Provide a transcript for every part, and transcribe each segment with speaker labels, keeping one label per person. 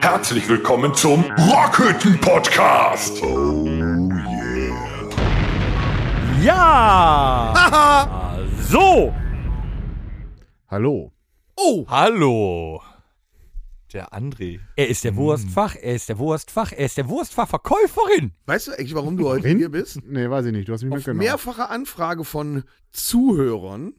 Speaker 1: Herzlich willkommen zum Rockhütten Podcast.
Speaker 2: Ja! so!
Speaker 3: Hallo.
Speaker 2: Oh! Hallo!
Speaker 4: Der André. Hm.
Speaker 2: Er ist der Wurstfach, er ist der Wurstfach, er ist der Wurstfachverkäuferin!
Speaker 5: Weißt du eigentlich, warum du heute
Speaker 3: Wen?
Speaker 5: hier bist?
Speaker 3: Nee, weiß ich nicht. Du hast mich
Speaker 5: Auf
Speaker 3: mitgenommen.
Speaker 5: mehrfache Anfrage von Zuhörern,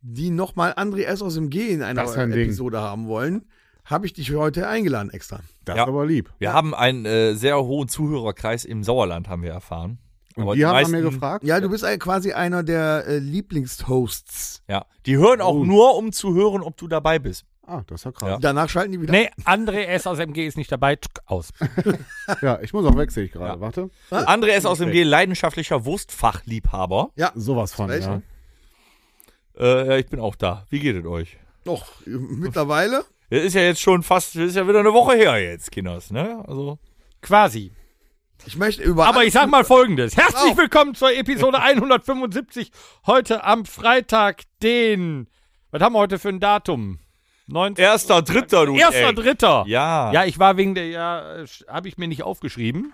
Speaker 5: die nochmal André S. aus dem G in einer
Speaker 3: Das ist ein Ding.
Speaker 5: Episode haben wollen, habe ich dich heute eingeladen extra.
Speaker 3: das
Speaker 4: Ja.
Speaker 3: ist aber lieb.
Speaker 4: Wir haben einen äh, sehr hohen Zuhörerkreis im Sauerland, haben wir erfahren.
Speaker 3: Und
Speaker 4: Aber
Speaker 3: die haben
Speaker 4: meisten-
Speaker 3: mir gefragt.
Speaker 5: Ja, du bist ein- quasi einer der äh, Lieblingshosts.
Speaker 4: Ja, die hören auch
Speaker 3: Oh.
Speaker 4: nur, um zu hören, ob du dabei bist.
Speaker 3: Ah, das ist ja krass.
Speaker 5: Danach schalten die wieder.
Speaker 2: Nee, André S. aus MG ist nicht dabei. Tsk, Aus.
Speaker 3: Ja, ich muss auch weg, sehe ich gerade.
Speaker 4: Ja.
Speaker 3: Warte.
Speaker 4: André ist aus dem G leidenschaftlicher Wurstfachliebhaber.
Speaker 5: Ja,
Speaker 3: Sowas von,
Speaker 5: Welche?
Speaker 3: ja.
Speaker 4: Äh, ja, ich bin auch da. Wie geht es euch?
Speaker 5: doch, äh, mittlerweile.
Speaker 4: Das ist ja jetzt schon fast, das ist ja wieder eine Woche her jetzt, Kinders, ne? Also,
Speaker 2: Quasi.
Speaker 5: Ich möchte über.
Speaker 2: Aber ich sag mal folgendes. Herzlich
Speaker 5: Wow.
Speaker 2: willkommen zur Episode 175. Heute am Freitag, den. Was haben wir heute für ein Datum? 19.
Speaker 4: erster, dritter, du.
Speaker 2: Erster,
Speaker 4: ey.
Speaker 2: dritter.
Speaker 4: Ja.
Speaker 2: Ja, ich war wegen der, ja, habe ich mir nicht aufgeschrieben.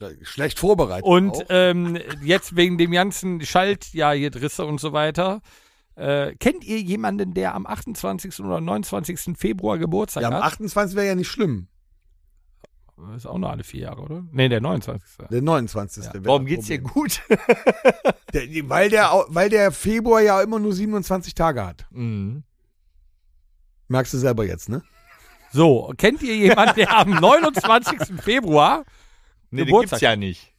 Speaker 5: äh, Schlecht vorbereitet.
Speaker 2: Und
Speaker 5: auch.
Speaker 2: ähm, jetzt wegen dem ganzen Schalt, ja, hier Drisse und so weiter. Äh, kennt ihr jemanden, der am 28. oder 29. Februar Geburtstag
Speaker 5: ja, am
Speaker 2: hat?
Speaker 5: 28 wäre ja nicht schlimm.
Speaker 2: Das ist auch nur alle vier Jahre, oder? Nee, der 29.
Speaker 5: Der 29. wäre
Speaker 4: Warum
Speaker 5: das
Speaker 4: geht's dir
Speaker 5: Problem.
Speaker 4: gut?
Speaker 5: Der, weil, der, au- weil der Februar ja immer nur 27 Tage hat.
Speaker 4: Mhm.
Speaker 5: Merkst du selber jetzt, ne?
Speaker 2: So, kennt ihr jemanden, der am 29. Februar?
Speaker 4: Nee, den gibt's
Speaker 2: Geburtstag.
Speaker 4: ja nicht.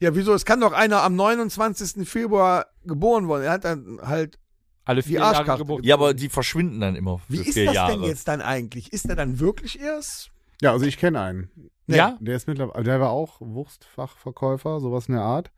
Speaker 5: Ja, wieso? Es kann doch einer am 29. Februar geboren worden. Er hat dann halt.
Speaker 2: Alle
Speaker 5: Die
Speaker 2: vier Jahre
Speaker 5: Arschkarte.
Speaker 2: Geburtstag.
Speaker 4: Ja, aber die verschwinden dann immer für
Speaker 5: Wie ist
Speaker 4: vier
Speaker 5: das
Speaker 4: Jahre.
Speaker 5: denn jetzt dann eigentlich? Ist er dann wirklich erst?
Speaker 3: Ja, also ich kenne einen.
Speaker 2: Ja?
Speaker 3: Der ist mittlerweile, der war auch Wurstfachverkäufer, sowas in der Art.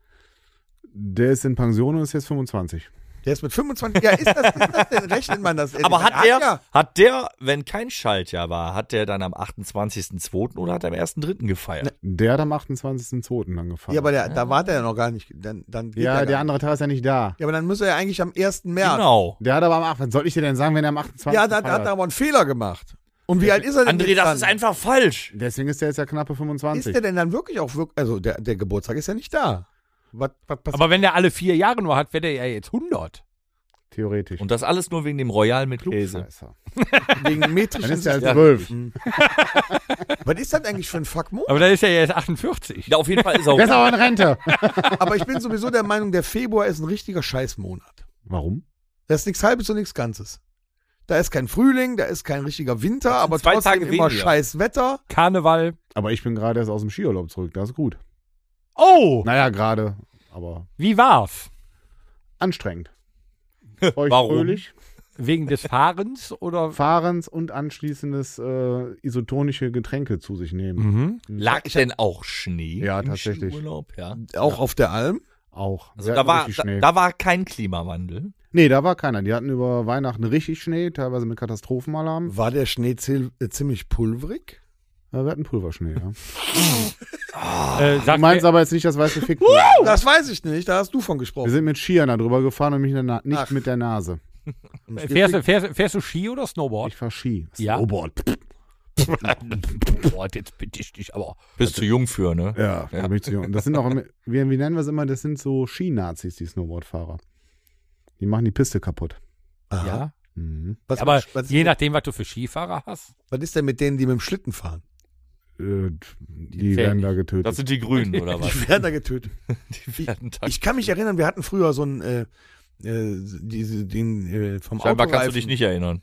Speaker 3: Der ist in Pension und ist jetzt 25.
Speaker 5: Der ist mit 25. Ja, ist das, ist das denn? Rechnet man das?
Speaker 4: Aber hat der,
Speaker 5: Ja, Ja,
Speaker 4: hat der, wenn kein Schaltjahr war, hat der dann am 28.02. oder hat er am 1.03. gefeiert?
Speaker 3: Der hat am 28.02. angefangen.
Speaker 5: ja aber der, da war der ja noch gar nicht. Dann, dann geht
Speaker 3: ja,
Speaker 5: er
Speaker 3: der
Speaker 5: gar
Speaker 3: andere Teil ist ja nicht da.
Speaker 5: nicht. Ja, aber dann muss er ja eigentlich am 1. März.
Speaker 4: Genau.
Speaker 3: Der hat aber am 8. Was soll ich dir denn sagen, wenn er am 28.
Speaker 5: Ja, da da hat
Speaker 3: feiert?
Speaker 5: er aber einen Fehler gemacht. Und wie alt ist er denn?
Speaker 4: André,
Speaker 5: jetzt
Speaker 4: das
Speaker 5: dann?
Speaker 4: ist einfach falsch.
Speaker 3: Deswegen ist der jetzt ja knappe
Speaker 5: Ist
Speaker 3: 25.
Speaker 5: der denn dann wirklich auch wirklich. Also, der, der Geburtstag ist ja nicht da. Was, was passiert?
Speaker 2: Aber wenn der alle vier Jahre nur hat, wäre der ja jetzt 100.
Speaker 3: Theoretisch.
Speaker 4: Und das alles nur wegen dem Royal mit Käse.
Speaker 3: Klugscheißer.
Speaker 5: wegen
Speaker 3: Dann
Speaker 5: metrischen
Speaker 3: ist er
Speaker 5: Systemen.
Speaker 3: 12.
Speaker 5: Was ist das eigentlich für ein Fuckmo?
Speaker 2: Aber dann ist er ja jetzt 48.
Speaker 4: Ja, auf jeden Fall ist er
Speaker 3: Der ist aber in Rente.
Speaker 5: Aber ich bin sowieso der Meinung, der Februar ist ein richtiger Scheißmonat.
Speaker 3: Warum?
Speaker 5: Das ist nichts Halbes und nichts Ganzes. Da ist kein Frühling, da ist kein richtiger Winter,
Speaker 4: sind
Speaker 5: aber
Speaker 4: zwei
Speaker 5: trotzdem
Speaker 4: Tage
Speaker 5: immer
Speaker 4: weniger.
Speaker 5: scheiß Wetter.
Speaker 2: Karneval.
Speaker 3: Aber ich bin gerade erst aus dem Skiurlaub zurück. Das ist gut.
Speaker 2: Oh,
Speaker 3: Naja, gerade, aber
Speaker 2: wie war's?
Speaker 3: anstrengend.
Speaker 4: Warum?
Speaker 3: Feuchtfröhlich,
Speaker 2: Wegen des Fahrens oder? äh,
Speaker 3: Fahrens und anschließendes äh, isotonische Getränke zu sich nehmen.
Speaker 2: Mhm.
Speaker 4: Lag denn auch Schnee?
Speaker 3: Ja,
Speaker 4: im
Speaker 3: tatsächlich.
Speaker 4: Skiurlaub? Ja.
Speaker 5: Auch auf der Alm.
Speaker 3: Auch.
Speaker 4: Also
Speaker 3: Wir
Speaker 4: da
Speaker 3: hatten
Speaker 4: war,
Speaker 3: richtig
Speaker 4: da,
Speaker 3: Schnee.
Speaker 4: da war kein Klimawandel.
Speaker 3: nee, da war keiner. Die hatten über Weihnachten richtig Schnee, teilweise mit Katastrophenalarm.
Speaker 5: War der Schnee zil- äh, ziemlich pulverig?
Speaker 3: Ja, wir hatten Pulverschnee. Ja.
Speaker 2: Äh,
Speaker 3: Du
Speaker 2: sagt
Speaker 3: meinst
Speaker 2: mir-
Speaker 3: aber jetzt nicht das weiße Fick.
Speaker 4: Oh.
Speaker 5: Das weiß ich nicht, da hast du von
Speaker 3: Wir
Speaker 5: gesprochen.
Speaker 3: sind mit Skiern da drüber gefahren und mich in der Na- nicht
Speaker 5: Ach.
Speaker 3: mit der Nase.
Speaker 2: fährst, du- fährst, du- fährst du Ski oder Snowboard?
Speaker 3: Ich fahr Ski.
Speaker 2: Oh. Ja.
Speaker 3: Snowboard.
Speaker 2: Boah, jetzt bitte ich dich, aber.
Speaker 4: Bist du jung für, ne?
Speaker 3: Ja, da bin ich zu jung. Und Das sind auch, im- wie, wie nennen wir es immer, das sind so Skinazis, die Snowboardfahrer. Die machen die Piste kaputt.
Speaker 5: Aha.
Speaker 2: Ja.
Speaker 3: Mhm.
Speaker 5: Was,
Speaker 2: Aber
Speaker 5: was,
Speaker 2: je
Speaker 5: ist,
Speaker 2: nachdem, was du für Skifahrer hast.
Speaker 5: was ist denn mit denen, die mit dem Schlitten fahren?
Speaker 3: Äh, die
Speaker 2: zählen
Speaker 3: werden da getötet.
Speaker 4: Das sind die Grünen, oder was?
Speaker 5: Die werden da getötet.
Speaker 4: Die werden da-
Speaker 5: Ich kann mich erinnern, wir hatten früher so einen, äh, äh, diese, den äh, vom
Speaker 4: Scheinbar kannst du
Speaker 5: Autoreifen.
Speaker 4: dich nicht erinnern.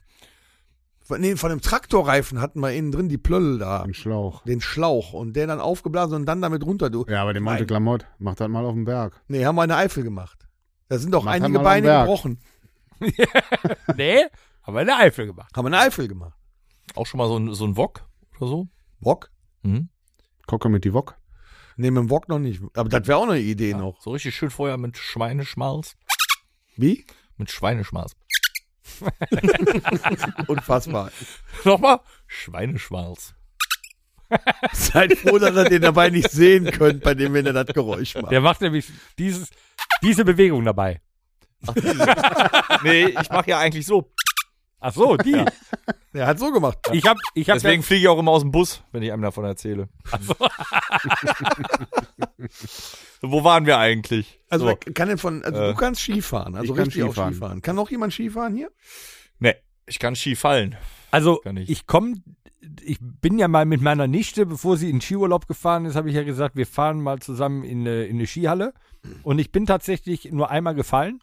Speaker 5: Von, nee, von dem Traktorreifen hatten wir innen drin die Plöll da.
Speaker 3: Ein Schlauch.
Speaker 5: den Schlauch und der dann aufgeblasen und dann damit runter. Du,
Speaker 3: Ja, aber den Monte
Speaker 5: Nein.
Speaker 3: Klamott macht das mal auf dem Berg.
Speaker 5: nee, haben wir eine Eifel gemacht. Da sind doch
Speaker 3: Mach
Speaker 5: einige
Speaker 3: einmal am
Speaker 5: Beine
Speaker 3: Berg.
Speaker 5: gebrochen.
Speaker 2: Nee, haben wir in der Eifel gemacht.
Speaker 5: Haben wir eine Eifel gemacht.
Speaker 4: Auch schon mal so ein, so ein Wok oder so?
Speaker 5: Wok?
Speaker 4: Mhm.
Speaker 3: Kocke mit die Wok.
Speaker 5: Nee, mit dem Wok noch nicht. Aber das wäre auch noch eine Idee
Speaker 4: Ja,
Speaker 5: noch.
Speaker 4: So richtig schön vorher mit Schweineschmalz.
Speaker 5: Wie?
Speaker 4: Mit Schweineschmalz.
Speaker 5: Unfassbar.
Speaker 2: Nochmal?
Speaker 4: Schweineschmalz.
Speaker 5: Seid froh, dass ihr den dabei nicht sehen könnt, bei dem, wenn er das Geräusch macht.
Speaker 2: Der macht nämlich dieses, diese Bewegung dabei.
Speaker 4: nee, ich mache ja eigentlich so.
Speaker 2: Ach so, die.
Speaker 5: Er hat so gemacht.
Speaker 2: Ich habe ich hab
Speaker 4: Deswegen fliege ich auch immer aus dem Bus, wenn ich einem davon erzähle. Wo waren wir eigentlich?
Speaker 5: Also
Speaker 4: so.
Speaker 5: wer kann denn von, also
Speaker 4: Äh,
Speaker 5: du kannst Skifahren, also
Speaker 3: ich kann
Speaker 5: richtig
Speaker 3: Skifahren.
Speaker 5: auch Skifahren. Kann noch jemand Skifahren hier?
Speaker 4: nee, ich kann Ski fallen.
Speaker 2: Also
Speaker 4: Kann ich.
Speaker 2: ich komme, ich bin ja mal mit meiner Nichte, bevor sie in Skiurlaub gefahren ist, habe ich ja gesagt, wir fahren mal zusammen in eine, in eine Skihalle. Und ich bin tatsächlich nur einmal gefallen.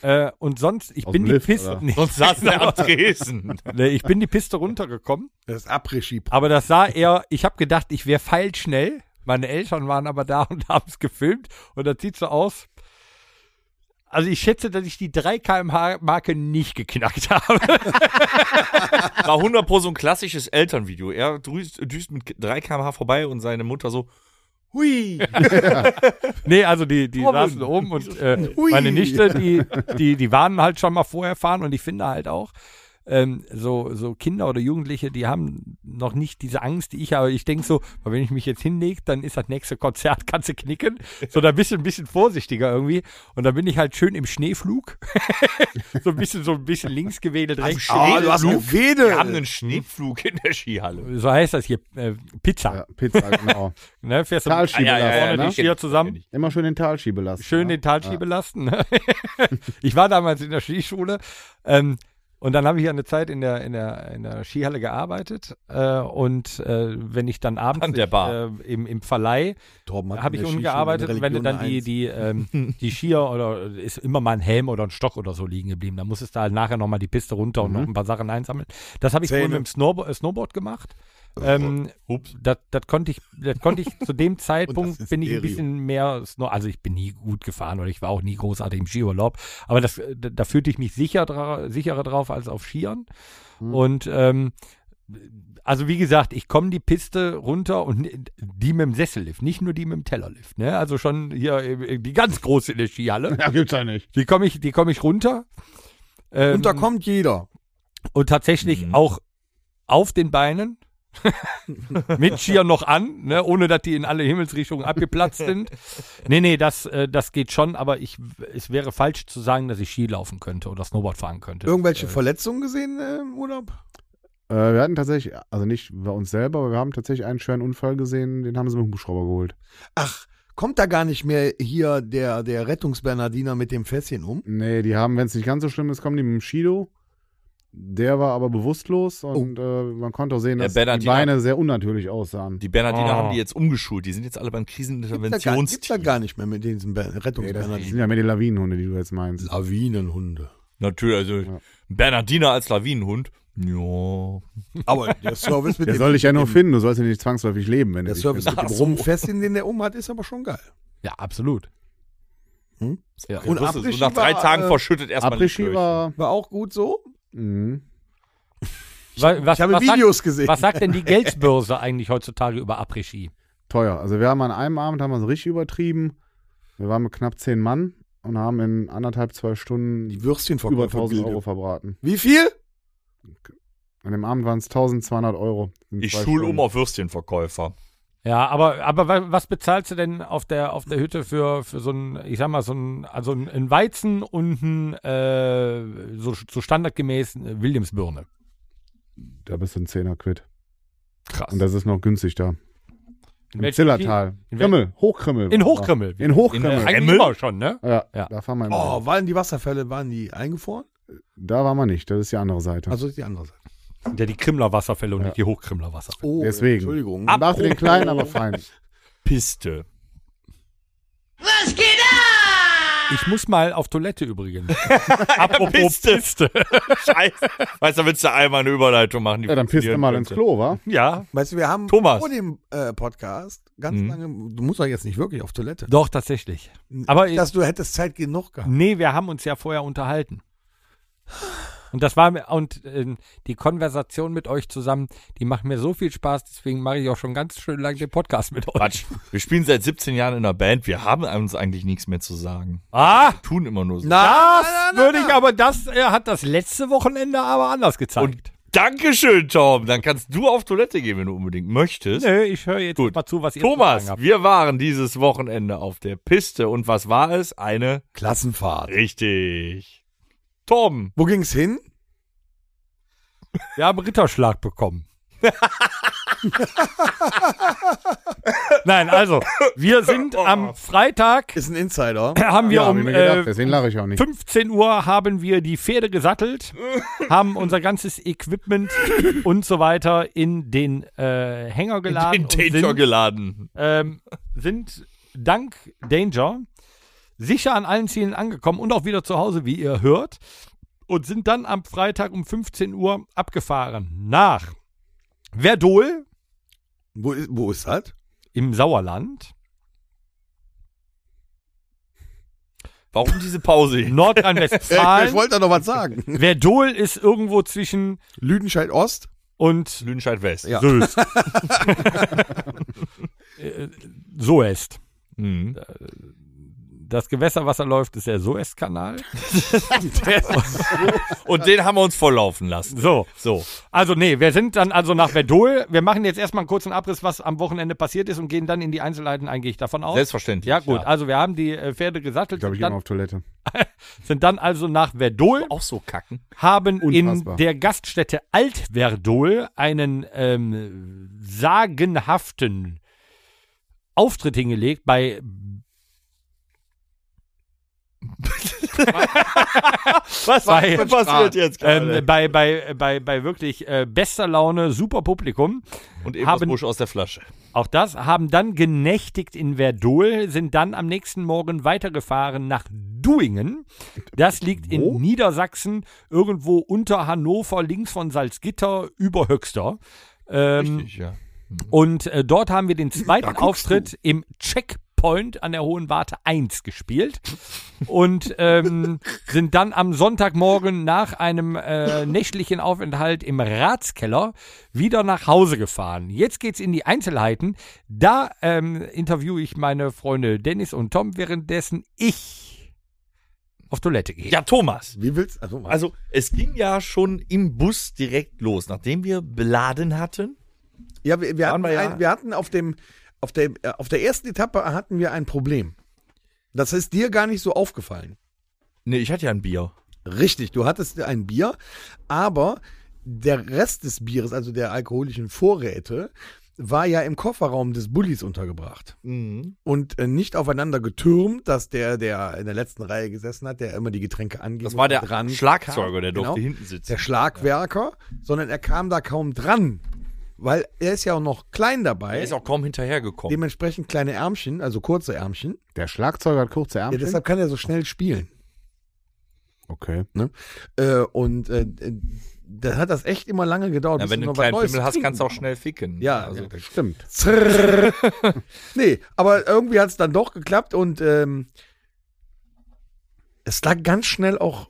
Speaker 2: Äh, und sonst, ich
Speaker 3: Aus
Speaker 2: bin
Speaker 3: dem
Speaker 2: die
Speaker 3: Lift,
Speaker 2: Piste.
Speaker 3: oder?
Speaker 2: Nee, genau.
Speaker 4: Sonst saß er am Tresen.
Speaker 2: nee, ich bin die Piste runtergekommen.
Speaker 5: Das ist Après-Ski.
Speaker 2: Aber das sah eher, ich habe gedacht, ich wäre feilschnell. Meine Eltern waren aber da und haben es gefilmt. Und das sieht so aus. Also ich schätze, dass ich die 3 kmh Marke nicht geknackt habe.
Speaker 4: War 100 pro so ein klassisches Elternvideo. Er düst, düst mit 3 km/h vorbei und seine Mutter so, hui.
Speaker 2: Nee, also die, die
Speaker 4: Robin.
Speaker 2: saßen oben und äh,
Speaker 5: Ui.
Speaker 2: meine Nichte, die, die, die waren halt schon mal vorher fahren und ich finde halt auch, ähm, so, so Kinder oder Jugendliche, die haben noch nicht diese Angst, die ich habe. Ich denke so, wenn ich mich jetzt hinlege, dann ist das nächste Konzert, kannst du knicken. So, da bist du ein bisschen vorsichtiger irgendwie. Und da bin ich halt schön im Schneeflug. so ein bisschen, so ein bisschen links gewedelt, rechts.
Speaker 5: Ah, du hast eine Wedel.
Speaker 4: Wir haben einen Schneepflug in der Skihalle.
Speaker 2: So heißt das hier, äh, Pizza.
Speaker 3: Ja, Pizza, genau.
Speaker 2: Ne? Fährst du
Speaker 3: Talschiebelasten,
Speaker 4: Ah, ja, ja, ja,
Speaker 2: vorne
Speaker 4: ne?
Speaker 2: die Skier zusammen.
Speaker 3: Immer schön den Talschiebe lassen.
Speaker 2: schön
Speaker 3: ja.
Speaker 2: den Talski belasten. Ne? ich war damals in der Skischule ähm, und dann habe ich ja eine Zeit in der, in der, in der Skihalle gearbeitet äh, und äh, wenn ich dann abends
Speaker 4: An der Bar.
Speaker 2: Äh, im, im Verleih
Speaker 5: Torben hat
Speaker 2: habe
Speaker 5: in
Speaker 2: ich
Speaker 5: der
Speaker 2: unten
Speaker 5: Skischule
Speaker 2: gearbeitet
Speaker 5: eine
Speaker 2: und wenn du
Speaker 5: Religion
Speaker 2: dann die,
Speaker 5: eins.
Speaker 2: die, ähm, die Skier oder ist immer mal ein Helm oder ein Stock oder so liegen geblieben, dann musstest du halt nachher nochmal die Piste runter und noch ein paar Sachen einsammeln. Das habe ich wohl
Speaker 5: Mhm. Zähne. Oh,
Speaker 2: mit dem Snowboard, äh, Snowboard gemacht. Ähm,
Speaker 4: Ups.
Speaker 2: das, das konnte ich, das konnte ich zu dem
Speaker 5: Und das
Speaker 2: Zeitpunkt
Speaker 5: ist
Speaker 2: bin ich ein
Speaker 5: Stereo.
Speaker 2: bisschen mehr Snow, also ich bin nie gut gefahren oder ich war auch nie großartig im Skiurlaub, aber das, äh, da, da fühlte ich mich sicher, dra- sicherer drauf als auf Skiern. Und ähm, also wie gesagt, ich komme die Piste runter und ni- die mit dem Sessellift, nicht nur die mit dem Tellerlift, ne? Also schon hier äh, die ganz große in der Skihalle.
Speaker 3: Ja, gibt's ja nicht.
Speaker 2: Die komme ich, die komme ich runter. Ähm,
Speaker 5: Und da kommt jeder.
Speaker 2: und tatsächlich
Speaker 4: Mhm.
Speaker 2: auch auf den Beinen. mit Skier noch an, ne, ohne dass die in alle Himmelsrichtungen abgeplatzt sind. Nee, nee, das, äh, das geht schon, aber ich, es wäre falsch zu sagen, dass ich Ski laufen könnte oder Snowboard fahren könnte.
Speaker 5: Irgendwelche Verletzungen gesehen äh, im Urlaub?
Speaker 3: Äh, wir hatten tatsächlich, also nicht bei uns selber, aber wir haben tatsächlich einen schweren Unfall gesehen, den haben sie mit dem Hubschrauber geholt.
Speaker 5: Ach, kommt da gar nicht mehr hier der, der Rettungsbernardiner mit dem Fässchen um?
Speaker 3: Nee, die haben, wenn es nicht ganz so schlimm ist, kommen die mit dem Shido. Der war aber bewusstlos und äh, man konnte auch sehen,
Speaker 4: Der
Speaker 3: dass die
Speaker 4: Bernardiner-
Speaker 3: Beine sehr unnatürlich aussahen.
Speaker 4: Die Bernardiner
Speaker 2: Ah.
Speaker 4: haben die jetzt umgeschult. Die sind jetzt alle beim
Speaker 5: Gibt's da, gar, gibt's da
Speaker 4: Kriseninterventionsteam.
Speaker 5: gar nicht mehr mit diesen Ber-
Speaker 3: nee, das
Speaker 5: Rettungsbernardiner.
Speaker 3: sind ja mehr die Lawinenhunde, die du jetzt meinst.
Speaker 5: Lawinenhunde.
Speaker 4: Natürlich, also
Speaker 3: Ja.
Speaker 4: Bernardiner als Lawinenhund. Ja.
Speaker 5: Aber der Service mit
Speaker 3: Der
Speaker 5: dem,
Speaker 3: soll dich ja nur finden, du sollst ja nicht zwangsläufig leben, wenn
Speaker 5: der
Speaker 3: du dich
Speaker 5: Service mit
Speaker 3: findest.
Speaker 5: dem Rumfässchen, den der um hat, ist aber schon geil.
Speaker 2: Ja, absolut.
Speaker 5: Hm?
Speaker 2: Ja.
Speaker 5: Und
Speaker 4: Das ist so
Speaker 5: Après-Ski
Speaker 4: nach drei
Speaker 5: war,
Speaker 4: Tagen
Speaker 5: äh,
Speaker 4: verschüttet erstmal die
Speaker 3: Après-Ski
Speaker 4: Kirche.
Speaker 3: war.
Speaker 5: War auch gut so.
Speaker 3: Mhm.
Speaker 2: Wa- Was,
Speaker 5: Ich habe
Speaker 2: was,
Speaker 5: Videos
Speaker 2: sagt,
Speaker 5: gesehen.
Speaker 2: was sagt denn die Geldbörse eigentlich heutzutage über Après-Ski?
Speaker 3: teuer. Also wir haben an einem Abend haben wir es richtig übertrieben. Wir waren mit knapp zehn Mann und haben in anderthalb, zwei Stunden
Speaker 5: Die Würstchen
Speaker 3: über 1000 Euro verbraten.
Speaker 5: Wie viel?
Speaker 3: An dem Abend waren es 1200 Euro. in
Speaker 4: Ich
Speaker 3: zwei
Speaker 4: schul um
Speaker 3: Stunden.
Speaker 4: auf Würstchenverkäufer.
Speaker 2: Ja, aber, aber wa- was bezahlst du denn auf der, auf der Hütte für, für so ein, ich sag mal, so ein, also ein- ein Weizen und ein, äh, so, so standardgemäß äh, Williamsbirne?
Speaker 3: Da bist du ein Zehner quitt.
Speaker 2: Krass.
Speaker 3: Und das ist noch günstig da.
Speaker 2: In
Speaker 3: Im
Speaker 2: welchem
Speaker 3: Zillertal.
Speaker 2: in welchem-
Speaker 3: Krimmel, Hochkrimmel.
Speaker 2: In
Speaker 3: waren wir.
Speaker 2: Hochkrimmel.
Speaker 3: In Hochkrimmel.
Speaker 2: Äh, eigentlich
Speaker 4: Kreml?
Speaker 2: immer schon, ne?
Speaker 3: ja,
Speaker 2: ja.
Speaker 3: da fahren wir immer.
Speaker 5: Oh, waren die Wasserfälle, waren die eingefroren?
Speaker 3: Da waren wir nicht, das ist die andere Seite.
Speaker 5: Also die andere Seite.
Speaker 2: Ja, die Krimmler Wasserfälle und
Speaker 3: Ja.
Speaker 2: nicht die Hochkrimmler Wasserfälle.
Speaker 5: Oh,
Speaker 3: Deswegen.
Speaker 5: Entschuldigung.
Speaker 3: Man darf den kleinen, aber fein.
Speaker 4: Piste.
Speaker 2: Ich muss mal auf Toilette übrigens. Apropos
Speaker 4: Piste.
Speaker 2: Piste.
Speaker 4: Scheiße. Weißt du, willst du einmal eine Überleitung machen? die
Speaker 3: Ja, dann pisst du
Speaker 4: funktionieren
Speaker 3: mal ins
Speaker 4: könnte.
Speaker 3: Klo, wa?
Speaker 2: ja.
Speaker 5: Weißt du, wir haben
Speaker 4: Thomas.
Speaker 5: vor dem äh, Podcast
Speaker 3: Hm.
Speaker 5: ganz
Speaker 4: Mhm.
Speaker 5: lange, du musst doch jetzt nicht wirklich auf Toilette.
Speaker 2: Doch, tatsächlich. Aber
Speaker 5: Dass du hättest Zeit genug gehabt.
Speaker 2: nee, wir haben uns ja vorher unterhalten. Und das war mir, und ähm, die Konversation mit euch zusammen, die macht mir so viel Spaß, deswegen mache ich auch schon ganz schön lange den Podcast mit euch.
Speaker 4: Quatsch. Wir spielen seit 17 Jahren in einer Band. Wir haben uns eigentlich nichts mehr zu sagen.
Speaker 2: Ah,
Speaker 4: Tun immer nur so.
Speaker 5: Na,
Speaker 2: äh, das würde ich aber, das er hat das letzte Wochenende aber anders gezeigt.
Speaker 4: Und Dankeschön, Tom. Dann kannst du auf Toilette gehen, wenn du unbedingt möchtest.
Speaker 2: Nö, ich höre jetzt
Speaker 4: Gut.
Speaker 2: mal zu, was ihr zu
Speaker 4: Thomas,
Speaker 2: sagen habt.
Speaker 4: wir waren dieses Wochenende auf der Piste und was war es? Eine
Speaker 5: Klassenfahrt.
Speaker 4: richtig. Tom,
Speaker 5: Wo ging's hin?
Speaker 2: Wir haben Ritterschlag bekommen. Nein, also, wir sind am Freitag,
Speaker 5: Ist ein Insider.
Speaker 2: haben wir
Speaker 3: Ja, hab
Speaker 2: um
Speaker 3: ich mir gedacht,
Speaker 2: äh,
Speaker 3: deswegen lache ich auch nicht.
Speaker 2: 15 Uhr haben wir die Pferde gesattelt, haben unser ganzes Equipment und so weiter in den äh, Hänger geladen.
Speaker 4: in Danger
Speaker 2: und sind,
Speaker 4: geladen.
Speaker 2: ähm, sind dank Danger sicher an allen Zielen angekommen und auch wieder zu Hause, wie ihr hört. Und sind dann am Freitag um 15 Uhr abgefahren nach Werdohl
Speaker 5: Wo, ist- wo ist das?
Speaker 2: im Sauerland,
Speaker 4: Warum diese Pause?
Speaker 5: Äh, Ich, ich
Speaker 2: Nordrhein-Westfalen.
Speaker 5: wollte da noch was sagen.
Speaker 2: Werdohl ist irgendwo zwischen
Speaker 5: Lüdenscheid Ost.
Speaker 2: und
Speaker 4: Lünscheid West.
Speaker 5: Ja.
Speaker 2: Soest. Äh, Soest.
Speaker 4: Mhm.
Speaker 2: Das Gewässer, was da läuft, ist der Soest-Kanal.
Speaker 4: Und den haben wir uns volllaufen lassen.
Speaker 2: So,
Speaker 4: So,
Speaker 2: also nee, wir sind dann also nach Verdol. Wir machen jetzt erstmal einen kurzen Abriss, was am Wochenende passiert ist und gehen dann in die Einzelheiten ein, gehe ich davon aus.
Speaker 4: selbstverständlich.
Speaker 2: ja gut, also wir haben die äh, Pferde
Speaker 3: Ich
Speaker 2: gesattelt,
Speaker 3: glaube, ich
Speaker 2: sind
Speaker 3: gehe mal
Speaker 2: dann,
Speaker 3: auf Toilette.
Speaker 2: sind dann also nach Verdol,
Speaker 4: Auch so kacken.
Speaker 2: haben
Speaker 3: Unfassbar.
Speaker 2: in der Gaststätte Altverdol einen ähm, sagenhaften Auftritt hingelegt bei
Speaker 4: Was,
Speaker 2: Bei-
Speaker 4: passiert jetzt
Speaker 2: ähm, bei, bei, bei, bei wirklich äh, bester Laune, super Publikum.
Speaker 4: Und eben
Speaker 2: haben-
Speaker 4: das Busch aus der Flasche.
Speaker 2: Auch das haben dann genächtigt in Verdol, sind dann am nächsten Morgen weitergefahren nach Duingen. Das liegt in Niedersachsen, irgendwo unter Hannover, links von Salzgitter, über Höxter. Ähm,
Speaker 4: Richtig, ja.
Speaker 2: und äh, dort haben wir den zweiten Auftritt im Checkpoint an der Hohen Warte 1 gespielt und ähm, sind dann am Sonntagmorgen nach einem äh, nächtlichen Aufenthalt im Ratskeller wieder nach Hause gefahren. Jetzt geht's in die Einzelheiten. Da ähm, interviewe ich meine Freunde Dennis und Tom, währenddessen ich auf Toilette gehe.
Speaker 4: ja, Thomas.
Speaker 5: Wie willst also, also
Speaker 4: Also, es ging ja schon im Bus direkt los, nachdem wir beladen hatten.
Speaker 5: ja, wir, wir, hatten
Speaker 4: Waren wir ja-
Speaker 5: ein, wir hatten auf dem auf der äh, auf der ersten Etappe hatten wir ein Problem. Das ist dir gar nicht so aufgefallen.
Speaker 4: Nee, ich hatte ja ein Bier.
Speaker 5: Richtig, du hattest ein Bier, aber der Rest des Bieres, also der alkoholischen Vorräte, war ja im Kofferraum des Bullis untergebracht und äh, nicht aufeinander getürmt, dass der, der in der letzten Reihe gesessen hat, der immer die Getränke anging.
Speaker 4: Das war der
Speaker 5: und dran
Speaker 4: Schlagzeuger,
Speaker 5: kam.
Speaker 4: der durfte
Speaker 5: genau,
Speaker 4: hinten sitzen.
Speaker 5: Der Schlagwerker, sondern er kam da kaum dran, weil er ist ja auch noch klein dabei.
Speaker 4: er ist auch kaum hinterhergekommen.
Speaker 5: dementsprechend kleine Ärmchen, also kurze Ärmchen.
Speaker 3: Der Schlagzeuger hat kurze
Speaker 5: Ja,
Speaker 3: Ärmchen.
Speaker 5: deshalb kann er so schnell spielen.
Speaker 3: okay.
Speaker 5: Äh, und äh, da hat das echt immer lange gedauert.
Speaker 4: Ja,
Speaker 5: bis
Speaker 4: wenn du einen
Speaker 5: noch was
Speaker 4: kleinen
Speaker 5: Neues
Speaker 4: Pimmel hast,
Speaker 5: trinken
Speaker 4: kannst du auch schnell ficken.
Speaker 5: Ja,
Speaker 4: also,
Speaker 5: ja.
Speaker 3: Stimmt.
Speaker 5: Zrrr. nee, aber irgendwie hat es dann doch geklappt und ähm, es lag ganz schnell auch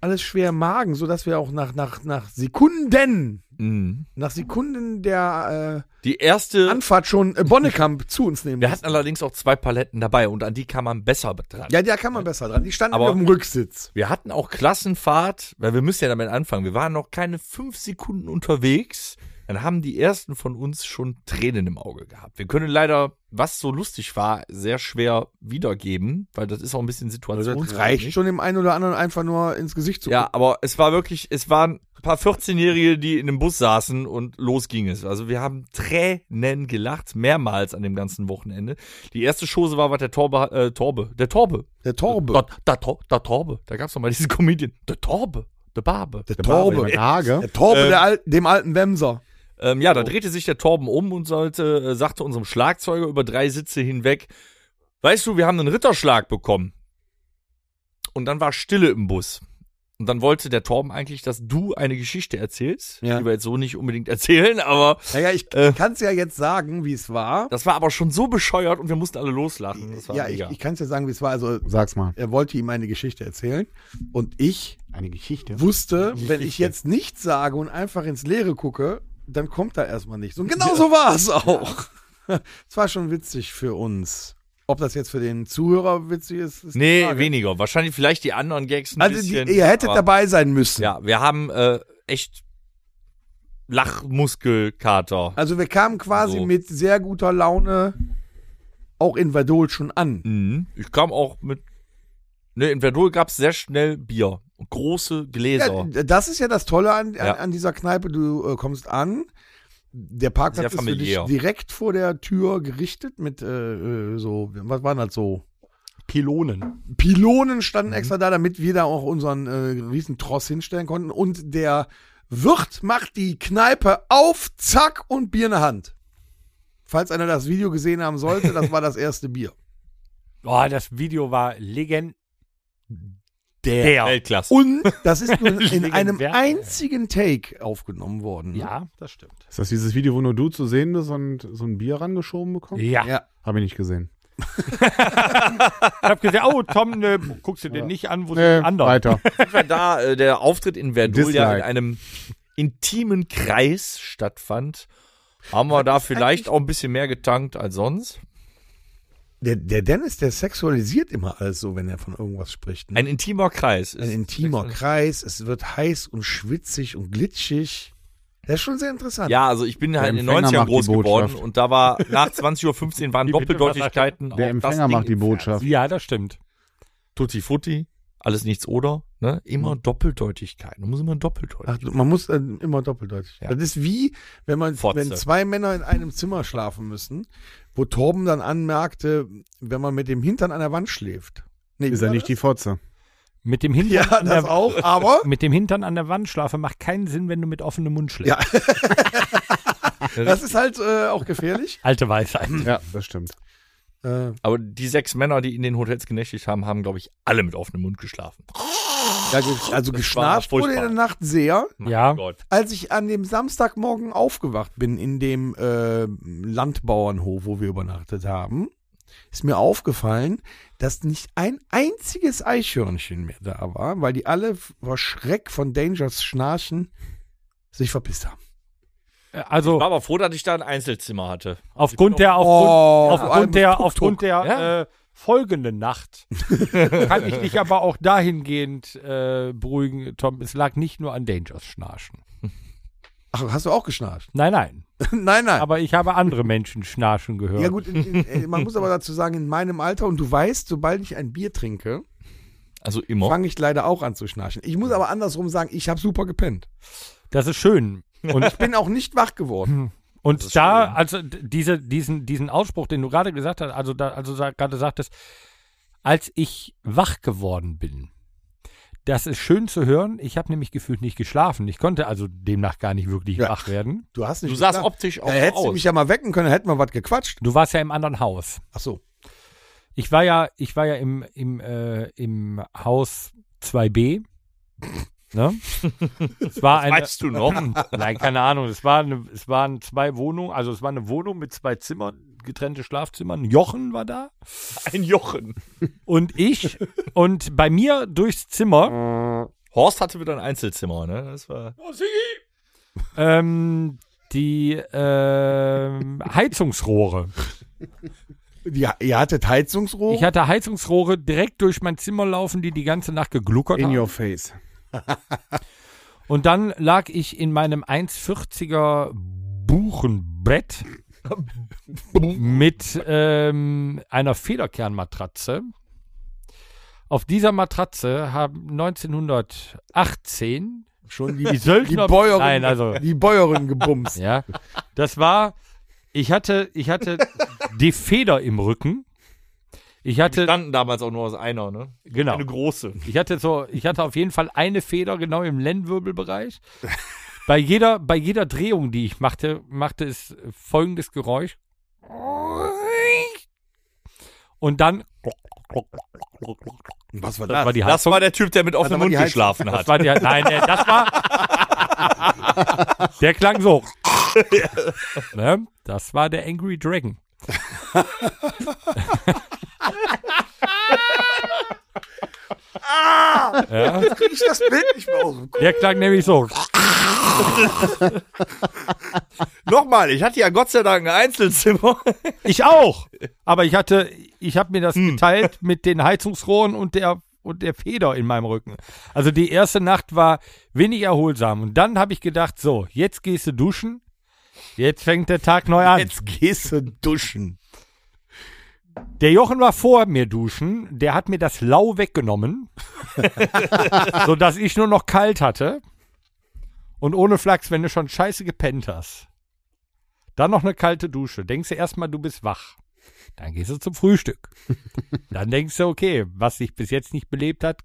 Speaker 5: alles schwer im Magen, sodass wir auch nach, nach, nach Sekunden,
Speaker 4: Mhm.
Speaker 5: nach Sekunden der
Speaker 4: Die
Speaker 5: äh,
Speaker 4: erste.
Speaker 5: Anfahrt schon äh, Bonnekamp zu uns nehmen.
Speaker 4: wir
Speaker 5: mussten.
Speaker 4: hatten allerdings auch zwei Paletten dabei und an die kam man besser dran.
Speaker 5: ja, da kann man besser dran. Die standen
Speaker 4: Aber-
Speaker 5: auf dem Rücksitz.
Speaker 4: Wir hatten auch Klassenfahrt, weil wir müssen ja damit anfangen. Wir waren noch keine fünf Sekunden unterwegs. Dann haben die ersten von uns schon Tränen im Auge gehabt. Wir können leider, was so lustig war, sehr schwer wiedergeben, weil das ist auch ein bisschen
Speaker 5: Uns
Speaker 4: situationsabhängig.
Speaker 5: reicht schon dem einen oder anderen einfach nur ins Gesicht zu
Speaker 4: Ja, aber es war wirklich, es waren ein paar 14-Jährige, die in einem Bus saßen und los ging es. Also wir haben Tränen gelacht, mehrmals an dem ganzen Wochenende. Die erste Chose war, was der Torbe, äh, Torbe, der Torbe,
Speaker 5: Der Torbe.
Speaker 4: da, da, Tor- da Torbe. Da gab's noch mal diesen Comedian. Der Torbe. Der Barbe.
Speaker 5: der
Speaker 3: Barber
Speaker 5: Torbe.
Speaker 3: in Hage.
Speaker 5: Der Torbe,
Speaker 4: Ähm,
Speaker 5: der Al dem alten Wemser.
Speaker 4: Ähm, ja, da drehte sich der Torben um und sollte, äh, sagte unserem Schlagzeuger über drei Sitze hinweg, weißt du, wir haben einen Ritterschlag bekommen. Und dann war Stille im Bus. Und dann wollte der Torben eigentlich, dass du eine Geschichte erzählst,
Speaker 5: Ja.
Speaker 4: die wir jetzt so nicht unbedingt erzählen, aber
Speaker 5: Naja, ich
Speaker 4: Äh.
Speaker 5: kann es ja jetzt sagen, wie es war.
Speaker 4: das war aber schon so bescheuert und wir mussten alle loslachen. Das war
Speaker 5: Ja, ich,
Speaker 4: mega.
Speaker 5: ich kann es ja sagen, wie es war. Also
Speaker 3: Sag's mal.
Speaker 5: er wollte ihm eine Geschichte erzählen und ich
Speaker 3: Eine Geschichte.
Speaker 5: wusste, wenn ich jetzt nichts sage und einfach ins Leere gucke, dann kommt da erstmal nichts. Und genau so war es auch. Es war schon witzig für uns. Ob das jetzt für den Zuhörer witzig ist, ist die
Speaker 4: nee,
Speaker 5: Frage.
Speaker 4: weniger. Wahrscheinlich vielleicht die anderen Gags ein
Speaker 5: Also die,
Speaker 4: bisschen.
Speaker 5: ihr hättet
Speaker 4: aber-
Speaker 5: dabei sein müssen.
Speaker 4: Ja, wir haben äh, echt Lachmuskelkater.
Speaker 5: Also wir kamen quasi
Speaker 4: So.
Speaker 5: mit sehr guter Laune auch in Verdol schon an.
Speaker 4: Mhm. Ich kam auch mit. Ne, in Verdol gab es sehr schnell Bier. Große
Speaker 5: Ja,
Speaker 4: Gläser.
Speaker 5: das ist ja das Tolle an,
Speaker 4: Ja.
Speaker 5: an, an dieser Kneipe. Du äh, kommst an, der
Speaker 4: Sehr
Speaker 5: Parkplatz ist für dich
Speaker 4: familiär.
Speaker 5: direkt vor der Tür gerichtet mit äh, äh, so, was waren das so?
Speaker 2: Pylonen.
Speaker 5: Pylonen standen
Speaker 4: Mhm.
Speaker 5: extra da, damit wir da auch unseren äh, Riesentross hinstellen konnten. Und der Wirt macht die Kneipe auf, zack und Bier in der Hand. Falls einer das Video gesehen haben sollte, das war das erste Bier.
Speaker 2: Oh, das Video war legendär.
Speaker 4: Der. Weltklasse.
Speaker 5: Und das ist nur in einem
Speaker 2: Legendär.
Speaker 5: einzigen Take aufgenommen worden.
Speaker 2: Ja, das stimmt.
Speaker 3: Ist das dieses Video, wo nur du zu sehen bist und so ein Bier rangeschoben bekommst?
Speaker 2: Ja.
Speaker 5: Ja.
Speaker 3: Habe ich nicht gesehen.
Speaker 2: Ich hab gesagt, oh, Tom, ne, guckst du den nicht an, wo
Speaker 3: Nee,
Speaker 2: sind die anderen?
Speaker 3: weiter.
Speaker 4: war da äh, der Auftritt in Verdol ja in
Speaker 3: Dislike.
Speaker 4: einem intimen Kreis stattfand, haben wir da vielleicht auch ein bisschen mehr getankt als sonst.
Speaker 5: Der, der Dennis, der sexualisiert immer alles so, wenn er von irgendwas spricht. Ne?
Speaker 4: Ein intimer Kreis.
Speaker 5: Ein intimer Kreis, es wird heiß und schwitzig und glitschig. Das ist schon sehr interessant.
Speaker 4: Ja, also ich bin halt in den
Speaker 3: Empfänger
Speaker 4: 90ern
Speaker 3: macht die
Speaker 4: groß geworden
Speaker 3: Botschaft.
Speaker 4: und da war nach 20.15 Uhr waren
Speaker 2: Wie bitte?
Speaker 4: Doppeldeutigkeiten.
Speaker 3: Der
Speaker 4: auch das
Speaker 3: Empfänger
Speaker 4: Ding
Speaker 3: macht die
Speaker 4: im Fernsehen.
Speaker 3: Botschaft.
Speaker 2: Ja, das stimmt.
Speaker 4: Tutti Futti, alles nichts oder, ne? Immer
Speaker 3: Mhm.
Speaker 4: Doppeldeutigkeiten. Da muss immer
Speaker 5: Ach,
Speaker 4: doppeldeutig.
Speaker 5: du- man muss äh, immer doppeldeutig.
Speaker 4: Ja.
Speaker 5: Das ist wie, wenn man,
Speaker 4: Fotze.
Speaker 5: wenn zwei Männer in einem Zimmer schlafen müssen, wo Torben dann anmerkte, wenn man mit dem Hintern an der Wand schläft. Nee,
Speaker 3: Ist
Speaker 5: wie
Speaker 3: ja
Speaker 5: war
Speaker 3: nicht die Fotze.
Speaker 2: Mit dem Hintern,
Speaker 5: das? Ja,
Speaker 2: an,
Speaker 5: das
Speaker 2: der,
Speaker 5: auch, aber
Speaker 2: mit dem Hintern an der Wand schlafen macht keinen Sinn, wenn du mit offenem Mund schläfst.
Speaker 5: Ja. das ist halt äh, auch gefährlich.
Speaker 2: Alte Weisheit.
Speaker 3: Ja, das stimmt.
Speaker 5: äh,
Speaker 4: Aber die sechs Männer, die in den Hotels genächtigt haben, haben, glaube ich, alle mit offenem Mund geschlafen.
Speaker 5: ja, ge- also geschnarcht wurde in der
Speaker 4: furchtbar.
Speaker 5: Nacht sehr.
Speaker 2: Ja.
Speaker 4: Gott.
Speaker 5: Als ich an dem Samstagmorgen aufgewacht bin in dem äh, Landbauernhof, wo wir übernachtet haben, ist mir aufgefallen, dass nicht ein einziges Eichhörnchen mehr da war, weil die alle vor Schreck von Dangers Schnarchen sich verpisst haben.
Speaker 2: Also
Speaker 4: War aber froh, dass ich da ein Einzelzimmer hatte.
Speaker 2: aufgrund der, aufgrund,
Speaker 5: Oh, vor allem
Speaker 2: aufgrund der,
Speaker 5: Tuk-Tuk.
Speaker 2: aufgrund der
Speaker 4: Ja.
Speaker 2: äh, folgenden Nacht kann ich dich aber auch dahingehend äh, beruhigen, Tom. Es lag nicht nur an Dangers Schnarchen.
Speaker 5: Ach, hast du auch geschnarcht?
Speaker 2: Nein, nein.
Speaker 5: nein, nein.
Speaker 2: Aber ich habe andere Menschen schnarchen gehört.
Speaker 5: ja gut, in, in, äh, man muss aber dazu sagen, in meinem Alter, und du weißt, sobald ich ein Bier trinke,
Speaker 4: Also
Speaker 2: Oh.
Speaker 4: immer.
Speaker 5: fange ich leider auch an zu schnarchen. Ich muss aber andersrum sagen, ich habe super gepennt.
Speaker 2: Das ist schön. Und
Speaker 5: Ich bin auch nicht wach geworden.
Speaker 2: Und da, also d- diese, diesen, diesen Ausspruch, den du gerade gesagt hast, also da, also sa- gerade sagtest, als ich wach geworden bin, das ist schön zu hören. Ich habe nämlich gefühlt nicht geschlafen. Ich konnte also demnach gar nicht wirklich
Speaker 5: Ja.
Speaker 2: wach werden.
Speaker 5: Du hast nicht
Speaker 4: du sahst
Speaker 5: geschlafen.
Speaker 4: optisch auch
Speaker 5: Da
Speaker 4: so
Speaker 5: hättest du
Speaker 4: aus.
Speaker 5: mich ja mal wecken können, hätten wir was gequatscht.
Speaker 2: Du warst ja im anderen Haus.
Speaker 5: Ach so.
Speaker 2: Ich war ja, ich war ja im, im, äh, im Haus 2b. Ne? Es war eine,
Speaker 4: weißt du noch?
Speaker 2: Nein, keine Ahnung. Es, war eine, es waren zwei Wohnungen, also es war eine Wohnung mit zwei Zimmern, getrennte Schlafzimmern. Jochen war da.
Speaker 4: Ein Jochen.
Speaker 2: und ich und bei mir durchs Zimmer
Speaker 4: Horst hatte wieder ein Einzelzimmer, ne? Das war.
Speaker 2: ähm, die ähm, Heizungsrohre.
Speaker 5: Ja, ihr hattet Heizungsrohr?
Speaker 2: Ich hatte Heizungsrohre direkt durch mein Zimmer laufen, die die ganze Nacht gegluckert
Speaker 3: In
Speaker 2: haben.
Speaker 3: your face.
Speaker 2: Und dann lag ich in meinem 1,40er Buchenbett mit ähm, einer Federkernmatratze. Auf dieser Matratze haben 1918
Speaker 5: schon
Speaker 2: die
Speaker 5: die, die
Speaker 2: Söldner...
Speaker 5: Bäuerin,
Speaker 2: Nein, also
Speaker 5: die Bäuerin gebumst.
Speaker 2: Ja, das war, ich hatte, ich hatte die Feder im Rücken. Ich
Speaker 4: Die
Speaker 2: hatte,
Speaker 4: standen damals auch nur aus einer, ne?
Speaker 2: genau,
Speaker 4: Eine große.
Speaker 2: ich hatte so, ich hatte auf jeden Fall eine Feder genau im Lendenwirbelbereich. Bei jeder, bei jeder Drehung, die ich machte, machte es folgendes Geräusch. Und dann,
Speaker 5: Was war
Speaker 2: das war die
Speaker 4: Das
Speaker 2: Heizung.
Speaker 4: war der Typ, der mit offenem
Speaker 5: war
Speaker 4: Mund
Speaker 5: die Heizung.
Speaker 4: geschlafen
Speaker 2: Das
Speaker 4: hat.
Speaker 2: war die, nein, äh, das war, der klang so. ne? Das war der Angry Dragon. ja,
Speaker 5: Krieg ich das Bild nicht mehr aus.
Speaker 2: der klang nämlich so.
Speaker 4: Nochmal, ich hatte ja Gott sei Dank ein Einzelzimmer.
Speaker 2: Ich auch. Aber ich hatte, ich habe mir das geteilt mit den Heizungsrohren und der und der Feder in meinem Rücken. Also die erste Nacht war wenig erholsam. Und dann habe ich gedacht, so, jetzt gehst du duschen, jetzt fängt der Tag neu an.
Speaker 5: Jetzt gehst du duschen.
Speaker 2: Der Jochen war vor mir duschen, der hat mir das Lau weggenommen, sodass ich nur noch kalt hatte. Und ohne Flachs, wenn du schon scheiße gepennt hast. Dann noch eine kalte Dusche. Denkst du erstmal, du bist wach. Dann gehst du zum Frühstück. Dann denkst du, okay, was dich bis jetzt nicht belebt hat,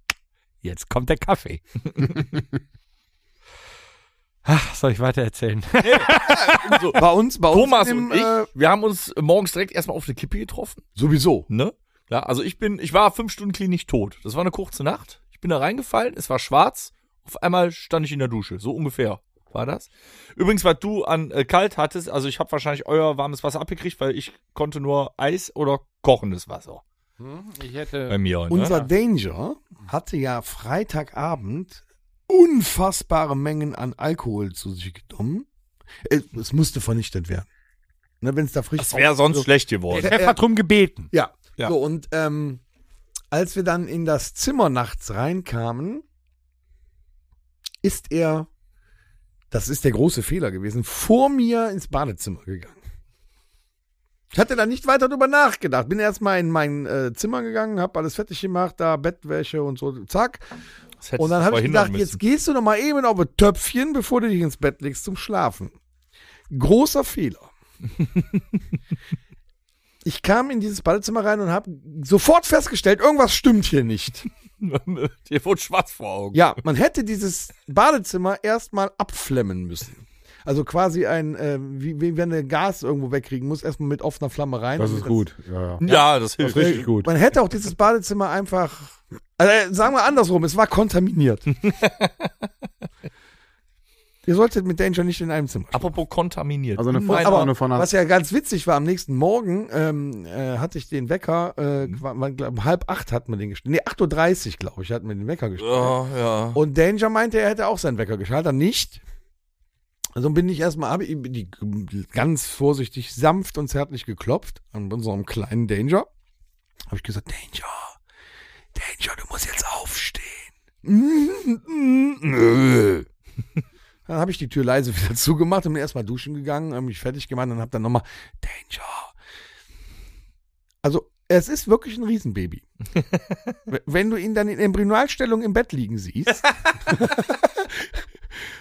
Speaker 2: jetzt kommt der Kaffee. Ach, soll ich weiter erzählen?
Speaker 4: So,
Speaker 5: Bei uns, bei
Speaker 4: Thomas
Speaker 5: uns im,
Speaker 4: und ich,
Speaker 5: äh,
Speaker 4: wir haben uns morgens direkt erstmal auf eine Kippe getroffen.
Speaker 5: sowieso.
Speaker 4: Ne? Ja, also ich bin, ich war fünf Stunden klinisch tot. Das war eine kurze Nacht. Ich bin da reingefallen, es war schwarz. Auf einmal stand ich in der Dusche. So ungefähr war das. Übrigens, was du an äh, kalt hattest, also ich habe wahrscheinlich euer warmes Wasser abgekriegt, weil ich konnte nur Eis oder kochendes Wasser.
Speaker 2: Hm, Ich hätte
Speaker 4: Bei mir. Ne?
Speaker 5: Unser Danger hatte ja Freitagabend unfassbare Mengen an Alkohol zu sich genommen. Es, es musste vernichtet werden. Ne, Wenn es da frisch
Speaker 4: das wäre
Speaker 5: Also,
Speaker 4: sonst schlecht
Speaker 5: äh,
Speaker 4: geworden.
Speaker 2: Chef hat drum gebeten.
Speaker 5: Ja.
Speaker 4: Ja.
Speaker 5: So, und ähm, als wir dann in das Zimmer nachts reinkamen, ist er, das ist der große Fehler gewesen, vor mir ins Badezimmer gegangen. Ich hatte da nicht weiter drüber nachgedacht. Bin erstmal in mein äh, Zimmer gegangen, habe alles fertig gemacht, da Bettwäsche und so, zack.
Speaker 4: Das hättest
Speaker 5: Und dann
Speaker 4: du
Speaker 5: habe ich
Speaker 4: verhindern
Speaker 5: gedacht,
Speaker 4: müssen.
Speaker 5: jetzt gehst du noch mal eben auf ein Töpfchen, bevor du dich ins Bett legst zum Schlafen. Großer Fehler. ich kam in dieses Badezimmer rein und habe sofort festgestellt, irgendwas stimmt hier nicht.
Speaker 4: Dir wurde schwarz vor Augen.
Speaker 5: Ja, man hätte dieses Badezimmer erstmal abflemmen müssen. Also quasi ein, äh, wie, wie wenn du Gas irgendwo wegkriegen musst, erstmal mit offener Flamme rein.
Speaker 3: Das
Speaker 5: Und
Speaker 3: ist gut. Ja, ja.
Speaker 4: Ja, das hilft.
Speaker 3: Das ist richtig gut.
Speaker 5: Man hätte auch dieses Badezimmer einfach, also, äh, sagen wir andersrum, es war kontaminiert. Ihr solltet mit Danger nicht in einem Zimmer. schlafen.
Speaker 4: Apropos kontaminiert.
Speaker 3: Also eine
Speaker 4: Nein,
Speaker 3: Vorstellung
Speaker 4: aber-
Speaker 3: eine von einer
Speaker 5: Was ja ganz witzig war, am nächsten Morgen ähm, äh, hatte ich den Wecker, äh,
Speaker 4: Mhm.
Speaker 5: wann, glaub, um halb acht hat man den gestellt. Nee, 8.30 Uhr, glaube ich, hat man den Wecker gestellt.
Speaker 4: Ja, ja.
Speaker 5: Und Danger meinte, er hätte auch seinen Wecker geschaltet, dann nicht. Also bin ich erstmal, habe ich die, ganz vorsichtig, sanft und zärtlich geklopft an unserem kleinen Danger. Habe ich gesagt, Danger, Danger, du musst jetzt aufstehen. Nö. Dann habe ich die Tür leise wieder zugemacht und bin erstmal duschen gegangen, habe mich fertig gemacht und habe dann nochmal Danger. Also es ist wirklich ein Riesenbaby. W- Wenn du ihn dann in Embryonalstellung im Bett liegen siehst,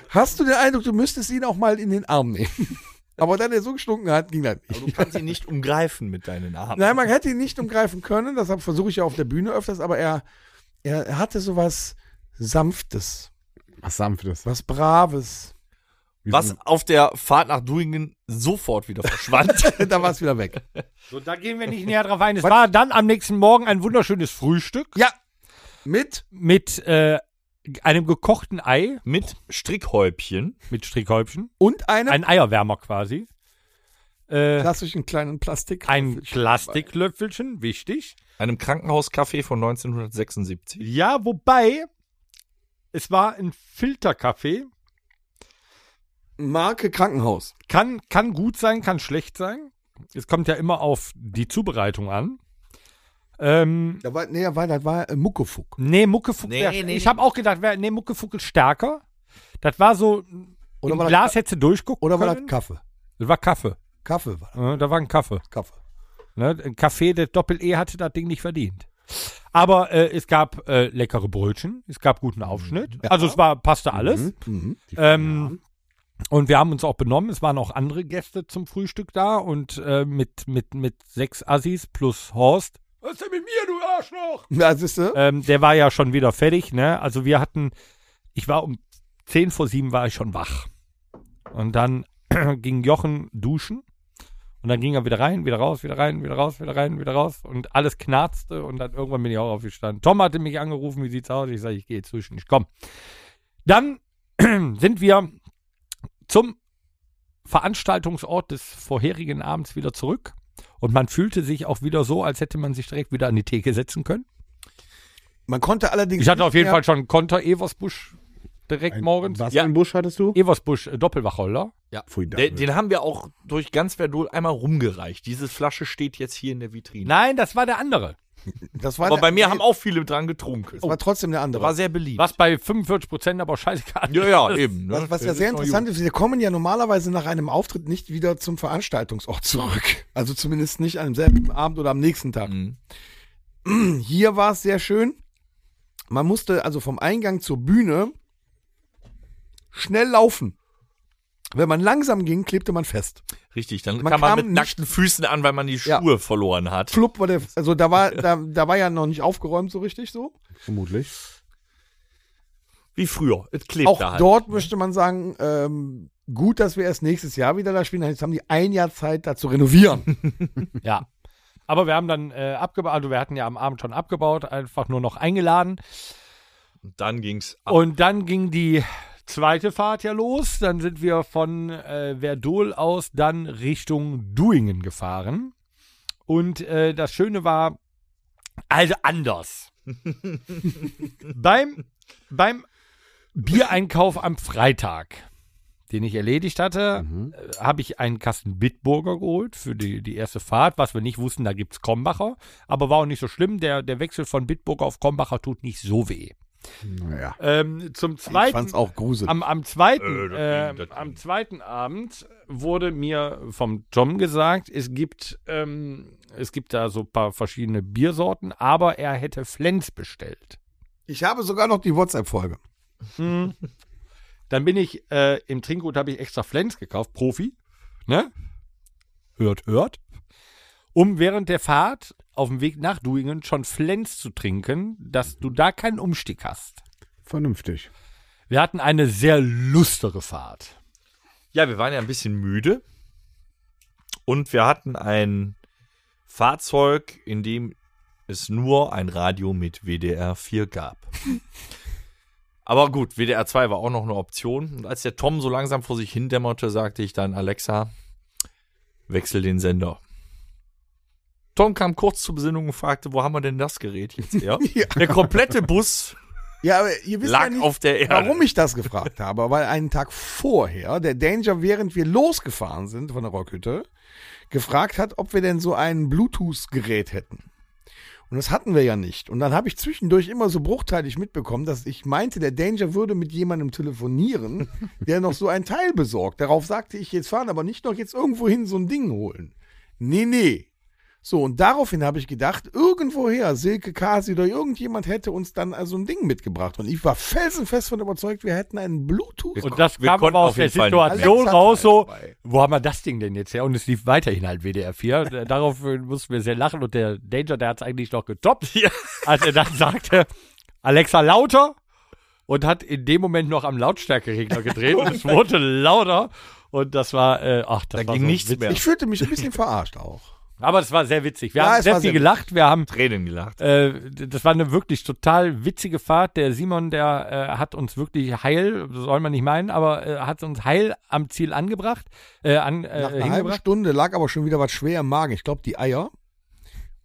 Speaker 5: hast du den Eindruck, du müsstest ihn auch mal in den Arm nehmen. Aber da der so gestunken hat, ging das
Speaker 4: Aber
Speaker 5: nicht.
Speaker 4: du kannst ihn nicht umgreifen mit deinen Armen.
Speaker 5: Nein, man hätte ihn nicht umgreifen können, deshalb versuche ich ja auf der Bühne öfters, aber er, er hatte so was Sanftes,
Speaker 3: was Sanftes.
Speaker 5: was Braves.
Speaker 3: Wie so
Speaker 4: was auf der Fahrt nach Duingen sofort wieder verschwand.
Speaker 5: da war es wieder weg.
Speaker 2: So, da gehen wir nicht näher drauf ein. Es war dann am nächsten Morgen ein wunderschönes Frühstück
Speaker 5: Ja, mit
Speaker 2: mit äh, einem gekochten Ei
Speaker 4: mit Strickhäubchen.
Speaker 2: mit Strickhäubchen,
Speaker 5: und einem
Speaker 2: ein Eierwärmer quasi, äh,
Speaker 5: klassischen kleinen Plastik.
Speaker 2: ein Plastiklöffelchen, wichtig.
Speaker 4: Einem Krankenhauskaffee von 1976.
Speaker 2: Ja, wobei es war ein Filterkaffee.
Speaker 5: Marke Krankenhaus.
Speaker 2: Kann, kann gut sein, kann schlecht sein. Es kommt ja immer auf die Zubereitung an. Ähm,
Speaker 5: Da war, nee, da war, das war äh, Muckefuck.
Speaker 2: nee, Muckefuck.
Speaker 4: Nee,
Speaker 2: wär,
Speaker 4: nee,
Speaker 2: ich
Speaker 4: nee.
Speaker 2: habe auch gedacht, wär, nee, Muckefuck ist stärker. Das war so,
Speaker 5: Oder
Speaker 2: im
Speaker 5: war das
Speaker 2: Glas hättest du durchgucken
Speaker 5: Oder war das
Speaker 2: können.
Speaker 5: Kaffee?
Speaker 2: Das war Kaffee.
Speaker 5: Kaffee war
Speaker 2: Ja, da war ein Kaffee.
Speaker 5: das. Kaffee.
Speaker 2: Ne? Ein Kaffee, der Doppel-E hatte das Ding nicht verdient. Aber äh, es gab äh, leckere Brötchen, es gab guten Aufschnitt. Also es war, passte alles.
Speaker 5: Mhm.
Speaker 2: Ähm, und wir haben uns auch benommen. Es waren auch andere Gäste zum Frühstück da und äh, mit, mit, mit sechs Assis plus Horst. Was ist denn mit mir, du Arschloch?
Speaker 5: Ja, siehst du?
Speaker 2: Ähm, der war ja schon wieder fertig, ne? Also wir hatten, ich war um zehn vor sieben war ich schon wach. Und dann ging Jochen duschen. Und dann ging er wieder rein, wieder raus, wieder rein, wieder raus, wieder rein, wieder raus. Und alles knarzte und dann irgendwann bin ich auch aufgestanden. Tom hatte mich angerufen, wie sieht's aus? Ich sage, ich gehe jetzt duschen, ich komm. Dann sind wir zum Veranstaltungsort des vorherigen Abends wieder zurück. Und man fühlte sich auch wieder so, als hätte man sich direkt wieder an die Theke setzen können.
Speaker 5: Man konnte allerdings.
Speaker 2: Ich hatte auf
Speaker 5: nicht
Speaker 2: jeden
Speaker 5: mehr-
Speaker 2: Fall schon einen Konter Eversbusch direkt
Speaker 3: ein,
Speaker 2: morgens.
Speaker 3: Was
Speaker 4: Ja.
Speaker 3: für einen Busch hattest du?
Speaker 2: Eversbusch äh, Doppelwacholder.
Speaker 3: Pfui, da-
Speaker 4: Den, den haben wir auch durch ganz Verdol einmal rumgereicht. Diese Flasche steht jetzt hier in der Vitrine.
Speaker 2: Nein, das war der andere.
Speaker 5: Das war
Speaker 4: Aber
Speaker 5: der-
Speaker 4: bei mir haben auch viele dran getrunken.
Speaker 5: Das war trotzdem der andere.
Speaker 4: Oh, War sehr beliebt.
Speaker 2: Was bei 45 Prozent aber scheißegal
Speaker 4: Ja, ja,
Speaker 2: ist.
Speaker 4: eben. Ne?
Speaker 5: Was, was ja
Speaker 4: Das
Speaker 5: sehr
Speaker 4: ist noch
Speaker 5: interessant ist, wir kommen ja normalerweise nach einem Auftritt nicht wieder zum Veranstaltungsort zurück. Also zumindest nicht an demselben Abend oder am nächsten Tag.
Speaker 4: Mhm.
Speaker 5: Hier war es sehr schön. Man musste also vom Eingang zur Bühne schnell laufen. Wenn man langsam ging, klebte man fest.
Speaker 4: Richtig, dann
Speaker 5: Man
Speaker 4: kam man
Speaker 5: kam
Speaker 4: mit
Speaker 5: nicht-
Speaker 4: nackten Füßen an, weil man die
Speaker 5: Ja.
Speaker 4: Schuhe verloren hat.
Speaker 5: Flupp war der, also da war, da, da war ja noch nicht aufgeräumt so richtig so.
Speaker 3: Vermutlich.
Speaker 4: Wie früher. Es klebt
Speaker 5: Auch
Speaker 4: da halt.
Speaker 5: dort möchte man sagen, ähm, gut, dass wir erst nächstes Jahr wieder da spielen. Jetzt haben die ein Jahr Zeit, da zu renovieren.
Speaker 2: Ja. Aber wir haben dann äh, abgebaut, also wir hatten ja am Abend schon abgebaut, einfach nur noch eingeladen.
Speaker 4: Und dann ging's ab.
Speaker 2: Und dann ging die zweite Fahrt ja los. Dann sind wir von äh, Verdol aus dann Richtung Duingen gefahren. Und äh, das Schöne war, also anders. beim, beim Biereinkauf am Freitag, den ich erledigt hatte, äh, habe ich einen Kasten Bitburger geholt für die, die erste Fahrt. Was wir nicht wussten, da gibt es Kombacher. Aber war auch nicht so schlimm. Der, der Wechsel von Bitburger auf Kombacher tut nicht so weh.
Speaker 3: Naja.
Speaker 2: Ähm, zum zweiten,
Speaker 5: auch gruselig.
Speaker 2: am, am zweiten,
Speaker 4: Äh, das
Speaker 2: ähm,
Speaker 4: ging, das
Speaker 2: am
Speaker 4: ging.
Speaker 2: zweiten Abend wurde mir vom Tom gesagt, es gibt, ähm, es gibt da so ein paar verschiedene Biersorten, aber er hätte Flens bestellt.
Speaker 5: Ich habe sogar noch die WhatsApp-Folge.
Speaker 2: Dann bin ich äh, im Trinkgut habe ich extra Flens gekauft, Profi, ne? Hört, hört. Um während der Fahrt auf dem Weg nach Duingen schon Flens zu trinken, dass du da keinen Umstieg hast.
Speaker 3: Vernünftig.
Speaker 2: Wir hatten eine sehr lustere Fahrt.
Speaker 4: Ja, wir waren ja ein bisschen müde. Und wir hatten ein Fahrzeug, in dem es nur ein Radio mit WDR 4 gab. Aber gut, WDR 2 war auch noch eine Option. Und als der Tom so langsam vor sich hindämmerte, sagte ich dann, Alexa, wechsel den Sender. Tom kam kurz zur Besinnung und fragte, wo haben wir denn das Gerät jetzt her?
Speaker 5: Ja.
Speaker 4: Der komplette Bus
Speaker 5: Ja, aber ihr wisst ja
Speaker 4: lag
Speaker 5: nicht,
Speaker 4: auf der Erde.
Speaker 5: warum ich das gefragt habe. Weil einen Tag vorher der Danger, während wir losgefahren sind von der Rockhütte, gefragt hat, ob wir denn so ein Bluetooth-Gerät hätten. Und das hatten wir ja nicht. Und dann habe ich zwischendurch immer so bruchteilig mitbekommen, dass ich meinte, der Danger würde mit jemandem telefonieren, der noch so ein Teil besorgt. Darauf sagte ich, jetzt fahren, aber nicht noch jetzt irgendwohin so ein Ding holen. Nee, nee. So, und daraufhin habe ich gedacht, irgendwoher, Silke Kasi oder irgendjemand hätte uns dann also ein Ding mitgebracht. Und ich war felsenfest von überzeugt, wir hätten einen Bluetooth.
Speaker 2: Und das
Speaker 4: Wir
Speaker 2: kam
Speaker 4: konnten
Speaker 2: aber
Speaker 4: auf
Speaker 2: aus der
Speaker 4: jeden Fall
Speaker 2: Situation
Speaker 5: nicht.
Speaker 2: raus, so,
Speaker 5: Alexa dabei.
Speaker 2: wo haben wir das Ding denn jetzt her? Und es lief weiterhin halt WDR 4. Darauf äh, mussten wir sehr lachen und der Danger, der hat es eigentlich noch getoppt,
Speaker 4: Ja.
Speaker 2: als er dann sagte, Alexa lauter und hat in dem Moment noch am Lautstärkeregler gedreht und es wurde lauter und das war, äh, ach, das
Speaker 4: Da
Speaker 2: war
Speaker 4: ging
Speaker 2: so
Speaker 4: nichts
Speaker 2: witzig.
Speaker 4: mehr.
Speaker 5: Ich fühlte mich ein bisschen verarscht auch.
Speaker 2: Aber es war sehr witzig. Wir
Speaker 5: Ja,
Speaker 2: haben
Speaker 5: es
Speaker 2: sehr
Speaker 5: war
Speaker 2: viel
Speaker 5: sehr
Speaker 2: gelacht, wir haben
Speaker 4: Tränen gelacht.
Speaker 2: äh, das war eine wirklich total witzige Fahrt. Der Simon, der äh, hat uns wirklich heil, soll man nicht meinen, aber äh, hat uns heil am Ziel angebracht, äh, an,
Speaker 5: Nach
Speaker 2: äh,
Speaker 5: einer halben
Speaker 2: hingebracht.
Speaker 5: Stunde lag aber schon wieder was schwer im Magen. Ich glaube, die Eier.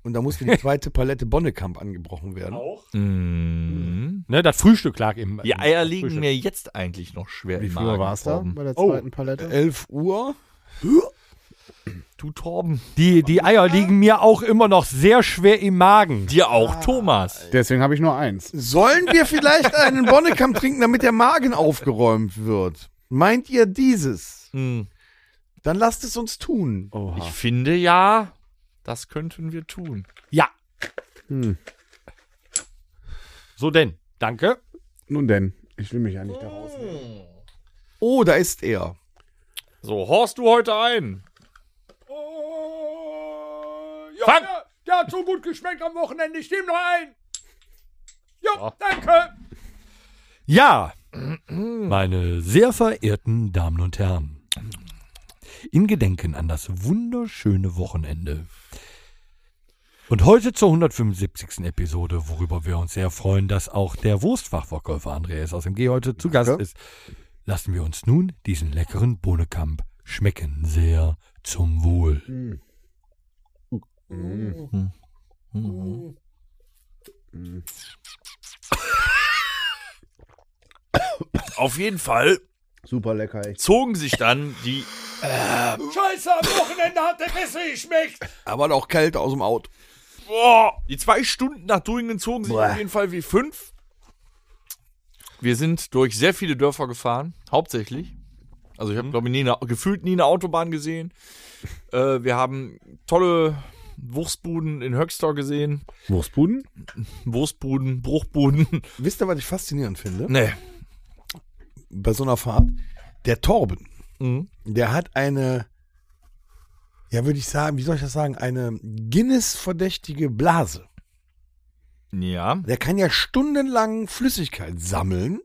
Speaker 5: Und da musste die zweite Palette Bonnekamp angebrochen werden.
Speaker 4: Mhm.
Speaker 2: Ne, das Frühstück lag im.
Speaker 4: Die
Speaker 2: im-
Speaker 4: Eier
Speaker 2: das
Speaker 4: liegen
Speaker 2: Frühstück.
Speaker 4: mir jetzt eigentlich noch schwer
Speaker 3: Wie
Speaker 4: im
Speaker 3: viel
Speaker 4: Magen.
Speaker 3: war es da
Speaker 4: Torben.
Speaker 3: bei der
Speaker 5: Oh.
Speaker 3: zweiten Palette?
Speaker 5: 11 Uhr.
Speaker 4: Du, Torben.
Speaker 2: Die, die Eier liegen mir auch immer noch sehr schwer im Magen.
Speaker 4: Dir auch, Thomas.
Speaker 3: Deswegen habe ich nur eins.
Speaker 5: Sollen wir vielleicht einen Bonnekamp trinken, damit der Magen aufgeräumt wird? Meint ihr dieses?
Speaker 4: Hm.
Speaker 5: Dann lasst es uns tun.
Speaker 3: Oh.
Speaker 4: Ich finde ja, das könnten wir tun.
Speaker 2: Ja.
Speaker 3: Hm.
Speaker 2: So denn. Danke.
Speaker 3: Nun denn, ich will mich ja nicht daraus.
Speaker 5: Oh, da ist er.
Speaker 4: So, horst du heute ein.
Speaker 2: ja,
Speaker 4: Fang!
Speaker 2: Der, hat so gut geschmeckt am Wochenende. Ich nehme noch ein. Ja, danke. Ja, meine sehr verehrten Damen und Herren, in Gedenken an das wunderschöne Wochenende und heute zur 175. Episode, worüber wir uns sehr freuen, dass auch der Wurstfachverkäufer Andreas aus dem G heute zu Gast ist, lassen wir uns nun diesen leckeren Bohnekamp schmecken. Sehr zum Wohl.
Speaker 4: Auf jeden Fall
Speaker 3: Super lecker, echt.
Speaker 4: zogen sich dann die.
Speaker 2: Scheiße, am Wochenende hat der besser geschmeckt.
Speaker 5: Aber auch kalt aus dem Auto.
Speaker 4: Boah, die zwei Stunden nach Thüringen zogen sich
Speaker 5: Boah.
Speaker 4: auf jeden Fall wie fünf. Wir sind durch sehr viele Dörfer gefahren, hauptsächlich. Also ich
Speaker 5: Mhm.
Speaker 4: habe, glaube ich, nie eine, gefühlt nie eine Autobahn gesehen. Äh, wir haben tolle Wurstbuden in Höxter gesehen.
Speaker 3: Wurstbuden?
Speaker 4: Wurstbuden, Bruchbuden.
Speaker 5: Wisst ihr, was ich faszinierend finde?
Speaker 4: nee.
Speaker 5: Bei so einer Fahrt, der Torben,
Speaker 4: Mhm.
Speaker 5: der hat eine, ja, würde ich sagen, wie soll ich das sagen, eine Guinness-verdächtige Blase.
Speaker 4: Ja.
Speaker 5: Der kann ja stundenlang Flüssigkeit sammeln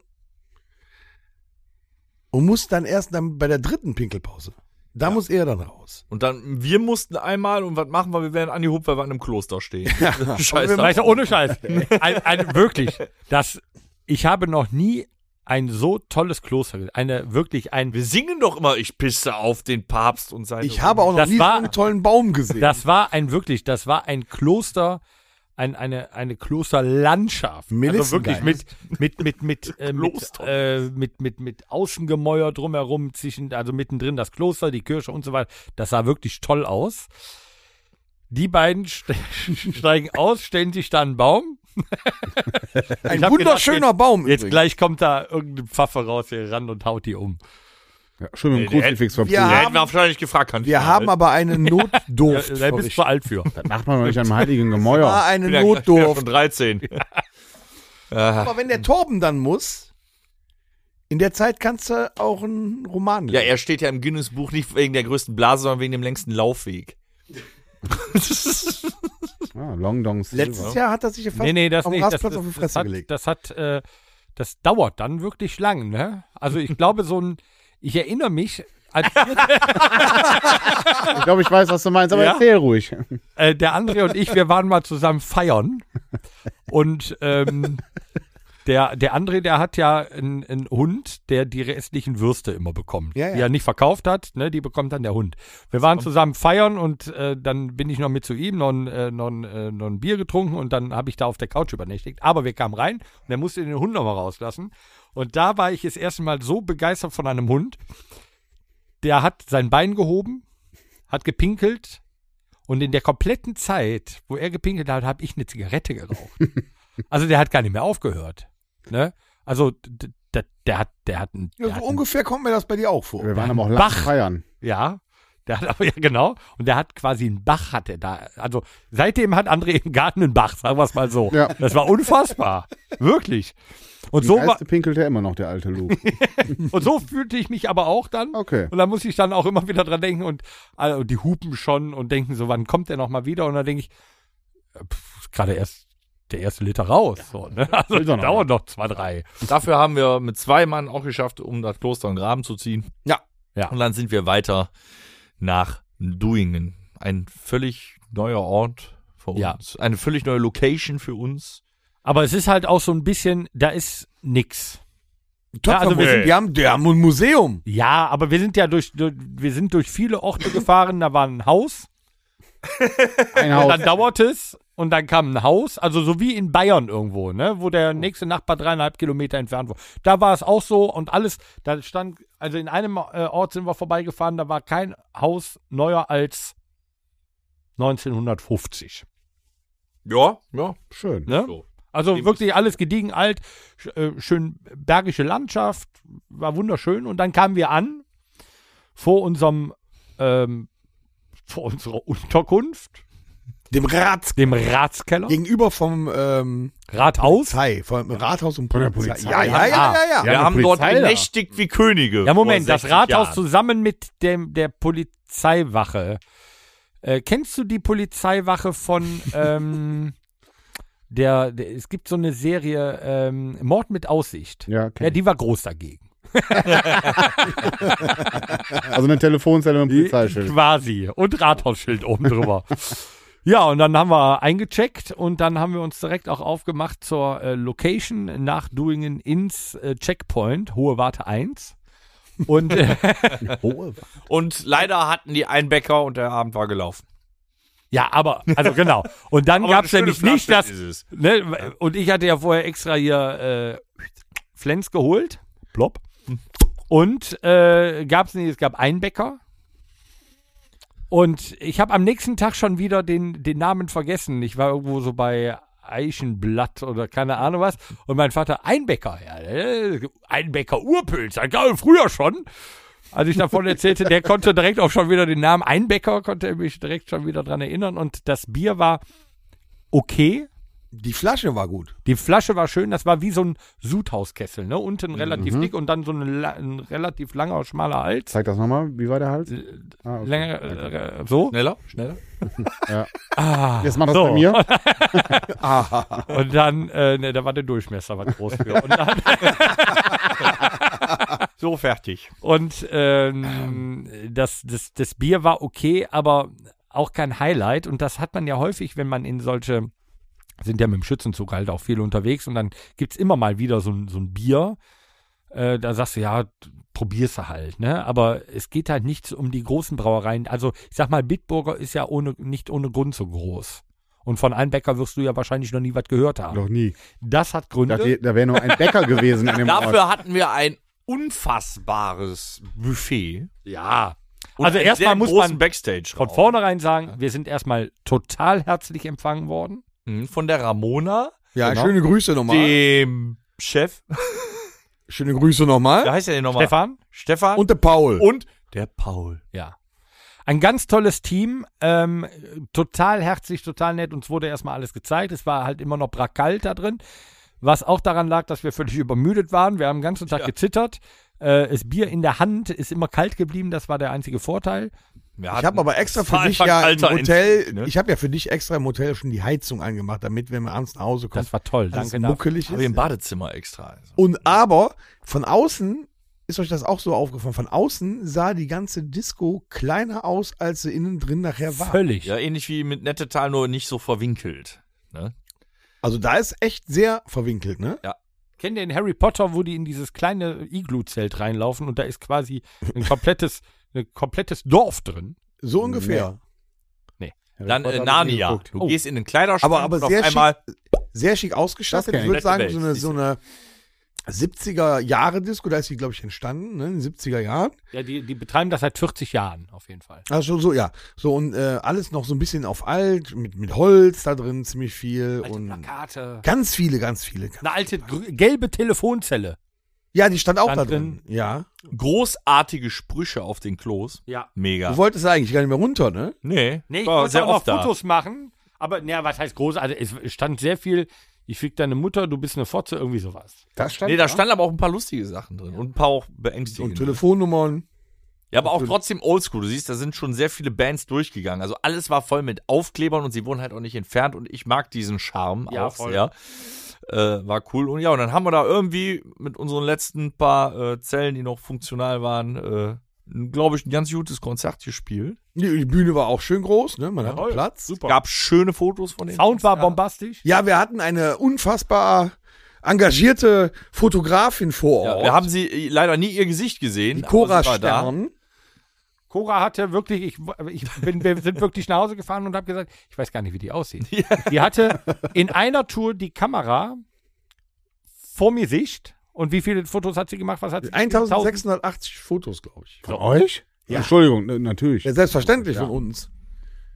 Speaker 5: und muss dann erst dann bei der dritten Pinkelpause. Da muss er dann raus.
Speaker 4: Und dann, wir mussten einmal, und was machen wir? Wir werden angehobt, weil wir in einem Kloster stehen. Scheiße.
Speaker 2: Weißt du, ohne Scheiß. Ein, ein, wirklich. Das, ich habe noch nie ein so tolles Kloster gesehen. Eine, wirklich ein
Speaker 4: Wir singen doch immer, ich pisse auf den Papst und seine.
Speaker 5: Ich habe auch noch
Speaker 2: Das
Speaker 5: nie so
Speaker 2: war-
Speaker 5: einen tollen Baum gesehen.
Speaker 2: Das war ein wirklich, das war ein Kloster, ein, eine, eine Klosterlandschaft. Also wirklich
Speaker 5: Melissengeist.
Speaker 2: mit, mit, mit, mit, äh, mit,
Speaker 4: Kloster.
Speaker 2: äh, mit, mit, mit Außengemäuer drumherum, zwischen, also mittendrin das Kloster, die Kirche und so weiter. Das sah wirklich toll aus. Die beiden ste- steigen aus, stellen sich da einen Baum.
Speaker 5: Ein
Speaker 2: Ich hab
Speaker 5: wunderschöner
Speaker 2: gedacht,
Speaker 5: Baum
Speaker 2: Jetzt
Speaker 5: übrigens.
Speaker 2: gleich kommt da irgendeine Pfaffe raus hier ran und haut die um.
Speaker 3: Ja, schön mit dem
Speaker 4: Nee, der-
Speaker 3: Kruzifix
Speaker 5: Wir
Speaker 3: verprügelt.
Speaker 4: Wir
Speaker 5: haben-
Speaker 4: hätten wir wahrscheinlich gefragt, kann ich
Speaker 5: Wir
Speaker 4: mal.
Speaker 5: haben aber eine
Speaker 2: Ja,
Speaker 5: Notdurft
Speaker 2: Äh, da bist du zu alt für.
Speaker 3: Macht man doch nicht an einem heiligen Gemäuer.
Speaker 5: war eine
Speaker 4: Ich bin ja- ich bin ja
Speaker 5: Notdurft.
Speaker 4: schon 13. Ja.
Speaker 5: Aber wenn der Torben dann muss, in der Zeit kannst du auch einen Roman
Speaker 4: ja,
Speaker 5: lesen.
Speaker 4: er steht ja im Guinness-Buch nicht wegen der größten Blase, sondern wegen dem längsten Laufweg.
Speaker 3: Ah, Long Dong Silver.
Speaker 5: Letztes Jahr hat er sich ja fast
Speaker 2: Nee, nee, das
Speaker 5: am
Speaker 2: nicht. Das,
Speaker 5: Rastplatz
Speaker 2: das,
Speaker 5: auf die
Speaker 2: das
Speaker 5: Fresse
Speaker 2: hat,
Speaker 5: gelegt.
Speaker 2: das hat, äh, das dauert dann wirklich lang, ne? Also ich glaube, so ein, ich erinnere mich, als wir,
Speaker 3: Ich glaube, ich weiß, was du meinst, aber
Speaker 2: Ja?
Speaker 3: erzähl ruhig.
Speaker 2: äh, der André und ich, wir waren mal zusammen feiern und ähm, der, der André, der hat ja einen, einen Hund, der die restlichen Würste immer bekommt,
Speaker 5: Ja, ja.
Speaker 2: die er nicht verkauft hat, ne, die bekommt dann der Hund. Wir waren zusammen feiern und äh, dann bin ich noch mit zu ihm, noch ein, äh, noch ein, äh, noch ein Bier getrunken und dann habe ich da auf der Couch übernächtigt. Aber wir kamen rein und er musste den Hund nochmal rauslassen. Und da war ich das erste Mal so begeistert von einem Hund, der hat sein Bein gehoben, hat gepinkelt und in der kompletten Zeit, wo er gepinkelt hat, habe ich eine Zigarette geraucht. Also der hat gar nicht mehr aufgehört. Ne? Also d- d- der hat, der hat, einen, der
Speaker 5: Ja,
Speaker 2: hat
Speaker 5: so
Speaker 2: einen
Speaker 5: ungefähr kommt mir das bei dir auch vor.
Speaker 3: Wir waren aber auch
Speaker 2: Bach.
Speaker 3: lange feiern.
Speaker 2: ja, der hat aber, ja genau. Und der hat quasi einen Bach, hat er da. Also seitdem hat André im Garten einen Bach, sagen wir es mal so.
Speaker 3: Ja.
Speaker 2: Das war unfassbar. Wirklich. Und
Speaker 3: Im
Speaker 2: so, war,
Speaker 3: Geiste pinkelt ja immer noch der alte Luke.
Speaker 2: und so fühlte ich mich aber auch
Speaker 5: Oh.
Speaker 2: dann.
Speaker 3: Okay.
Speaker 2: Und da muss ich dann auch immer wieder dran denken und also die hupen schon und denken so, wann kommt der nochmal wieder? Und dann denke ich, äh, pff, ist gerade erst der erste Liter raus. So, ne? Also
Speaker 3: Will doch noch
Speaker 2: dauert noch zwei, drei.
Speaker 4: Dafür haben wir mit zwei Mann auch geschafft, um das Kloster in den Graben zu ziehen. Ja.
Speaker 2: Ja.
Speaker 4: Und dann sind wir weiter nach Duingen. Ein völlig neuer Ort für uns.
Speaker 2: Ja.
Speaker 4: Eine völlig neue Location für uns.
Speaker 2: Aber es ist halt auch so ein bisschen, da ist nix.
Speaker 5: Top,
Speaker 2: also
Speaker 5: wir,
Speaker 2: wir-
Speaker 5: sind, wir, haben, wir haben ein Museum.
Speaker 2: Ja, aber wir sind ja durch, durch wir sind durch viele Orte gefahren, da war ein Haus,
Speaker 3: Ein
Speaker 2: und
Speaker 3: Haus.
Speaker 2: dann dauerte es und dann kam ein Haus, also so wie in Bayern irgendwo, ne, wo der nächste Nachbar dreieinhalb Kilometer entfernt war. Da war es auch so und alles, da stand, also in einem äh, Ort sind wir vorbeigefahren, da war kein Haus neuer als 1950.
Speaker 4: Ja, ja.
Speaker 3: Schön.
Speaker 2: Ne?
Speaker 4: So.
Speaker 2: Also
Speaker 4: Dem
Speaker 2: wirklich alles gediegen alt, sch äh, schön bergische Landschaft, war wunderschön. Und dann kamen wir an vor unserem ähm, vor unserer Unterkunft,
Speaker 5: Dem Rats
Speaker 2: dem Ratskeller,
Speaker 5: gegenüber vom ähm,
Speaker 2: Rathaus.
Speaker 5: Polizei, vom Rathaus und
Speaker 3: Von der Polizei.
Speaker 5: Ja, ja, ja, ja, ja.
Speaker 4: Wir
Speaker 3: eine
Speaker 4: haben dort
Speaker 3: Polizei da.
Speaker 4: genächtigt wie Könige.
Speaker 2: Ja,
Speaker 4: vor
Speaker 2: Moment, das
Speaker 4: 60
Speaker 2: Rathaus
Speaker 4: Jahren.
Speaker 2: zusammen mit dem der Polizeiwache. Äh, kennst du die Polizeiwache von ähm, der, der? Es gibt so eine Serie ähm, Mord mit Aussicht.
Speaker 3: Ja,
Speaker 2: Ja,
Speaker 3: kenn ich.
Speaker 2: die war groß dagegen.
Speaker 3: Also eine Telefonzelle mit einem Polizeischild.
Speaker 2: Quasi. Und Rathausschild oben drüber. Ja, und dann haben wir eingecheckt und dann haben wir uns direkt auch aufgemacht zur äh, Location nach Duingen ins äh, Checkpoint, Hohe Warte 1. Und äh,
Speaker 4: Und leider hatten die einen Bäcker und der Abend war gelaufen.
Speaker 2: ja, aber, also genau. Und dann
Speaker 4: Aber
Speaker 2: gab es
Speaker 4: eine
Speaker 2: nämlich
Speaker 4: schöne
Speaker 2: nicht
Speaker 4: Flasche
Speaker 2: das.
Speaker 4: ist es.
Speaker 2: Ne, und ich hatte ja vorher extra hier äh, Flens geholt. Plopp. Und äh, gab es nicht, es gab einen Bäcker. Und ich habe am nächsten Tag schon wieder den, den Namen vergessen. Ich war irgendwo so bei Eichenblatt oder keine Ahnung was. Und mein Vater, Einbecker, ja, äh, Einbecker Urpilz, das gab es früher schon. Als ich davon erzählte, der konnte direkt auch schon wieder den Namen Einbecker, konnte er mich direkt schon wieder dran erinnern. Und das Bier war okay.
Speaker 5: Die Flasche war gut.
Speaker 2: Die Flasche war schön, das war wie so ein Sudhauskessel, ne? Unten
Speaker 3: Mhm.
Speaker 2: relativ dick und dann so ein, la- ein relativ langer, schmaler Hals.
Speaker 3: Zeig das nochmal. Wie war der Hals? Ah, okay.
Speaker 2: Länger, äh, so.
Speaker 4: Schneller?
Speaker 2: Schneller.
Speaker 3: Ja.
Speaker 2: Ah,
Speaker 3: Jetzt mach das
Speaker 2: so.
Speaker 3: bei mir.
Speaker 2: Und dann, äh, ne, da war der Durchmesser was groß für. Und dann,
Speaker 4: So fertig.
Speaker 2: und ähm, das, das, das Bier war okay, aber auch kein Highlight. Und das hat man ja häufig, wenn man in solche, sind ja mit dem Schützenzug halt auch viele unterwegs und dann gibt es immer mal wieder so, ein- so ein Bier. Äh, da sagst du, ja, t- probier's halt, ne? Aber es geht halt nichts um die großen Brauereien. Also, ich sag mal, Bitburger ist ja ohne, nicht ohne Grund so groß. Und von Einbecker wirst du ja wahrscheinlich noch nie was gehört haben.
Speaker 3: Noch nie.
Speaker 2: Das hat
Speaker 3: Ich
Speaker 2: Gründe.
Speaker 3: dachte, da wäre nur ein Bäcker gewesen in dem Ort.
Speaker 4: Dafür hatten wir ein unfassbares Buffet.
Speaker 2: Ja.
Speaker 4: Und
Speaker 2: also
Speaker 4: einen
Speaker 2: erstmal
Speaker 4: sehr
Speaker 2: muss
Speaker 4: großen
Speaker 2: man
Speaker 4: Backstage
Speaker 2: von vornherein sagen, wir sind erstmal total herzlich empfangen worden.
Speaker 4: Mhm, von der Ramona,
Speaker 5: Ja,
Speaker 2: Genau.
Speaker 5: schöne Grüße nochmal.
Speaker 4: dem Chef,
Speaker 5: schöne Grüße nochmal.
Speaker 4: wie heißt der denn nochmal?
Speaker 2: Stefan?
Speaker 4: Stefan
Speaker 5: Und der Paul.
Speaker 4: und der Paul.
Speaker 2: Ja. Ein ganz tolles Team, ähm, total herzlich, total nett. Uns wurde erstmal alles gezeigt. Es war halt immer noch brakalt da drin, was auch daran lag, dass wir völlig übermüdet waren. Wir haben den ganzen Tag gezittert. Äh, das Bier in der Hand ist immer kalt geblieben, das war der einzige Vorteil.
Speaker 5: ich habe aber extra
Speaker 4: war
Speaker 5: für dich
Speaker 4: einfach
Speaker 5: ja im
Speaker 4: kalter
Speaker 5: Hotel,
Speaker 4: Entzug, ne?
Speaker 5: ich habe ja für dich extra im Hotel schon die Heizung angemacht, damit wenn wir abends nach Hause kommen,
Speaker 2: Das war toll,
Speaker 5: dass es
Speaker 2: danke dafür.
Speaker 5: muckelig
Speaker 4: Habe ich
Speaker 5: ist.
Speaker 4: im Badezimmer extra. Also.
Speaker 5: Und aber von außen ist euch das auch so aufgefallen. Von außen sah die ganze Disco kleiner aus, als sie innen drin nachher war.
Speaker 2: Völlig.
Speaker 4: Ja, ähnlich wie mit Nettetal, nur nicht so verwinkelt. Ne?
Speaker 5: Also da ist echt sehr verwinkelt, ne?
Speaker 2: Kennt ihr in Harry Potter, wo die in dieses kleine Iglu-Zelt reinlaufen und da ist quasi ein komplettes, ein komplettes Dorf drin?
Speaker 5: So ungefähr.
Speaker 4: Dann
Speaker 3: Harry
Speaker 4: äh,
Speaker 3: Potter hat nie
Speaker 4: Narnia.
Speaker 3: geguckt.
Speaker 4: Du
Speaker 2: Oh.
Speaker 4: gehst in den Kleiderschrank
Speaker 5: Aber- aber
Speaker 4: und auf
Speaker 5: sehr schick.
Speaker 4: einmal
Speaker 5: Sehr schick ausgestattet.
Speaker 3: Das
Speaker 5: Ich würde
Speaker 4: kenn ich.
Speaker 5: sagen,
Speaker 4: Nette
Speaker 5: so eine,
Speaker 4: Welt,
Speaker 5: so eine 70er-Jahre-Disco, da ist die, glaube ich, entstanden, ne? In den 70er-Jahren.
Speaker 2: Ja, die, die betreiben das seit 40 Jahren auf jeden Fall.
Speaker 5: Also so, ja. So und äh, alles noch so ein bisschen auf alt, mit, mit Holz da drin ziemlich viel.
Speaker 2: Alte
Speaker 5: und
Speaker 2: Plakate.
Speaker 5: Ganz viele, ganz viele.
Speaker 2: Eine alte grü- gelbe Telefonzelle.
Speaker 5: Ja, die stand auch
Speaker 2: Stand
Speaker 5: da drin. Ja.
Speaker 4: großartige Sprüche auf den Klos.
Speaker 2: Ja.
Speaker 4: Mega.
Speaker 5: Du wolltest eigentlich gar nicht mehr runter, ne?
Speaker 4: nee,
Speaker 2: Nee, ich
Speaker 4: war
Speaker 2: wollte auch noch
Speaker 4: da.
Speaker 2: Fotos machen. Aber, naja, was heißt groß? Also, es stand sehr viel, ich fick deine Mutter, du bist eine Fotze, irgendwie sowas.
Speaker 3: Das stand
Speaker 4: Nee, da standen aber auch ein paar lustige Sachen drin und ein paar auch
Speaker 5: Und
Speaker 4: beängstigende.
Speaker 5: Telefonnummern.
Speaker 4: ja, aber auch trotzdem oldschool. Du siehst, da sind schon sehr viele Bands durchgegangen. Also alles war voll mit Aufklebern und sie wurden halt auch nicht entfernt und ich mag diesen Charme
Speaker 2: Ja,
Speaker 4: auch
Speaker 2: voll.
Speaker 4: sehr. Äh, war cool. Und ja, und dann haben wir da irgendwie mit unseren letzten paar äh, Zellen, die noch funktional waren, äh, glaube ich, ein ganz gutes Konzert gespielt.
Speaker 5: Die, die Bühne war auch schön groß, ne? Man
Speaker 2: Jawohl.
Speaker 5: hatte Platz.
Speaker 2: Super.
Speaker 4: Gab schöne Fotos von denen.
Speaker 2: Sound war bombastisch.
Speaker 5: Ja, wir hatten eine unfassbar engagierte Fotografin vor
Speaker 4: Ja,
Speaker 5: Ort.
Speaker 4: wir haben sie äh, leider nie ihr Gesicht gesehen.
Speaker 5: die
Speaker 4: aber
Speaker 5: Cora
Speaker 4: sie war da.
Speaker 5: Stern.
Speaker 2: Cora hatte wirklich, ich, ich bin, wir sind wirklich nach Hause gefahren und habe gesagt, ich weiß gar nicht, wie die aussieht. Die hatte in einer Tour die Kamera vor mir Sicht. Und wie viele Fotos hat sie gemacht? Was hat sie?
Speaker 5: 1680 Fotos, glaube ich.
Speaker 3: Von euch?
Speaker 5: Ja.
Speaker 3: Entschuldigung, ne, natürlich.
Speaker 5: Ja, selbstverständlich
Speaker 3: Ja.
Speaker 5: von uns.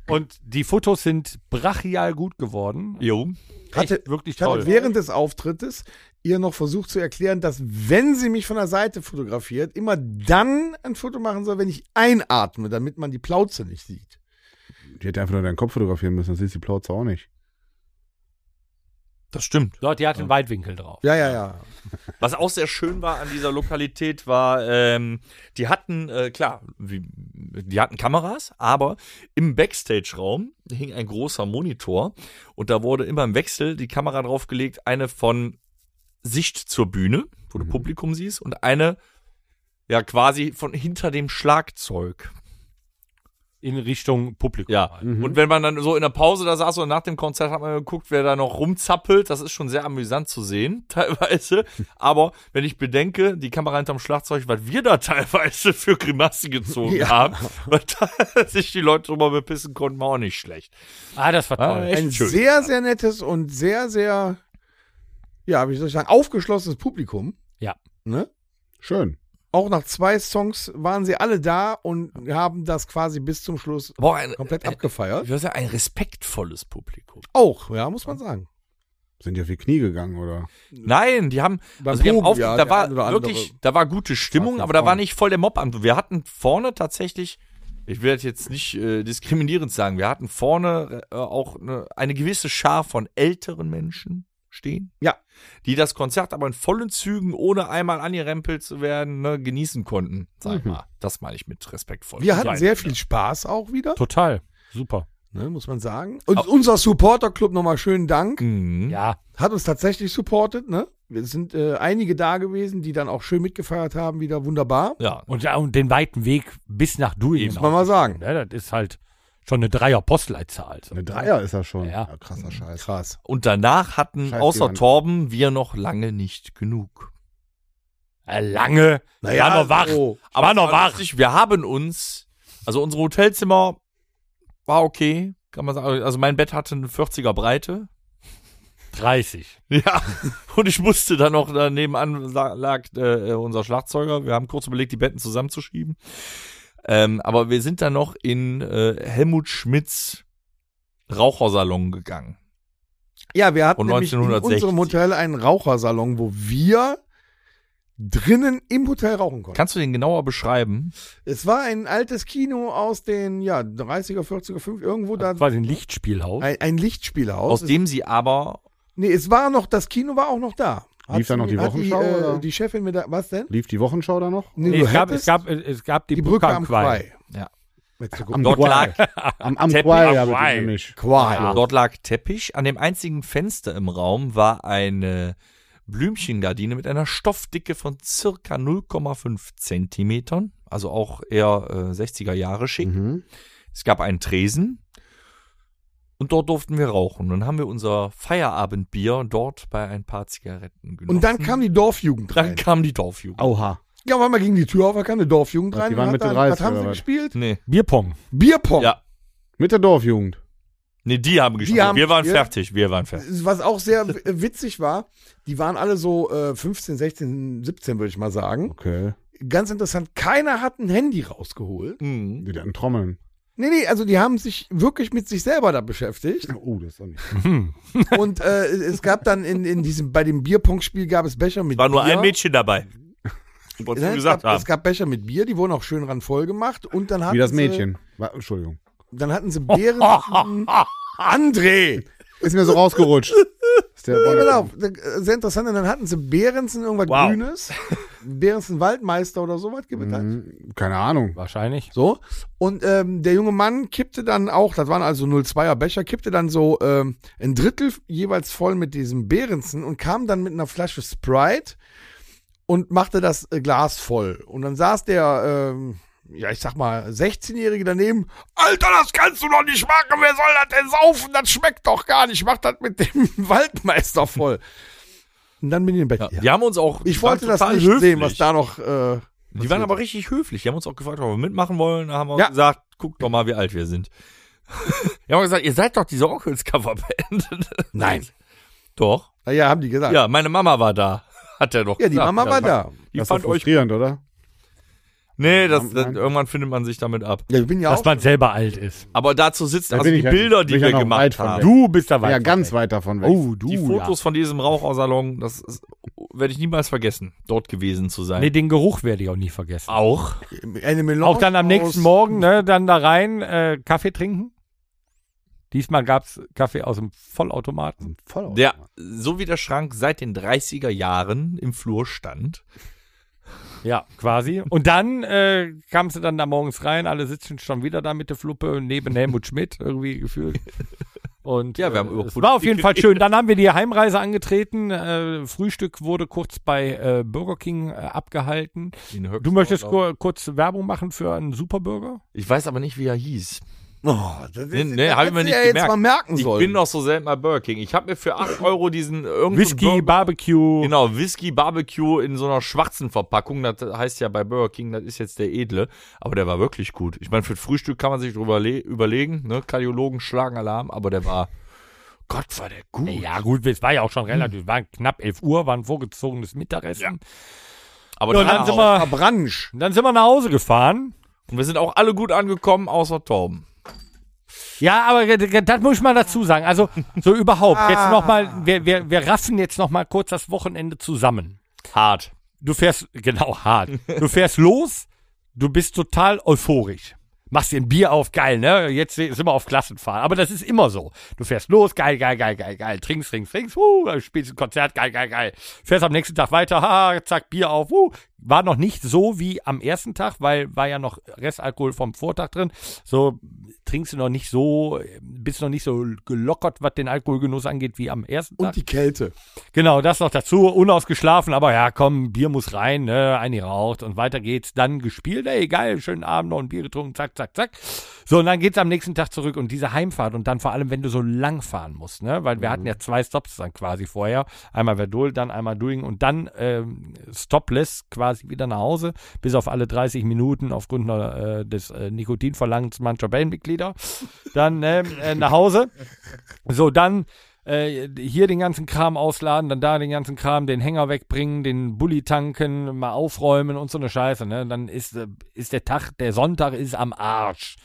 Speaker 2: Und die Fotos sind brachial gut geworden.
Speaker 4: Jo.
Speaker 5: Hatte,
Speaker 2: Echt wirklich
Speaker 5: ich hatte
Speaker 2: toll.
Speaker 5: während des Auftrittes ihr noch versucht zu erklären, dass wenn sie mich von der Seite fotografiert, immer dann ein Foto machen soll, wenn ich einatme, damit man die Plauze nicht sieht.
Speaker 3: Die hätte einfach nur deinen Kopf fotografieren müssen, dann siehst du die Plauze auch nicht.
Speaker 4: Das stimmt.
Speaker 2: Leute, die hat einen Weitwinkel drauf.
Speaker 5: Ja, ja, ja.
Speaker 4: Was auch sehr schön war an dieser Lokalität war, ähm, die hatten, äh, klar, wie, die hatten Kameras, aber im Backstage-Raum hing ein großer Monitor und da wurde immer im Wechsel die Kamera draufgelegt, eine von Sicht zur Bühne, wo du Publikum siehst, und eine ja quasi von hinter dem Schlagzeug.
Speaker 2: In Richtung Publikum.
Speaker 4: Ja. Und wenn man dann so in der Pause da saß oder nach dem Konzert hat man geguckt, wer da noch rumzappelt, das ist schon sehr amüsant zu sehen, teilweise. Aber wenn ich bedenke, die Kamera hinterm Schlagzeug, was wir da teilweise für Grimassen gezogen
Speaker 5: Ja.
Speaker 4: haben, weil da sich die Leute drüber bepissen konnten, war auch nicht schlecht.
Speaker 2: Ah, das war
Speaker 4: Ah,
Speaker 2: toll.
Speaker 4: echt.
Speaker 5: Ein
Speaker 4: schön.
Speaker 5: sehr, sehr nettes und sehr, sehr, ja, wie soll ich sagen, aufgeschlossenes Publikum.
Speaker 2: Ja.
Speaker 5: Ne?
Speaker 3: Schön.
Speaker 5: Auch nach zwei Songs waren sie alle da und haben das quasi bis zum Schluss
Speaker 4: Boah, ein,
Speaker 5: komplett
Speaker 4: ein,
Speaker 5: abgefeiert.
Speaker 4: ich würde sagen, ein respektvolles Publikum.
Speaker 5: Auch, ja, muss man sagen.
Speaker 3: Sind die auf die Knie gegangen, oder?
Speaker 4: Nein, die haben,
Speaker 5: Beim
Speaker 4: also die haben
Speaker 5: Proben,
Speaker 4: auf,
Speaker 5: ja,
Speaker 4: da
Speaker 5: der
Speaker 4: war
Speaker 5: eine oder andere.
Speaker 4: wirklich, da war gute Stimmung,
Speaker 3: Ach,
Speaker 4: aber da war
Speaker 3: vorne.
Speaker 4: nicht voll der Mob am. Wir hatten vorne tatsächlich, ich will das jetzt nicht äh, diskriminierend sagen, wir hatten vorne äh, auch eine, eine gewisse Schar von älteren Menschen stehen.
Speaker 5: Ja.
Speaker 4: Die das Konzert aber in vollen Zügen, ohne einmal angerempelt zu werden, ne, genießen konnten. Sag
Speaker 3: Mhm.
Speaker 4: mal, das meine ich mit respektvoll.
Speaker 5: Wir hatten
Speaker 4: sein.
Speaker 5: sehr viel Spaß auch wieder,
Speaker 2: Total. Super.
Speaker 5: ne, muss man sagen. Und unser Supporter-Club nochmal schönen Dank.
Speaker 4: Mhm.
Speaker 2: Ja.
Speaker 5: Hat uns tatsächlich supportet, ne? Es sind äh, einige da gewesen, die dann auch schön mitgefeiert haben, wieder wunderbar.
Speaker 4: Ja.
Speaker 2: Und, ja, und den weiten Weg bis nach Duin.
Speaker 4: Genau.
Speaker 5: Muss man mal sagen.
Speaker 2: Ja, das ist halt schon eine Dreier-Postleitzahl. Also, So.
Speaker 3: Eine Dreier ist das schon.
Speaker 2: Ja.
Speaker 3: krasser Scheiß.
Speaker 5: Krass.
Speaker 4: Und danach hatten
Speaker 3: Scheiß
Speaker 4: außer
Speaker 3: Johann.
Speaker 4: Torben wir noch lange nicht genug.
Speaker 2: Äh, Lange. war noch wach.
Speaker 5: so.
Speaker 2: Aber noch
Speaker 4: war
Speaker 2: wach.
Speaker 4: lustig, wir haben uns, also unsere Hotelzimmer war okay, kann man sagen. Also mein Bett hatte eine 40er Breite.
Speaker 2: 30.
Speaker 4: Ja, und ich musste dann noch daneben an lag äh, unser Schlagzeuger. Wir haben kurz überlegt, die Betten zusammenzuschieben. Ähm, aber wir sind dann noch in äh, Helmut Schmidts Rauchersalon gegangen.
Speaker 5: Ja, wir hatten
Speaker 4: Und
Speaker 5: nämlich in
Speaker 4: 1960.
Speaker 5: unserem Hotel einen Rauchersalon, wo wir drinnen im Hotel rauchen konnten.
Speaker 4: Kannst du den genauer beschreiben?
Speaker 5: Es war ein altes Kino aus den ja, 30er, 40er, 50 irgendwo da.
Speaker 2: Das war ein Lichtspielhaus.
Speaker 5: Ein, ein
Speaker 4: Aus
Speaker 5: Lichtspielhaus.
Speaker 4: dem sie aber
Speaker 5: nee, es war noch, das Kino war auch noch da.
Speaker 3: Lief da noch die
Speaker 5: hat
Speaker 3: Wochenschau,
Speaker 5: Die, äh,
Speaker 3: oder?
Speaker 5: die Chefin mit der, was denn?
Speaker 3: Lief die Wochenschau da noch?
Speaker 5: Nee,
Speaker 2: Nee,
Speaker 5: du
Speaker 2: es, gab,
Speaker 5: hättest
Speaker 2: es, gab, es gab die,
Speaker 5: die Brücke am Quai.
Speaker 4: Ja.
Speaker 5: Mit so
Speaker 3: Am
Speaker 4: dort
Speaker 3: Quai.
Speaker 4: lag
Speaker 3: Am, am
Speaker 4: Teppich
Speaker 3: Quai,
Speaker 4: am
Speaker 3: ja, bitte
Speaker 2: Quai.
Speaker 3: nämlich.
Speaker 5: Quai.
Speaker 4: Dort lag Teppich. An dem einzigen Fenster im Raum war eine Blümchengardine mit einer Stoffdicke von circa 0,5 Zentimetern. Also auch eher äh, 60er Jahre schick.
Speaker 3: Mhm.
Speaker 4: Es gab einen Tresen. Und dort durften wir rauchen. Dann haben wir unser Feierabendbier dort bei ein paar Zigaretten genossen.
Speaker 5: Und dann kam die Dorfjugend
Speaker 4: Dann
Speaker 5: rein.
Speaker 4: kam die Dorfjugend.
Speaker 3: Auha.
Speaker 5: Ja, aber mal gegen die Tür auf, da kam eine Dorfjugend
Speaker 3: Was,
Speaker 5: rein.
Speaker 3: die
Speaker 5: und
Speaker 3: waren
Speaker 5: hat
Speaker 3: Mitte
Speaker 5: dann-
Speaker 3: 30
Speaker 5: Was haben sie
Speaker 3: oder was?
Speaker 5: gespielt?
Speaker 4: Nee.
Speaker 2: Bierpong.
Speaker 5: Bierpong.
Speaker 4: Ja.
Speaker 3: Mit der Dorfjugend.
Speaker 4: Nee, die haben gespielt.
Speaker 5: haben
Speaker 4: wir waren
Speaker 5: gespielt.
Speaker 4: fertig. Wir waren fertig.
Speaker 5: Was auch sehr w- äh, witzig war, die waren alle so äh, 15, 16, 17, würde ich mal sagen.
Speaker 3: Okay.
Speaker 5: Ganz interessant, keiner hat ein Handy rausgeholt.
Speaker 4: Mhm.
Speaker 3: Die hatten Trommeln.
Speaker 5: Nee, nee, also die haben sich wirklich mit sich selber da beschäftigt.
Speaker 3: Oh, das ist auch nicht.
Speaker 5: Und äh, es gab dann in, in diesem, bei dem Bierpong-Spiel gab es Becher mit
Speaker 4: War nur
Speaker 5: Bier.
Speaker 4: ein Mädchen dabei. Wolltest
Speaker 5: Ja,
Speaker 4: du
Speaker 5: Es
Speaker 4: gesagt
Speaker 5: gab,
Speaker 4: haben.
Speaker 5: es gab Becher mit Bier, die wurden auch schön ran voll gemacht. Und dann hatten
Speaker 3: Wie das
Speaker 5: Sie,
Speaker 3: Mädchen. Wa- Entschuldigung.
Speaker 5: dann hatten sie Beeren. André!
Speaker 3: Ist mir so rausgerutscht. Ist der
Speaker 5: Ja,
Speaker 3: Wolle-
Speaker 5: Genau, sehr interessant. Und dann hatten sie Behrensen irgendwas
Speaker 4: Wow.
Speaker 5: Grünes. Behrensen Waldmeister oder sowas gibt es halt.
Speaker 3: Mhm. Keine Ahnung.
Speaker 2: Wahrscheinlich.
Speaker 5: So. Und ähm, der junge Mann kippte dann auch, das waren also 02er Becher, kippte dann so ähm, ein Drittel jeweils voll mit diesem Behrensen und kam dann mit einer Flasche Sprite und machte das äh, Glas voll. Und dann saß der, ähm, ja, ich sag mal, 16-Jährige daneben. Alter, das kannst du doch nicht machen. Wer soll das denn saufen? Das schmeckt doch gar nicht. Mach das mit dem Waldmeister voll. Und dann bin ich im Bett.
Speaker 4: Ja. Die haben uns auch. die
Speaker 5: Ich wollte
Speaker 4: waren
Speaker 5: das
Speaker 4: total
Speaker 5: nicht
Speaker 4: höflich.
Speaker 5: sehen, was da noch. Äh,
Speaker 4: Die waren aber richtig höflich. Die haben uns auch gefragt, ob wir mitmachen wollen. Da haben wir
Speaker 5: Ja.
Speaker 4: gesagt, guck doch mal, wie alt wir sind. die haben gesagt, ihr seid doch diese Onkels-Coverband.
Speaker 5: Nein.
Speaker 4: doch.
Speaker 5: Naja, haben die gesagt.
Speaker 4: Ja, meine Mama war da. Hat er doch
Speaker 5: Ja, die
Speaker 4: gesagt.
Speaker 5: Mama war da.
Speaker 4: Die
Speaker 3: das ist doch
Speaker 4: fand euch.
Speaker 3: frustrierend, oder?
Speaker 4: Nee, das, das,
Speaker 3: Nein.
Speaker 4: irgendwann findet man sich damit ab.
Speaker 5: Ja, ich bin ja
Speaker 2: Dass
Speaker 5: auch.
Speaker 2: man selber alt ist.
Speaker 4: Aber dazu sitzt
Speaker 3: Da
Speaker 4: also
Speaker 3: bin
Speaker 4: die
Speaker 3: ich ja-
Speaker 4: Bilder,
Speaker 3: bin
Speaker 4: die
Speaker 3: ich ja
Speaker 4: wir
Speaker 3: noch
Speaker 4: gemacht
Speaker 3: weit von
Speaker 4: haben.
Speaker 3: weg.
Speaker 2: Du bist da
Speaker 3: War
Speaker 2: weit.
Speaker 3: ja
Speaker 2: von
Speaker 3: ganz
Speaker 2: weg.
Speaker 3: weit davon weg.
Speaker 2: Oh, du.
Speaker 4: die Fotos
Speaker 2: ja.
Speaker 4: von diesem Rauchersalon, das ist- werde ich niemals vergessen, dort gewesen zu sein.
Speaker 2: Nee, den Geruch werde ich auch nie vergessen.
Speaker 4: Auch.
Speaker 5: Eine Melange
Speaker 2: Auch dann am nächsten
Speaker 5: aus-
Speaker 2: Morgen, ne, dann da rein, äh, Kaffee trinken. Diesmal gab's Kaffee aus dem Vollautomaten.
Speaker 3: Voll
Speaker 4: Der, so wie der Schrank seit den 30er Jahren im Flur stand.
Speaker 2: Ja, quasi. Und dann äh, kamst du dann da morgens rein, alle sitzen schon wieder da mit der Fluppe neben Helmut Schmidt irgendwie gefühlt. Und
Speaker 4: Ja, wir haben
Speaker 2: äh,
Speaker 4: über
Speaker 2: es
Speaker 4: Politik
Speaker 2: war auf jeden Fall schön. Dann haben wir die Heimreise angetreten. Äh, Frühstück wurde kurz bei äh, Burger King äh, abgehalten. Du möchtest kur kurz Werbung machen für einen Superburger?
Speaker 4: Ich weiß aber nicht, wie er hieß.
Speaker 5: Oh, das
Speaker 4: Nee,
Speaker 5: ist,
Speaker 4: nee,
Speaker 5: das
Speaker 4: hab ich
Speaker 5: hätte
Speaker 4: mir
Speaker 5: sie
Speaker 4: nicht
Speaker 5: ja
Speaker 4: gemerkt.
Speaker 5: jetzt mal merken
Speaker 4: Ich
Speaker 5: sollen.
Speaker 4: bin doch so selten bei Burger King. Ich habe mir für 8 Euro diesen irgendeinen
Speaker 2: Whisky,
Speaker 4: Burger-
Speaker 2: Barbecue.
Speaker 4: Genau, Whisky Barbecue in so einer schwarzen Verpackung. Das heißt ja bei Burger King, das ist jetzt der edle. Aber der war wirklich gut. Ich meine, für das Frühstück kann man sich drüber le- überlegen. Ne? Kardiologen schlagen Alarm, aber der war. Gott, war der gut.
Speaker 2: Hm. Ja gut, es war ja auch schon relativ, waren knapp 11 Uhr, war ein vorgezogenes Mittagessen.
Speaker 4: Aber
Speaker 2: Ja, und
Speaker 4: dann
Speaker 2: dann sind,
Speaker 4: auch.
Speaker 2: wir,
Speaker 5: Abransch.
Speaker 2: und dann sind wir nach Hause gefahren.
Speaker 4: Und wir sind auch alle gut angekommen, außer Torben.
Speaker 2: Ja, aber ge- ge- das muss ich mal dazu sagen. Also, so überhaupt. Jetzt nochmal, wir, wir, wir raffen jetzt nochmal kurz das Wochenende zusammen.
Speaker 4: Hart.
Speaker 2: du fährst, genau, hart. Du fährst los, du bist total euphorisch. Machst dir ein Bier auf, geil, ne? Jetzt sind wir auf Klassenfahrt. Aber das ist immer so. Du fährst los, geil, geil, geil, geil, geil. Trinkst, trinkst, trinkst, uh, spielst ein Konzert, geil, geil, geil. Fährst am nächsten Tag weiter, haha, zack, Bier auf, uh. War noch nicht so wie am ersten Tag, weil war ja noch Restalkohol vom Vortag drin. So trinkst du noch nicht so, bist noch nicht so gelockert, was den Alkoholgenuss angeht, wie am ersten Tag.
Speaker 5: Und die Kälte.
Speaker 2: Genau, das noch dazu. Unausgeschlafen, aber ja, komm, Bier muss rein, ne, eingeraucht und weiter geht's. Dann gespielt, ey, geil, schönen Abend, noch ein Bier getrunken, zack, zack, zack. So, und dann geht's am nächsten Tag zurück und diese Heimfahrt und dann vor allem, wenn du so lang fahren musst, ne, weil wir hatten ja zwei Stops dann quasi vorher. Einmal Verdol, dann einmal Doing und dann ähm, stopless quasi wieder nach Hause, bis auf alle 30 Minuten aufgrund äh, des äh, Nikotinverlangens mancher Bandmitglieder. Dann ähm, äh, nach Hause. So, dann äh, hier den ganzen Kram ausladen, dann da den ganzen Kram, den Hänger wegbringen, den Bulli tanken, mal aufräumen und so eine Scheiße. Ne? Dann ist, äh, ist der Tag, der Sonntag ist am Arsch.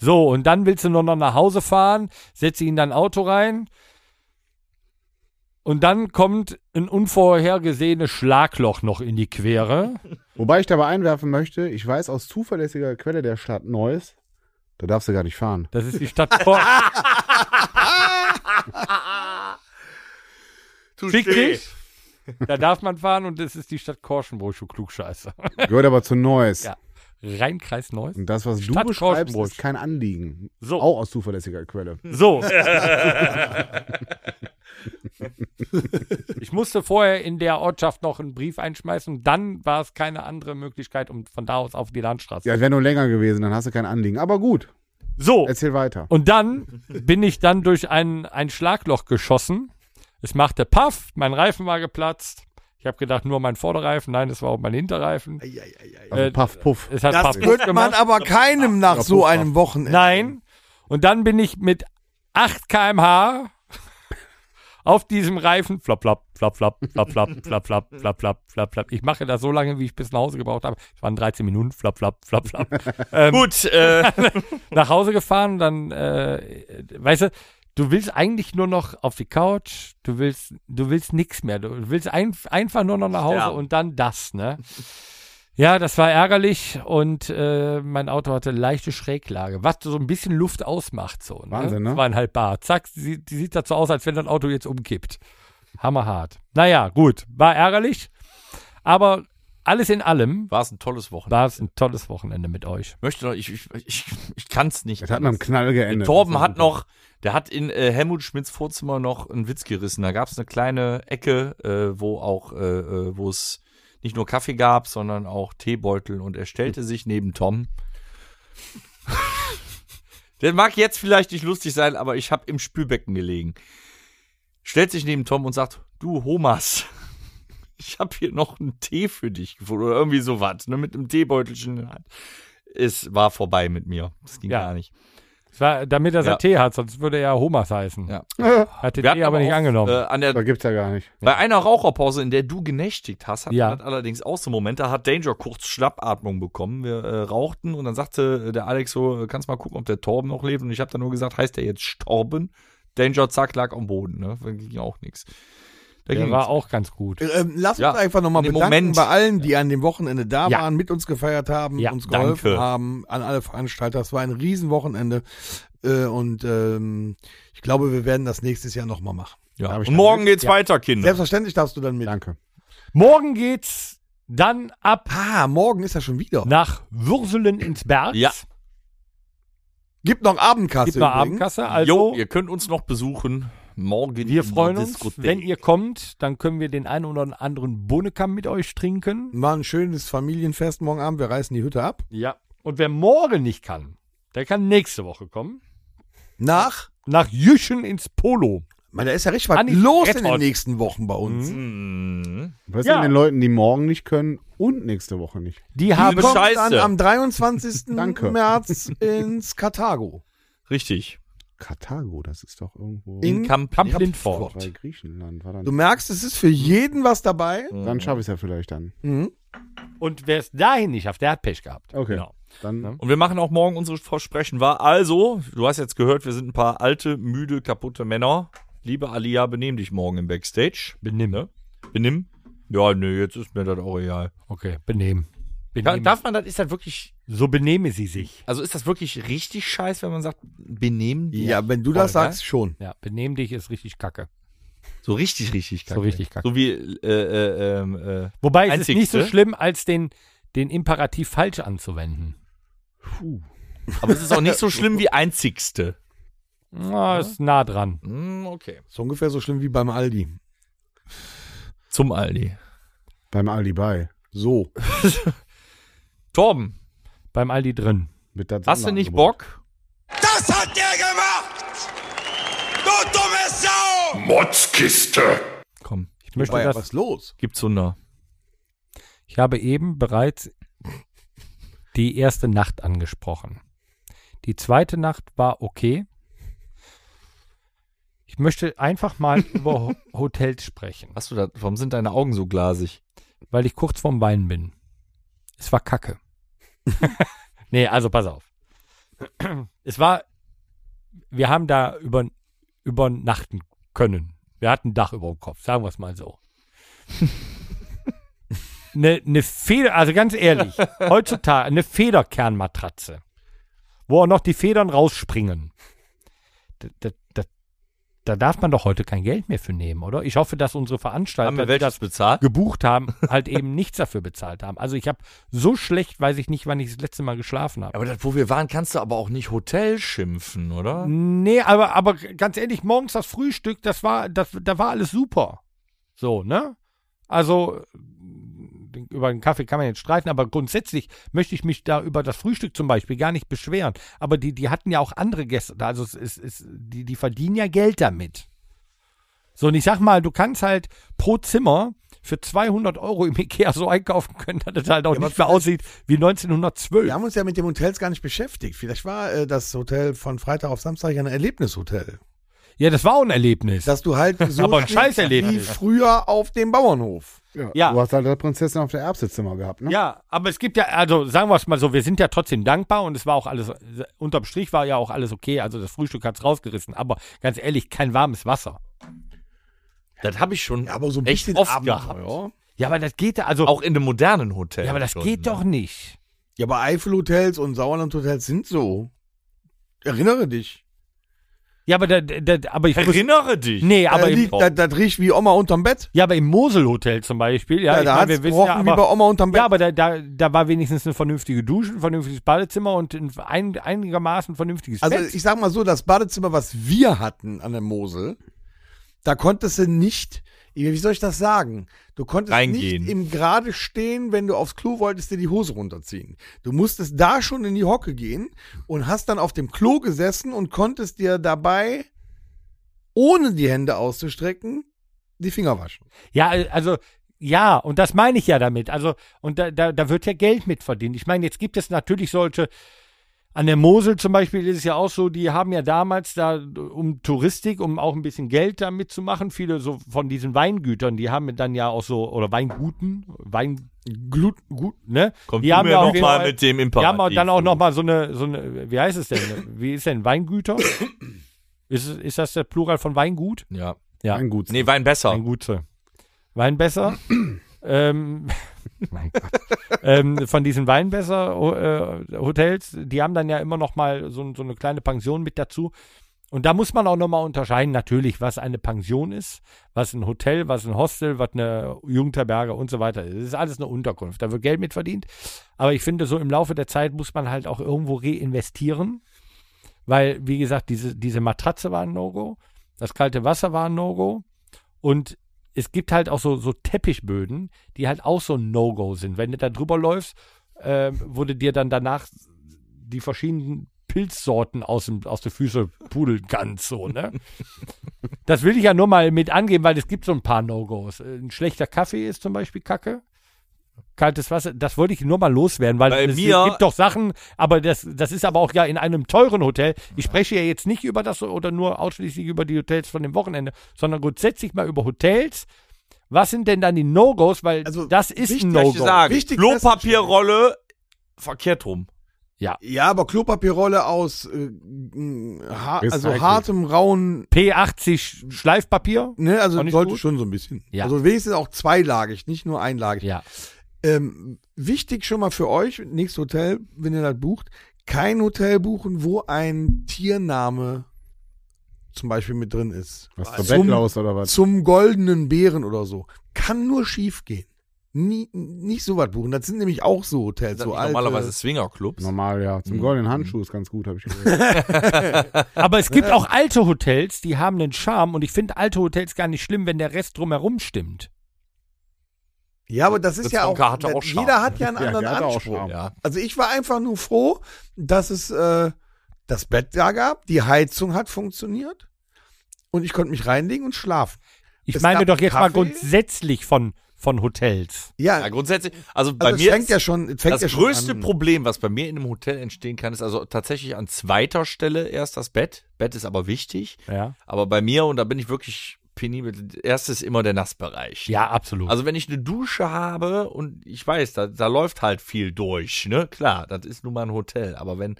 Speaker 2: So, und dann willst du nur noch nach Hause fahren, setzt ihn in dein Auto rein. Und dann kommt ein unvorhergesehenes Schlagloch noch in die Quere.
Speaker 3: Wobei ich dabei einwerfen möchte, ich weiß aus zuverlässiger Quelle der Stadt Neuss, da darfst du gar nicht fahren.
Speaker 2: Das ist die Stadt vor. Fick dich. Da darf man fahren und das ist die Stadt Korschenbruch, du Klugscheißer.
Speaker 3: Gehört aber zu Neuss.
Speaker 2: Ja. Rheinkreis Neuss.
Speaker 3: Und das, was
Speaker 2: Stadt
Speaker 3: du beschreibst,
Speaker 2: Korschenbruch.
Speaker 3: ist kein Anliegen.
Speaker 2: So.
Speaker 3: Auch aus zuverlässiger Quelle.
Speaker 2: So. ich musste vorher in der Ortschaft noch einen Brief einschmeißen. Dann war es keine andere Möglichkeit, um von da aus auf die Landstraße.
Speaker 3: Ja, wäre nur länger gewesen, dann hast du kein Anliegen. Aber gut,
Speaker 2: So.
Speaker 3: erzähl weiter.
Speaker 2: Und dann bin ich dann durch ein, ein Schlagloch geschossen. Es machte Paff, mein Reifen war geplatzt. Ich habe gedacht, nur mein Vorderreifen. Nein, es war auch mein Hinterreifen.
Speaker 3: Also,
Speaker 2: äh,
Speaker 3: paff, puff.
Speaker 2: Es hat
Speaker 5: Das
Speaker 2: Paff Puff
Speaker 5: gönnt man
Speaker 2: gemacht.
Speaker 5: aber keinem nach so einem Wochenende.
Speaker 2: Nein. Und dann bin ich mit 8 kmh auf diesem Reifen flop, flop, flop, flop, flop, flop, flop, flop, flop, flop, flop, flop. Ich mache das so lange, wie ich bis nach Hause gebraucht habe. Es waren 13 Minuten, flop, flop, flop, flop.
Speaker 4: Gut, äh,
Speaker 2: nach Hause gefahren, dann, äh, weißt du, du willst eigentlich nur noch auf die Couch, du willst, du willst nichts mehr, du willst ein, einfach nur noch nach Hause
Speaker 4: Sterben.
Speaker 2: und dann das, ne? Ja, das war ärgerlich und äh, mein Auto hatte leichte Schräglage, was so ein bisschen Luft ausmacht, so. Ne?
Speaker 3: Wahnsinn, ne?
Speaker 2: Zweieinhalb Bar. Zack, sie, die sieht dazu aus, als wenn das Auto jetzt umkippt. Hammerhart. Naja, gut, war ärgerlich, aber alles in allem
Speaker 4: war es ein tolles Wochenende.
Speaker 2: war es ein tolles Wochenende mit euch.
Speaker 4: Möchte noch, ich, ich, ich, ich kann es nicht.
Speaker 3: Das hat mit einem Knall geendet.
Speaker 4: Torben
Speaker 3: Das
Speaker 4: hat noch, der hat in äh, Helmut Schmidts Vorzimmer noch einen Witz gerissen. Da gab es eine kleine Ecke, äh, wo auch, äh, äh, wo es nicht nur Kaffee gab, sondern auch Teebeutel und er stellte sich neben Tom. der mag jetzt vielleicht nicht lustig sein, aber ich habe im Spülbecken gelegen. Stellt sich neben Tom und sagt, du Homas, ich habe hier noch einen Tee für dich gefunden oder irgendwie sowas, ne, mit einem Teebeutelchen in der Hand. Es war vorbei mit mir. Das ging
Speaker 2: Ja.
Speaker 4: gar nicht.
Speaker 2: Es war, damit er
Speaker 4: Ja.
Speaker 2: sein Tee hat, sonst würde er Homas heißen.
Speaker 4: Ja.
Speaker 2: Hat den
Speaker 4: Wir hatten
Speaker 2: Tee aber nicht
Speaker 4: auch,
Speaker 2: angenommen.
Speaker 4: Äh, an der,
Speaker 3: Da gibt's ja gar nicht.
Speaker 4: bei einer Raucherpause, in der du genächtigt hast, hatten
Speaker 2: Ja.
Speaker 4: wir allerdings auch so einen Moment, da hat Danger kurz Schnappatmung bekommen. Wir äh, rauchten und dann sagte äh, der Alex so, äh, kannst mal gucken, ob der Torben noch lebt. Und ich habe dann nur gesagt, heißt der jetzt Storben? Danger, zack, lag am Boden. Ne? Da ging auch nichts. Da
Speaker 2: der
Speaker 4: ging
Speaker 2: war
Speaker 4: nix.
Speaker 2: auch ganz gut.
Speaker 5: Ähm, lass
Speaker 4: Ja,
Speaker 5: uns einfach nochmal
Speaker 4: in dem
Speaker 5: bedanken
Speaker 4: Moment.
Speaker 5: bei allen, die an dem Wochenende da
Speaker 2: Ja.
Speaker 5: waren, mit uns gefeiert haben,
Speaker 2: Ja,
Speaker 5: uns geholfen
Speaker 4: danke.
Speaker 5: haben, an alle Veranstalter. Es war ein Riesenwochenende. Äh, und ähm, ich glaube, wir werden das nächstes Jahr nochmal machen.
Speaker 4: ja.
Speaker 3: hab ich
Speaker 4: Und
Speaker 3: dann
Speaker 4: morgen geht's weiter, Kinder.
Speaker 5: Selbstverständlich darfst du dann mit.
Speaker 3: Danke.
Speaker 2: Morgen geht's dann ab
Speaker 5: Ah, morgen ist ja schon wieder.
Speaker 2: nach Würselen ins Berg.
Speaker 4: Ja.
Speaker 5: Gibt noch Abendkasse.
Speaker 2: Gibt mal
Speaker 5: übrigens.
Speaker 2: Abendkasse. Also,
Speaker 4: jo, ihr könnt uns noch besuchen. Morgen
Speaker 2: wir
Speaker 4: in der
Speaker 2: freuen uns.
Speaker 4: Diskothek.
Speaker 2: Wenn ihr kommt, dann können wir den einen oder anderen Bohnekamm mit euch trinken.
Speaker 5: War ein schönes Familienfest morgen Abend. Wir reißen die Hütte ab.
Speaker 2: Ja. Und wer morgen nicht kann, der kann nächste Woche kommen.
Speaker 5: Nach.
Speaker 2: Nach Jüchen ins Polo.
Speaker 5: Man, da ist ja richtig was
Speaker 2: Anni
Speaker 5: los in den
Speaker 2: Redhot.
Speaker 5: nächsten Wochen bei uns.
Speaker 4: Mhm.
Speaker 3: Was ist
Speaker 2: Ja.
Speaker 3: denn den Leuten, die morgen nicht können und nächste Woche nicht?
Speaker 2: Die
Speaker 5: Die
Speaker 2: haben
Speaker 5: kommt
Speaker 4: Scheiße.
Speaker 5: dann am 23.
Speaker 3: Danke.
Speaker 5: März ins Karthago.
Speaker 4: Richtig.
Speaker 3: Karthago, das ist doch irgendwo
Speaker 5: In-
Speaker 4: Kamp
Speaker 2: Kamp-
Speaker 4: Lindford.
Speaker 3: bei Griechenland. War dann,
Speaker 5: Du merkst, es ist für jeden was dabei.
Speaker 3: dann schaffe ich es ja vielleicht dann.
Speaker 5: Mhm.
Speaker 2: Und wer es dahin nicht schafft, der hat Pech gehabt.
Speaker 3: Okay.
Speaker 4: Genau.
Speaker 3: Dann,
Speaker 4: Und wir machen auch morgen unsere Versprechen wahr. Also, du hast jetzt gehört, wir sind ein paar alte, müde, kaputte Männer. Liebe Alia, benimm dich morgen im Backstage.
Speaker 2: Benimm.
Speaker 4: Ne? Benimm? Ja, nee, jetzt ist mir das auch egal.
Speaker 2: Okay, benehmen.
Speaker 4: Da-
Speaker 2: benehmen.
Speaker 4: Darf man das, ist das wirklich,
Speaker 2: so benehme sie sich.
Speaker 4: also ist das wirklich richtig scheiß, wenn man sagt, benehmen? dich?
Speaker 5: Ja, wenn du das
Speaker 4: Voll, ne?
Speaker 5: sagst, schon.
Speaker 2: Ja, benehm dich ist richtig kacke.
Speaker 4: So richtig, richtig kacke.
Speaker 2: So richtig kacke.
Speaker 4: So wie, äh, äh, ähm, äh,
Speaker 2: Wobei es ist
Speaker 4: Einzigste.
Speaker 2: nicht so schlimm, als den, den Imperativ falsch anzuwenden.
Speaker 4: aber es ist auch nicht so schlimm wie einzigste.
Speaker 2: Na, Ah, ist nah dran.
Speaker 4: Hm, okay.
Speaker 5: Ist ungefähr so schlimm wie beim Aldi.
Speaker 4: Zum Aldi.
Speaker 3: beim Aldi bei.
Speaker 5: So.
Speaker 4: Torben,
Speaker 2: Beim Aldi drin.
Speaker 3: Mit das
Speaker 4: hast du nicht
Speaker 3: Sonderangebot.
Speaker 4: Bock?
Speaker 6: Das hat der gemacht! Du dumme Sau!
Speaker 1: Motzkiste.
Speaker 4: Komm,
Speaker 2: Ich möchte
Speaker 5: War ja
Speaker 2: das.
Speaker 5: was los?
Speaker 4: gibt's Zunder.
Speaker 2: Ich habe eben bereits die erste Nacht angesprochen. Die zweite Nacht war okay. Ich möchte einfach mal über Ho- Hotels sprechen,
Speaker 4: Hast du da, warum sind deine Augen so glasig?
Speaker 2: weil ich kurz vorm Weinen bin. Es war kacke. nee, also pass auf. Es war, wir haben da über, übernachten können. Wir hatten ein Dach über dem Kopf, sagen wir es mal so. Eine ne Feder, also ganz ehrlich, heutzutage eine Federkernmatratze, wo auch noch die Federn rausspringen. Da, da, da, da darf man doch heute kein Geld mehr für nehmen, oder? Ich hoffe, dass unsere
Speaker 4: Haben
Speaker 2: Veranstalter,
Speaker 4: wir
Speaker 2: die
Speaker 4: welches
Speaker 2: das
Speaker 4: bezahlt?
Speaker 2: gebucht haben, halt eben nichts dafür bezahlt haben. Also ich habe so schlecht, weiß ich nicht, wann ich das letzte Mal geschlafen habe.
Speaker 4: Aber das, wo wir waren, kannst du aber auch nicht Hotel schimpfen, oder?
Speaker 2: Nee, aber, aber ganz ehrlich, morgens das Frühstück, das war, das, da war alles super. So, ne? Also, den- über den Kaffee kann man jetzt streiten, aber grundsätzlich möchte ich mich da über das Frühstück zum Beispiel gar nicht beschweren. Aber die, die hatten ja auch andere Gäste, da. also es, es, es, die, die verdienen ja Geld damit. So, und ich sag mal, du kannst halt pro Zimmer für 200 Euro im Ikea so einkaufen können, dass es halt auch nicht mehr aussieht wie 1912.
Speaker 5: Wir haben uns ja mit dem Hotels gar nicht beschäftigt. Vielleicht war äh, das Hotel von Freitag auf Samstag ja ein Erlebnishotel.
Speaker 2: Ja, das war auch ein Erlebnis.
Speaker 5: Dass du halt so
Speaker 2: Aber ein
Speaker 5: schläfst wie
Speaker 2: Scheißerlebnis.
Speaker 5: früher auf dem Bauernhof.
Speaker 2: Ja.
Speaker 3: Du hast halt das Prinzessin auf der Erbsezimmer gehabt, ne?
Speaker 2: Ja, aber es gibt ja, also sagen wir es mal so, wir sind ja trotzdem dankbar und es war auch alles, unterm Strich war ja auch alles okay, also das Frühstück hat's rausgerissen, aber ganz ehrlich, kein warmes Wasser.
Speaker 4: Das habe ich schon
Speaker 5: Ja, aber so ein
Speaker 4: echt
Speaker 5: bisschen
Speaker 4: oft
Speaker 5: Abenteuer.
Speaker 4: gehabt.
Speaker 2: Ja, aber das geht ja, also,
Speaker 4: Auch in einem modernen Hotel.
Speaker 2: ja, aber das
Speaker 4: schon,
Speaker 2: geht
Speaker 4: ne?
Speaker 2: doch nicht.
Speaker 5: Ja, aber Eifelhotels und Sauerlandhotels sind so. Erinnere dich.
Speaker 2: Ja, aber, da, da, da- aber ich muss,
Speaker 4: Erinnere dich.
Speaker 2: nee, aber
Speaker 5: da,
Speaker 2: im,
Speaker 5: liegt, da, das riecht wie Oma unterm Bett.
Speaker 2: ja, aber im Moselhotel zum Beispiel, ja,
Speaker 5: Ja,
Speaker 2: ich
Speaker 5: da
Speaker 2: mein,
Speaker 5: hat's
Speaker 2: wir wissen
Speaker 5: gerochen
Speaker 2: ja,
Speaker 5: wie bei
Speaker 2: aber,
Speaker 5: Oma unterm Bett.
Speaker 2: ja, aber da, da, da war wenigstens eine vernünftige Dusche, ein vernünftiges Badezimmer und ein ein, einigermaßen vernünftiges
Speaker 5: also
Speaker 2: Bett.
Speaker 5: ich sag mal so, das Badezimmer, was wir hatten an der Mosel, da konntest du nicht, wie soll ich das sagen? Du konntest
Speaker 4: Reingehen.
Speaker 5: nicht im Gerade stehen, wenn du aufs Klo wolltest, dir die Hose runterziehen. Du musstest da schon in die Hocke gehen und hast dann auf dem Klo gesessen und konntest dir dabei, ohne die Hände auszustrecken, die Finger waschen.
Speaker 2: Ja, also ja, und das meine ich ja damit. Also, und da, da, da wird ja Geld mit verdient. Ich meine, jetzt gibt es natürlich solche, an der Mosel zum Beispiel ist es ja auch so, die haben ja damals da, um Touristik, um auch ein bisschen Geld da mitzumachen, viele so von diesen Weingütern, die haben dann ja auch so, oder Weinguten, Wein,
Speaker 5: Glut, gut.
Speaker 2: ne?
Speaker 4: Kommt
Speaker 2: die
Speaker 4: du
Speaker 2: haben
Speaker 4: mir
Speaker 2: ja auf
Speaker 4: noch
Speaker 2: jeden
Speaker 4: mal
Speaker 2: Fall-
Speaker 4: mit dem
Speaker 2: Die
Speaker 4: Imperativ.
Speaker 2: haben auch dann auch
Speaker 4: zu.
Speaker 2: nochmal so eine, so eine, wie heißt es denn? Wie ist denn Weingüter? ist, es- ist das der Plural von Weingut?
Speaker 4: Ja.
Speaker 2: Ja.
Speaker 3: Ein gutes.
Speaker 4: Nee, Wein besser.
Speaker 2: Ein guter. Weinbesser. ähm, mein Gott. ähm, von diesen Weinbesser-Hotels, die haben dann ja immer noch mal so, so eine kleine Pension mit dazu. Und da muss man auch noch mal unterscheiden, natürlich, was eine Pension ist, was ein Hotel, was ein Hostel, was eine Jugendherberge und so weiter ist. Das ist alles eine Unterkunft. Da wird Geld mit verdient. Aber ich finde, so im Laufe der Zeit muss man halt auch irgendwo reinvestieren. Weil, wie gesagt, diese, diese Matratze war ein No-Go, das kalte Wasser war ein No-Go. Und es gibt halt auch so, so Teppichböden, die halt auch so ein No-Go sind. Wenn du da drüber läufst, äh, wurde dir dann danach die verschiedenen Pilzsorten aus, dem, aus der Füße pudeln ganz so, ne? Das will ich ja nur mal mit angeben, weil es gibt so ein paar No-Gos. Äh, Ein schlechter Kaffee ist zum Beispiel Kacke. Kaltes Wasser, das wollte ich nur mal loswerden, weil
Speaker 4: Bei
Speaker 2: es
Speaker 4: mir-
Speaker 2: gibt doch Sachen, aber das, das ist aber auch ja in einem teuren Hotel. Ich spreche ja jetzt nicht über das oder nur ausschließlich über die Hotels von dem Wochenende, sondern grundsätzlich mal über Hotels. Was sind denn dann die No-Gos? Weil
Speaker 5: Also,
Speaker 2: das ist
Speaker 5: wichtig-
Speaker 2: ein
Speaker 4: Möchte
Speaker 2: No-Go.
Speaker 4: sagen,
Speaker 5: Wichtig
Speaker 4: Klopapierrolle verkehrt rum.
Speaker 5: Ja, aber Klopapierrolle aus äh, mh, ha also
Speaker 3: Recycelt.
Speaker 5: hartem, rauen,
Speaker 2: P80 Schleifpapier?
Speaker 5: ne, also
Speaker 2: Auch nicht
Speaker 5: sollte
Speaker 2: gut?
Speaker 5: schon so ein bisschen.
Speaker 2: Ja.
Speaker 5: Also wenigstens auch zweilagig, nicht nur einlagig.
Speaker 2: Ja.
Speaker 5: Ähm, wichtig schon mal für euch, nächstes Hotel, wenn ihr das bucht, kein Hotel buchen, wo ein Tiername zum Beispiel mit drin ist.
Speaker 3: Was zur
Speaker 5: Zum-
Speaker 3: Backlaus oder was?
Speaker 5: Zum goldenen Bären oder so. Kann nur schief gehen. Nie, nicht so was buchen. Das sind nämlich auch so Hotels.
Speaker 4: Das
Speaker 5: So
Speaker 4: sind
Speaker 5: alte,
Speaker 4: normalerweise Swingerclubs.
Speaker 3: Normal, ja. Zum
Speaker 4: Mhm.
Speaker 3: goldenen Handschuh ist ganz gut, habe ich gehört.
Speaker 2: Aber es gibt auch alte Hotels, die haben einen Charme und ich finde alte Hotels gar nicht schlimm, wenn der Rest drumherum stimmt.
Speaker 5: Ja, aber das ist
Speaker 4: Das
Speaker 5: ja auch,
Speaker 4: Tonka hatte auch Charme.
Speaker 5: jeder hat ja einen
Speaker 3: Ja,
Speaker 5: anderen
Speaker 3: der hatte auch
Speaker 5: Anspruch.
Speaker 3: Charme.
Speaker 4: Ja.
Speaker 5: Also ich war einfach nur froh, dass es äh, das Bett da gab, die Heizung hat funktioniert und ich konnte mich reinlegen und schlafen.
Speaker 2: Ich
Speaker 5: Es
Speaker 2: meine
Speaker 5: gab
Speaker 2: doch jetzt mal
Speaker 5: Kaffee?
Speaker 2: grundsätzlich von, von Hotels.
Speaker 5: Ja,
Speaker 4: ja, grundsätzlich, also bei
Speaker 5: also es
Speaker 4: mir
Speaker 5: fängt
Speaker 4: ist-
Speaker 5: ja schon, es fängt
Speaker 4: das
Speaker 5: ja schon
Speaker 4: größte
Speaker 5: an.
Speaker 4: Problem, was bei mir in einem Hotel entstehen kann, ist also tatsächlich an zweiter Stelle erst das Bett. Bett ist aber wichtig.
Speaker 2: Ja,
Speaker 4: Aber bei mir, und da bin ich wirklich penibel, erstes immer der Nassbereich.
Speaker 2: ja absolut.
Speaker 4: Also wenn ich eine Dusche habe und ich weiß, da, da läuft halt viel durch, ne? Klar, das ist nun mal ein Hotel. Aber wenn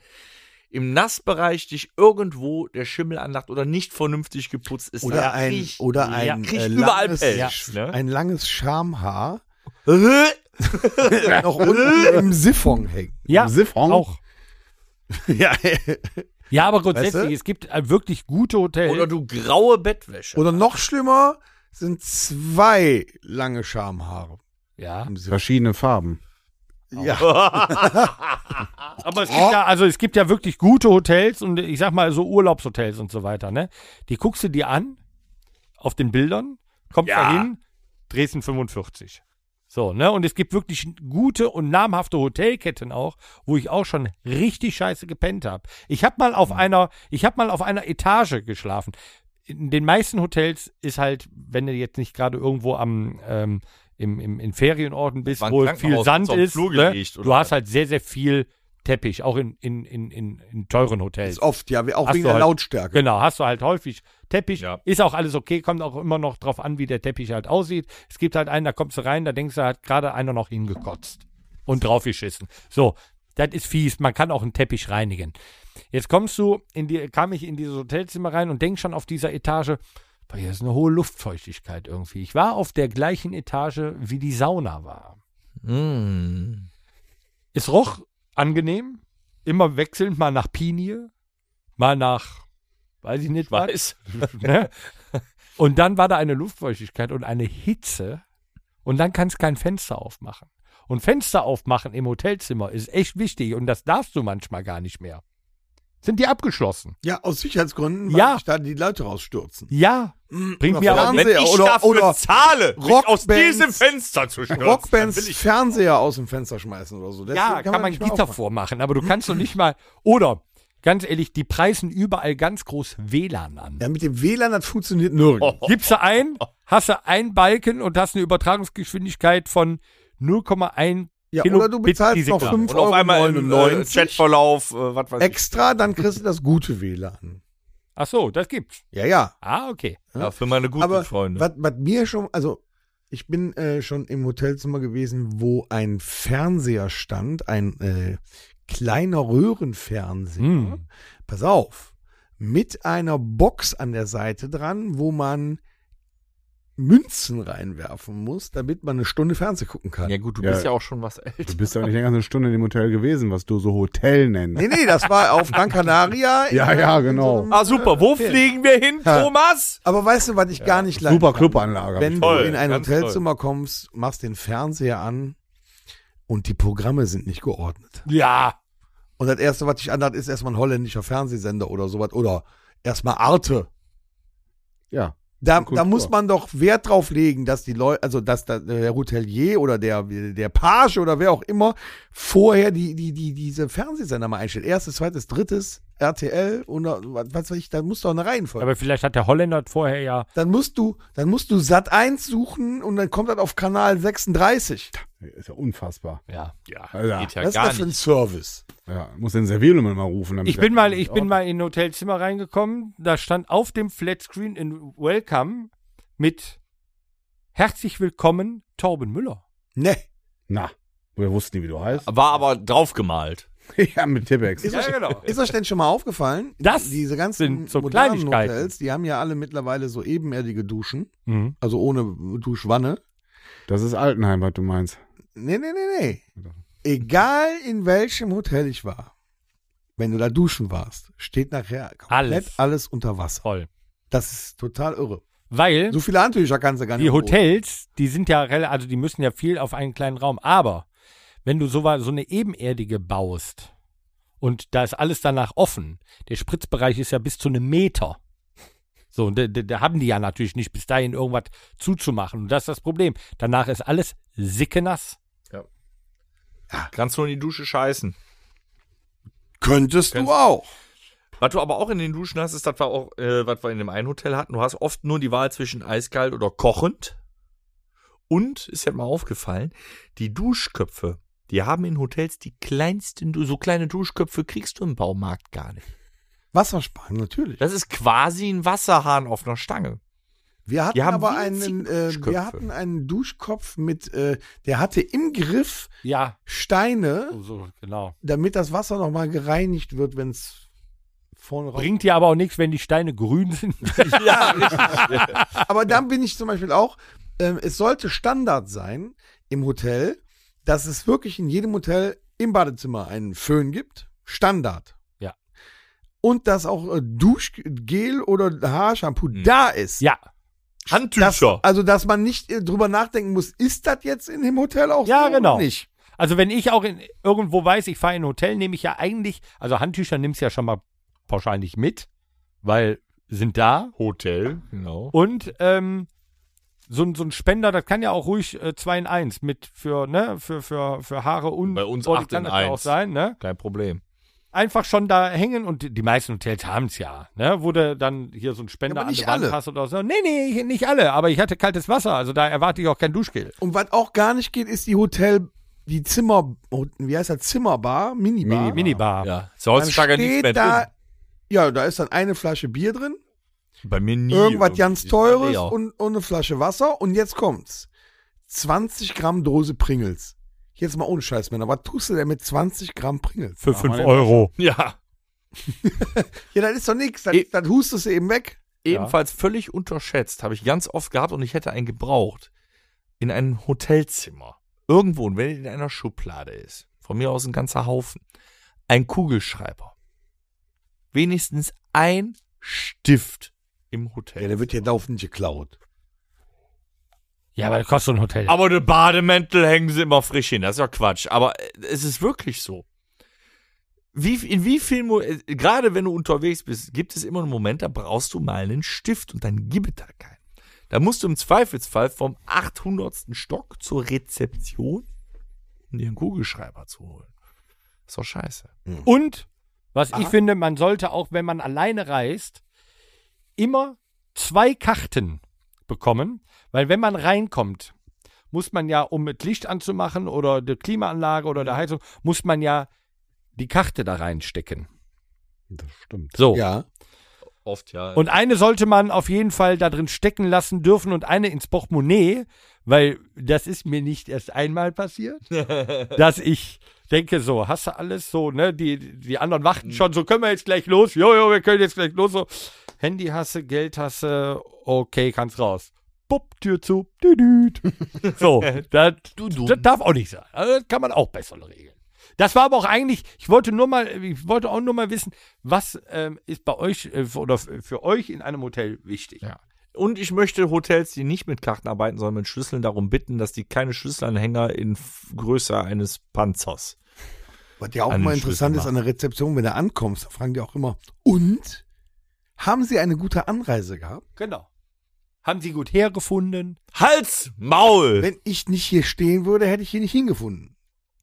Speaker 4: im Nassbereich dich irgendwo der Schimmel anlacht oder nicht vernünftig geputzt ist,
Speaker 5: Oder
Speaker 4: dann
Speaker 5: ein,
Speaker 4: krieg-
Speaker 5: oder
Speaker 4: ja,
Speaker 5: ein,
Speaker 4: krieg
Speaker 5: äh,
Speaker 4: überall
Speaker 5: langes,
Speaker 4: Pelz,
Speaker 5: Ja.
Speaker 4: ne? Äh,
Speaker 5: ein langes Schamhaar
Speaker 4: ja,
Speaker 5: noch
Speaker 4: Äh?
Speaker 5: unten im Siphon hängen.
Speaker 2: ja,
Speaker 3: Siphon.
Speaker 2: auch.
Speaker 5: Ja.
Speaker 2: Ja, aber grundsätzlich,
Speaker 5: Weißt du?
Speaker 2: es gibt äh, wirklich gute Hotels.
Speaker 4: oder du graue Bettwäsche.
Speaker 5: Oder noch schlimmer sind zwei lange Schamhaare
Speaker 2: ja.
Speaker 5: im Siphon.
Speaker 3: Verschiedene Farben.
Speaker 5: Ja.
Speaker 2: Aber es gibt ja, also es gibt ja wirklich gute Hotels und ich sag mal so Urlaubshotels und so weiter, ne? Die guckst du dir an, auf den Bildern, kommst
Speaker 4: Ja.
Speaker 2: da hin, Dresden 45. So, ne? Und es gibt wirklich gute und namhafte Hotelketten auch, wo ich auch schon richtig scheiße gepennt habe. Ich habe mal auf
Speaker 4: Mhm.
Speaker 2: einer, ich habe mal auf einer Etage geschlafen. In den meisten Hotels ist halt, wenn du jetzt nicht gerade irgendwo am ähm, im, im, in Ferienorten bist,
Speaker 4: War ein
Speaker 2: wo
Speaker 4: Krankenhaus,
Speaker 2: viel Sand
Speaker 4: hat's auf den
Speaker 2: ist,
Speaker 4: Flur
Speaker 2: ne?
Speaker 4: gelegt, oder
Speaker 2: du hast
Speaker 4: was?
Speaker 2: halt sehr, sehr viel Teppich, auch in, in, in, in, in teuren Hotels.
Speaker 5: Ist oft, ja, auch
Speaker 2: Hast
Speaker 5: wegen
Speaker 2: du
Speaker 5: der
Speaker 2: halt-
Speaker 5: Lautstärke.
Speaker 2: Genau, hast du halt häufig Teppich.
Speaker 4: Ja.
Speaker 2: Ist auch alles okay, kommt auch immer noch drauf an, wie der Teppich halt aussieht. Es gibt halt einen, da kommst du rein, da denkst du, da hat gerade einer noch hingekotzt und draufgeschissen. So, das ist fies. Man kann auch einen Teppich reinigen. Jetzt kommst du, in die, kam ich in dieses Hotelzimmer rein und denk schon auf dieser Etage, boah, hier ist eine hohe Luftfeuchtigkeit irgendwie. Ich war auf der gleichen Etage, wie die Sauna war.
Speaker 4: Mm.
Speaker 2: Es roch angenehm, immer wechselnd, mal nach Pinie, mal nach, weiß ich nicht, was.
Speaker 4: Weiß.
Speaker 2: ne? Und dann war da eine Luftfeuchtigkeit und eine Hitze. Und dann kannst kein Fenster aufmachen. Und Fenster aufmachen im Hotelzimmer ist echt wichtig und das darfst du manchmal gar nicht mehr. Sind die abgeschlossen?
Speaker 5: Ja, aus Sicherheitsgründen, weil
Speaker 2: Ja.
Speaker 5: sich da die Leute rausstürzen.
Speaker 2: Ja. Bringt
Speaker 5: oder
Speaker 2: mir aber
Speaker 5: Fernsehen.
Speaker 4: Wenn
Speaker 5: Fernseher
Speaker 4: ich
Speaker 5: oder-
Speaker 4: dafür
Speaker 5: oder
Speaker 4: zahle, mich aus
Speaker 5: Rockbands-
Speaker 4: diesem Fenster zu stürzen, dann
Speaker 5: Rockbands
Speaker 4: will ich
Speaker 5: Fernseher aus dem Fenster schmeißen oder so.
Speaker 2: Ja, kann, man
Speaker 5: nicht mehr
Speaker 2: Gitter
Speaker 5: aufmachen.
Speaker 2: vormachen, aber du kannst doch nicht mal. Oder, ganz ehrlich, die preisen überall ganz groß WLAN an.
Speaker 5: Ja, mit dem WLAN, das funktioniert nirgends.
Speaker 2: Gibst du ein, hast du einen Balken und hast eine Übertragungsgeschwindigkeit von 0,1
Speaker 5: Ja, oder
Speaker 2: Kilobit
Speaker 5: du bezahlst
Speaker 2: die
Speaker 5: noch
Speaker 2: Sekunde.
Speaker 5: 5
Speaker 4: Und auf
Speaker 5: Euro
Speaker 4: einmal im äh,
Speaker 5: 99
Speaker 4: Chatverlauf, äh, was weiß ich.
Speaker 5: extra, dann kriegst du das gute WLAN.
Speaker 2: Ach so, das gibt's.
Speaker 5: Ja, ja.
Speaker 2: Ah, okay.
Speaker 4: Ja, für meine guten
Speaker 5: ne? Aber
Speaker 4: Freunde.
Speaker 5: was was mir schon, also ich bin äh, schon im Hotelzimmer gewesen, wo ein Fernseher stand, ein äh, kleiner Röhrenfernseher.
Speaker 2: Hm.
Speaker 5: Pass auf, mit einer Box an der Seite dran, wo man Münzen reinwerfen muss, damit man eine Stunde Fernsehen gucken kann.
Speaker 4: Ja gut, du
Speaker 3: Ja.
Speaker 4: bist ja auch schon was älter.
Speaker 3: Du bist ja auch nicht länger als eine Stunde in dem Hotel gewesen, was du so Hotel nennst.
Speaker 5: Nee, nee, das war auf Gran Canaria. in
Speaker 3: Ja,
Speaker 5: einer-
Speaker 3: ja,
Speaker 5: in
Speaker 3: genau.
Speaker 5: einem-
Speaker 4: Ah super, wo
Speaker 5: Ferien.
Speaker 4: fliegen wir hin,
Speaker 5: Ja.
Speaker 4: Thomas?
Speaker 5: Aber weißt du, was ich gar nicht leiden
Speaker 3: Super
Speaker 5: kann?
Speaker 3: Clubanlage. hab ich
Speaker 5: Wenn
Speaker 3: gehört.
Speaker 5: du in ein
Speaker 4: ganz
Speaker 5: Hotelzimmer kommst, machst den Fernseher an und die Programme sind nicht geordnet.
Speaker 2: Ja.
Speaker 5: Und das Erste, was dich anhat, ist erstmal ein holländischer Fernsehsender oder sowas. Oder erstmal Arte.
Speaker 3: Ja.
Speaker 5: Da,
Speaker 3: Kultur.
Speaker 5: da muss man doch Wert drauf legen, dass die Leute, also dass da, der Hotelier oder der, der Page oder wer auch immer vorher die, die, die, diese Fernsehsender mal einstellt. Erstes, zweites, drittes, RTL oder was weiß ich, da muss doch eine Reihenfolge.
Speaker 2: Aber vielleicht hat der Holländer vorher ja.
Speaker 5: dann musst du, dann musst du Sat 1 suchen und dann kommt das auf Kanal 36.
Speaker 3: Ist ja unfassbar.
Speaker 2: ja.
Speaker 4: Ja,
Speaker 3: Alter.
Speaker 4: geht ja
Speaker 5: Was ist
Speaker 4: gar
Speaker 5: das für ein
Speaker 4: nicht.
Speaker 5: Service?
Speaker 3: Ja, muss den Servierlümmel mal rufen. damit
Speaker 2: Ich
Speaker 3: er-
Speaker 2: bin mal, ich bin mal in ein Hotelzimmer reingekommen. Da stand auf dem Flatscreen in Welcome mit Herzlich willkommen, Torben Müller.
Speaker 5: Ne.
Speaker 3: Na, wir wussten nicht, wie du heißt.
Speaker 4: War aber draufgemalt.
Speaker 3: ja, mit Tippex.
Speaker 5: Ist, euch,
Speaker 2: genau.
Speaker 5: ist euch denn schon mal aufgefallen?
Speaker 2: Das
Speaker 5: Diese ganzen
Speaker 2: sind so
Speaker 5: modernen
Speaker 2: Kleinigkeiten.
Speaker 5: Hotels, die haben ja alle mittlerweile so ebenerdige Duschen,
Speaker 2: Mhm.
Speaker 5: also ohne Duschwanne.
Speaker 3: Das ist Altenheim, was du meinst.
Speaker 5: Nee, nee, nee, nee. Egal in welchem Hotel ich war, wenn du da duschen warst, steht nachher komplett
Speaker 2: Alles.
Speaker 5: alles, unter Wasser.
Speaker 2: Toll.
Speaker 5: Das ist total irre.
Speaker 2: Weil
Speaker 5: So viele Handtücher kannst du gar nicht.
Speaker 2: die
Speaker 5: im Boot.
Speaker 2: Hotels, die sind ja rela- also die müssen ja viel auf einen kleinen Raum. Aber wenn du so, wa- so eine ebenerdige baust und da ist alles danach offen, der Spritzbereich ist ja bis zu einem Meter. So, und da, da, da haben die ja natürlich nicht bis dahin irgendwas zuzumachen. Und das ist das Problem. Danach ist alles sickenass.
Speaker 4: Kannst nur in die Dusche scheißen.
Speaker 5: Könntest du
Speaker 4: Kennst-
Speaker 5: auch.
Speaker 4: Was du aber auch in den Duschen hast, ist das, war auch, äh, was wir in dem einen Hotel hatten. Du hast oft nur die Wahl zwischen eiskalt oder kochend. Und, ist ja mal aufgefallen, die Duschköpfe, die haben in Hotels die kleinsten, Du- so kleine Duschköpfe kriegst du im Baumarkt gar nicht.
Speaker 5: Wassersparen, natürlich.
Speaker 4: Das ist quasi ein Wasserhahn auf einer Stange.
Speaker 5: Wir hatten
Speaker 4: Die haben
Speaker 5: aber
Speaker 4: winzige
Speaker 5: einen, äh,
Speaker 4: Duschköpfe.
Speaker 5: wir hatten einen Duschkopf mit, äh, der hatte im Griff
Speaker 2: Ja,
Speaker 5: Steine,
Speaker 2: so, genau.
Speaker 5: damit das Wasser nochmal gereinigt wird, wenn es vorne raus.
Speaker 2: Bringt dir aber auch nichts, wenn die Steine grün sind.
Speaker 5: Aber dann bin ich zum Beispiel auch, ähm, es sollte Standard sein im Hotel, dass es wirklich in jedem Hotel im Badezimmer einen Föhn gibt. Standard.
Speaker 2: Ja.
Speaker 5: Und dass auch äh, Duschgel oder Haarshampoo
Speaker 4: Mhm.
Speaker 5: da ist.
Speaker 2: Hm. ja,
Speaker 5: Dass,
Speaker 4: Handtücher.
Speaker 5: also, dass man nicht äh, drüber nachdenken muss, ist das jetzt in dem Hotel auch
Speaker 2: Ja,
Speaker 5: so oder
Speaker 2: genau.
Speaker 5: nicht?
Speaker 2: Also wenn ich auch in, irgendwo weiß, ich fahre in ein Hotel, nehme ich ja eigentlich, also Handtücher nimmst du ja schon mal pauschal nicht mit, weil sind da.
Speaker 4: Hotel, genau.
Speaker 2: Und ähm, so, ein- so ein Spender, das kann ja auch ruhig 2 in 1 mit für, ne, für, für, für Haare und
Speaker 4: Bei uns
Speaker 2: Body
Speaker 4: acht in
Speaker 2: kann das ja auch
Speaker 4: eins.
Speaker 2: sein, ne?
Speaker 4: Kein Problem.
Speaker 2: Einfach schon da hängen und die- die meisten Hotels haben es ja, ne? Wurde dann hier so ein Spender
Speaker 5: Ja, aber
Speaker 2: an
Speaker 5: nicht
Speaker 2: die Wand
Speaker 5: alle.
Speaker 2: passt oder so. Nee, nee, hier nicht alle, aber ich hatte kaltes Wasser, also da erwarte ich auch kein Duschgel.
Speaker 5: Und was auch gar nicht geht, ist die Hotel, die Zimmer, oh, wie heißt das, Zimmerbar, Minibar.
Speaker 3: Minibar.
Speaker 2: Minibar.
Speaker 4: Ja, ist
Speaker 5: Dann
Speaker 4: heutzutage nichts mehr
Speaker 5: steht
Speaker 4: drin.
Speaker 5: da, ja, da ist dann eine Flasche Bier drin,
Speaker 4: Bei mir nie.
Speaker 5: irgendwas ganz
Speaker 4: Ist
Speaker 5: Teures
Speaker 4: leer.
Speaker 5: und, und eine Flasche Wasser. Und jetzt kommt's. 20 Gramm Dose Pringles. Jetzt mal ohne Scheiß, Männer. Was tust du denn mit 20 Gramm Pringles?
Speaker 2: Für
Speaker 3: Mach
Speaker 2: 5
Speaker 3: mal den
Speaker 2: Euro.
Speaker 4: Ja.
Speaker 5: Ja, das ist doch nix. Das,
Speaker 4: Eh.
Speaker 5: das hustest du eben weg.
Speaker 4: Ebenfalls völlig unterschätzt, habe ich ganz oft gehabt und ich hätte einen gebraucht. In einem Hotelzimmer. Irgendwo, und wenn in einer Schublade ist. Von mir aus ein ganzer Haufen. Ein Kugelschreiber. Wenigstens ein Stift im Hotel.
Speaker 5: Ja, der wird hier laufend geklaut.
Speaker 2: Ja, aber das kostet so ein Hotel.
Speaker 4: Aber eine Bademäntel hängen sie immer frisch hin. Das ist ja Quatsch. Aber äh, es ist wirklich so. Wie, in wie vielen, Mo- äh, gerade wenn du unterwegs bist, gibt es immer einen Moment, da brauchst du mal einen Stift und dann gibt es da keinen. Da musst du im Zweifelsfall vom 800. Stock zur Rezeption um dir einen Kugelschreiber zu holen. Ist doch scheiße.
Speaker 2: Und was ich finde, man sollte auch, wenn man alleine reist, immer zwei Karten bekommen, weil wenn man reinkommt, muss man ja, um mit Licht anzumachen oder der Klimaanlage oder der Heizung, muss man ja die Karte da reinstecken.
Speaker 3: Das stimmt.
Speaker 2: So.
Speaker 5: Oh. Ja.
Speaker 4: Oft ja.
Speaker 2: Und eine sollte man auf jeden Fall da drin stecken lassen dürfen und eine ins Portemonnaie, weil das ist mir nicht erst einmal passiert, dass ich denke so, hast du alles so, ne? Die, die anderen warten schon, so können wir jetzt gleich los. Jo, jo, wir können jetzt gleich los. So. Handy hasse, Geld hasse, okay, kannst raus. Bupp, Tür zu. Düdüt. So, das, das darf auch nicht sein. Also, Das kann man auch besser regeln. Das war aber auch eigentlich, ich wollte nur mal, ich wollte auch nur mal wissen, was ähm, ist bei euch äh, für- oder f- für euch in einem Hotel wichtig?
Speaker 4: Ja. Und ich möchte Hotels, die nicht mit Karten arbeiten, sondern mit Schlüsseln, darum bitten, dass die keine Schlüsselanhänger in F- Größe eines Panzers.
Speaker 5: Was ja auch
Speaker 4: An den
Speaker 5: immer interessant
Speaker 4: Schlüssel
Speaker 5: ist an der Rezeption, wenn du ankommst, da fragen die auch immer, und? Haben sie eine gute Anreise gehabt?
Speaker 2: Genau. Haben sie gut hergefunden?
Speaker 4: Hals, Maul! Äh.
Speaker 5: Wenn ich nicht hier stehen würde, hätte ich hier nicht hingefunden.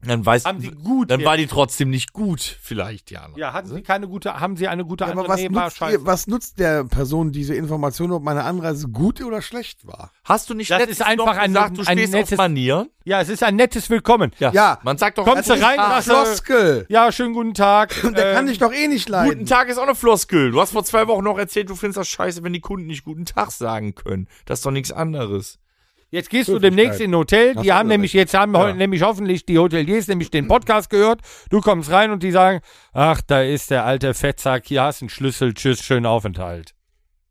Speaker 4: Dann weiß,
Speaker 2: Haben die gut.
Speaker 4: dann war die trotzdem nicht gut, vielleicht, ja.
Speaker 2: ja, hatten sie keine gute, haben sie eine gute
Speaker 5: Ja, aber
Speaker 2: andere?
Speaker 5: was
Speaker 2: Nee, war
Speaker 5: nutzt,
Speaker 2: scheiße.
Speaker 5: ihr, was nutzt der Person diese Information, ob meine Anreise gut oder schlecht war?
Speaker 4: Hast du nicht
Speaker 2: Das
Speaker 4: letztens
Speaker 2: ist einfach
Speaker 4: noch
Speaker 2: ein-
Speaker 4: gesagt, du
Speaker 2: ein
Speaker 4: stehst
Speaker 2: nettes-
Speaker 4: auf Manieren?
Speaker 2: Ja, es ist ein nettes Willkommen.
Speaker 5: Ja.
Speaker 4: Man sagt doch,
Speaker 2: Kommst du
Speaker 4: guten
Speaker 2: rein,
Speaker 4: Tag.
Speaker 2: machst du-
Speaker 5: Floskel.
Speaker 2: Ja, schönen guten Tag.
Speaker 5: Der kann
Speaker 2: Ähm,
Speaker 5: dich doch eh nicht leiden.
Speaker 4: Guten Tag ist auch eine Floskel. Du hast vor zwei Wochen noch erzählt, du findest das scheiße, wenn die Kunden nicht guten Tag sagen können. Das ist doch nichts anderes.
Speaker 2: Jetzt gehst du demnächst in ein Hotel. Die haben nämlich jetzt haben heute nämlich hoffentlich die Hoteliers nämlich den Podcast gehört. Du kommst rein und die sagen: Ach, da ist der alte Fettsack. Hier hast du einen Schlüssel. Tschüss, schönen Aufenthalt.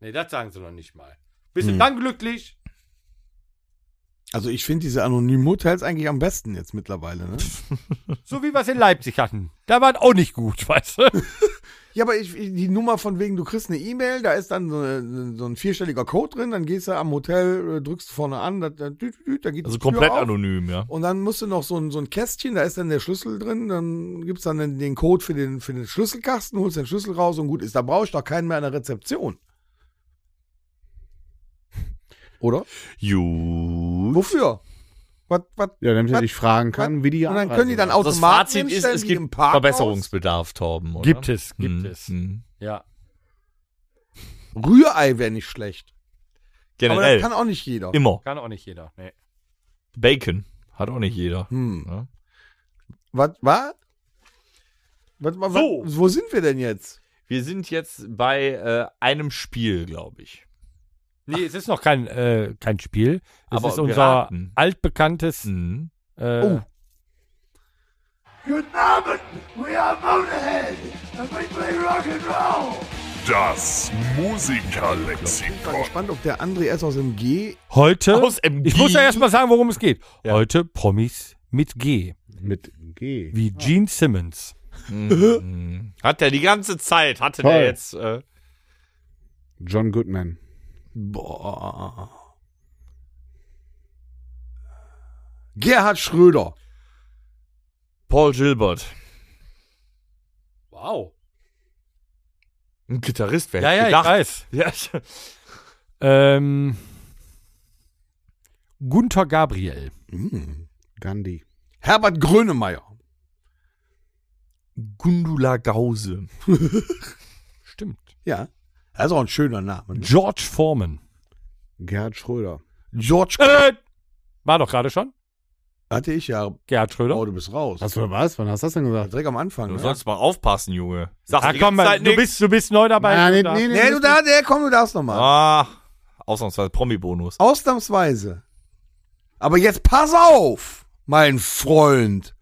Speaker 2: Nee, das sagen sie noch nicht mal. Bist
Speaker 4: Hm.
Speaker 2: du dann glücklich?
Speaker 5: Also ich finde diese anonymen Hotels eigentlich am besten jetzt mittlerweile. Ne?
Speaker 2: So wie wir es in Leipzig hatten. Da war es auch nicht gut, weißt du?
Speaker 5: Ja, aber ich, die Nummer von wegen, du kriegst eine E-Mail, da ist dann so, eine, so ein vierstelliger Code drin, dann gehst du am Hotel, äh, drückst vorne an, da, da, dü- dü- dü- da geht
Speaker 4: Also
Speaker 5: die Tür
Speaker 4: komplett
Speaker 5: auf.
Speaker 4: anonym, ja.
Speaker 5: Und dann musst du noch so ein, so ein Kästchen, da ist dann der Schlüssel drin, dann gibt's dann den, den Code für den, für den Schlüsselkasten, holst den Schlüssel raus und gut ist, da brauche ich doch keinen mehr an der Rezeption. Oder?
Speaker 4: Ju.
Speaker 5: Wofür? Was, was?
Speaker 3: Ja, damit er
Speaker 5: Was?
Speaker 3: dich fragen kann, wie die
Speaker 5: Und dann
Speaker 3: Anreise
Speaker 5: können die dann
Speaker 3: war.
Speaker 5: auch-
Speaker 4: Also das
Speaker 5: Automaten
Speaker 4: Fazit ist,
Speaker 5: stellen
Speaker 4: es
Speaker 5: die im
Speaker 4: gibt
Speaker 5: Park
Speaker 4: Verbesserungsbedarf, Torben, oder?
Speaker 2: Gibt es,
Speaker 4: Hm,
Speaker 2: gibt es.
Speaker 4: hm.
Speaker 2: Ja.
Speaker 5: Rührei wäre nicht schlecht. Aber das
Speaker 4: Generell.
Speaker 5: kann auch nicht jeder.
Speaker 4: Immer.
Speaker 2: Kann auch nicht jeder. Nee.
Speaker 4: Bacon. Hat auch nicht jeder.
Speaker 5: Hm.
Speaker 4: Ja.
Speaker 5: Was war? Was, was,
Speaker 4: So.
Speaker 5: Wo sind wir denn jetzt?
Speaker 4: Wir sind jetzt bei äh, einem Spiel, glaube ich.
Speaker 2: Nee, es ist noch kein, äh, kein Spiel. Es
Speaker 4: Aber
Speaker 2: ist
Speaker 4: wir
Speaker 2: unser
Speaker 4: raten.
Speaker 2: altbekanntes.
Speaker 4: Hm.
Speaker 2: Äh,
Speaker 5: Oh.
Speaker 6: Guten Abend, we are Motorhead and we play rock and roll.
Speaker 1: Das
Speaker 5: Ich bin
Speaker 1: Musikerlexikon.
Speaker 5: gespannt, ob der André erst aus dem G.
Speaker 2: Heute.
Speaker 4: Aus MG.
Speaker 2: ich muss ja erstmal sagen, worum es geht. Heute Promis mit G.
Speaker 3: Mit G.
Speaker 2: Wie Gene Simmons.
Speaker 4: Hm. Hat der die ganze Zeit, hatte
Speaker 3: Toll.
Speaker 4: der jetzt. Äh,
Speaker 3: John Goodman.
Speaker 5: Boah. Gerhard Schröder.
Speaker 4: Paul Gilbert.
Speaker 2: Wow.
Speaker 4: Ein Gitarrist wäre
Speaker 2: Ja, ja, ich weiß.
Speaker 4: gedacht. Ja,
Speaker 2: Ähm, Gunther Gabriel.
Speaker 3: Gandhi.
Speaker 5: Herbert Grönemeyer.
Speaker 4: Gundula Gause.
Speaker 2: Stimmt.
Speaker 5: Ja. Das ist auch ein schöner Name. ne?
Speaker 2: George Foreman.
Speaker 3: Gerhard Schröder.
Speaker 5: George.
Speaker 2: Äh, war doch gerade schon.
Speaker 5: Hatte ich ja.
Speaker 2: Gerhard Schröder.
Speaker 5: Oh, du bist raus.
Speaker 3: Hast du was? Wann hast du das denn gesagt?
Speaker 5: Direkt am Anfang.
Speaker 4: Du
Speaker 5: Ne?
Speaker 4: sollst mal aufpassen, Junge. Sag
Speaker 2: Ah, komm, mal, du, bist, du bist neu dabei.
Speaker 3: Ah,
Speaker 2: Schröder.
Speaker 5: Nee, du da, nee, komm, du darfst nochmal.
Speaker 4: Ah, ausnahmsweise Promi-Bonus.
Speaker 5: Ausnahmsweise. Aber jetzt pass auf, mein Freund.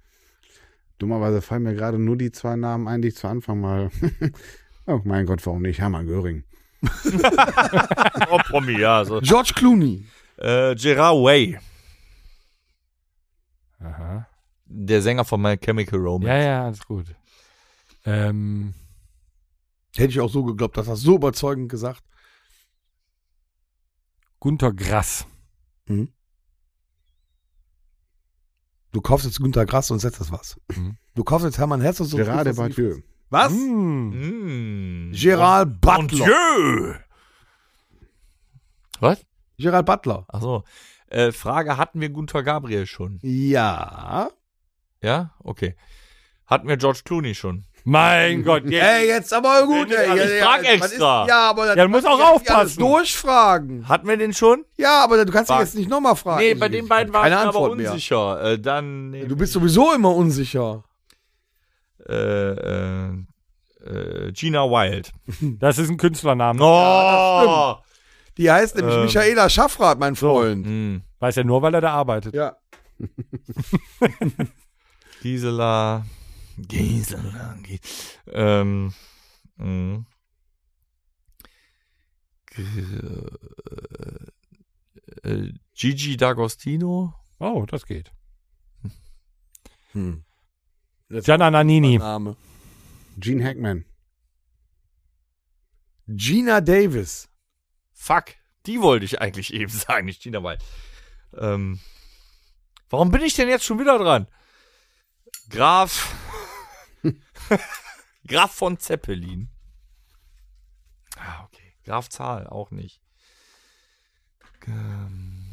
Speaker 3: Dummerweise fallen mir gerade nur die zwei Namen ein, die ich zu Anfang mal. oh mein Gott, warum nicht? Hermann Göring.
Speaker 4: Oh, Promi, ja. So.
Speaker 5: George Clooney.
Speaker 4: äh, Gerard Way,
Speaker 2: Aha.
Speaker 4: der Sänger von My Chemical Romance.
Speaker 2: Ja, ja, alles gut. Ähm,
Speaker 5: Hätte ich auch so geglaubt, dass das so überzeugend gesagt.
Speaker 2: Gunther Grass.
Speaker 5: Du kaufst jetzt Günter Grass und setzt das was.
Speaker 2: Mhm.
Speaker 5: Du kaufst jetzt Hermann Hesse und so.
Speaker 3: Gerard
Speaker 5: setzt das was.
Speaker 3: Depardieu.
Speaker 5: Was?
Speaker 2: Hm.
Speaker 4: Mm.
Speaker 5: Gerald
Speaker 4: Mon
Speaker 5: Butler.
Speaker 4: Dieu! Was?
Speaker 5: Gerald Butler.
Speaker 4: Achso. Äh, Frage, hatten wir Gunther Gabriel schon?
Speaker 5: Ja.
Speaker 4: Ja? Okay. Hatten wir George Clooney schon?
Speaker 2: Mein Gott. Jetzt.
Speaker 5: Ey, jetzt aber gut.
Speaker 4: Nee,
Speaker 5: Ey,
Speaker 4: also ich
Speaker 5: ja,
Speaker 4: frag
Speaker 5: ja, was
Speaker 4: extra.
Speaker 5: Ist, ja, aber das,
Speaker 2: Ja, du musst
Speaker 5: was
Speaker 2: auch
Speaker 5: jetzt nicht
Speaker 2: aufpassen.
Speaker 5: alles Durchfragen.
Speaker 4: Hatten wir den schon?
Speaker 5: Ja, aber du kannst dich
Speaker 4: Frag.
Speaker 5: jetzt nicht nochmal fragen.
Speaker 4: Nee, bei den beiden war ich
Speaker 5: Keine
Speaker 4: mir aber
Speaker 5: Antwort mehr.
Speaker 4: unsicher. Äh, dann. nehm
Speaker 5: Du bist
Speaker 4: ich-
Speaker 5: sowieso immer unsicher.
Speaker 4: äh, äh, äh, Gina Wild.
Speaker 2: Das ist ein Künstlername.
Speaker 4: Oh!
Speaker 5: Die heißt nämlich
Speaker 4: Ähm.
Speaker 5: Michaela Schaffrath, mein Freund.
Speaker 4: Hm.
Speaker 2: Weiß er nur, weil er da arbeitet.
Speaker 5: Ja.
Speaker 4: Gisela. Gisela. Gi- Ähm. hm. G- äh, Gigi D'Agostino.
Speaker 2: Oh, das geht.
Speaker 5: Hm.
Speaker 2: Gianna Nannini.
Speaker 5: Name.
Speaker 3: Gene Hackman.
Speaker 5: Gina Davis.
Speaker 4: Fuck, die wollte ich eigentlich eben sagen, nicht Gina Wild. Ähm. Warum bin ich denn jetzt schon wieder dran? Graf. Graf von Zeppelin. Ah, okay. Graf Zahl auch nicht. Ähm,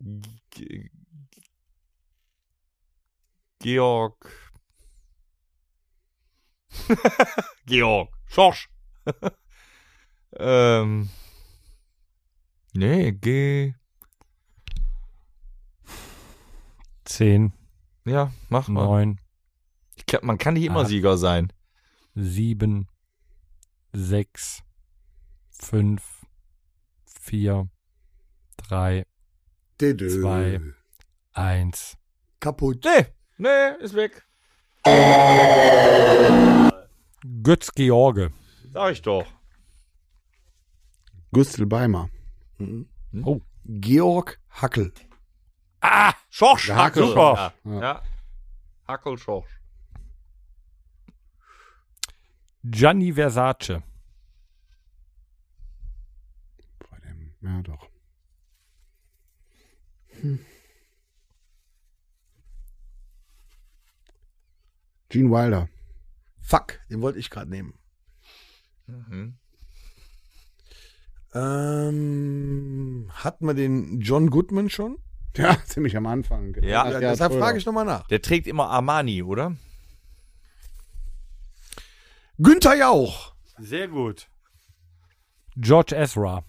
Speaker 4: G- G- Georg. Georg. Schorsch. ähm. Nee, G.
Speaker 2: Zehn,
Speaker 4: Ja, mach mal.
Speaker 2: neun,
Speaker 4: Ich glaub, man kann nicht immer
Speaker 2: Ah.
Speaker 4: Sieger sein.
Speaker 2: sieben, sechs, fünf, vier, drei,
Speaker 5: Dö-dö.
Speaker 2: Zwei. eins.
Speaker 5: Kaputt.
Speaker 4: Nee, nee, ist weg.
Speaker 2: Götz George.
Speaker 4: Sag ich doch.
Speaker 3: Gustl Beimer.
Speaker 5: Georg Hackel.
Speaker 4: Ah, Schorsch.
Speaker 3: Der Hackel.
Speaker 4: Schorsch. Ja.
Speaker 3: Ja.
Speaker 4: ja. Hackel Schorsch.
Speaker 2: Gianni Versace.
Speaker 3: Bei dem, ja, doch. Hm. Gene Wilder.
Speaker 5: Fuck, den wollte ich gerade nehmen.
Speaker 4: Mhm.
Speaker 5: Ähm, hat man den John Goodman schon?
Speaker 3: Ja, ziemlich am Anfang.
Speaker 4: Ja.
Speaker 5: Ja,
Speaker 3: Gerhard
Speaker 5: deshalb
Speaker 3: Schröder.
Speaker 5: frage ich nochmal nach.
Speaker 4: Der trägt immer Armani, oder?
Speaker 5: Günther Jauch.
Speaker 4: Sehr gut.
Speaker 2: George Ezra.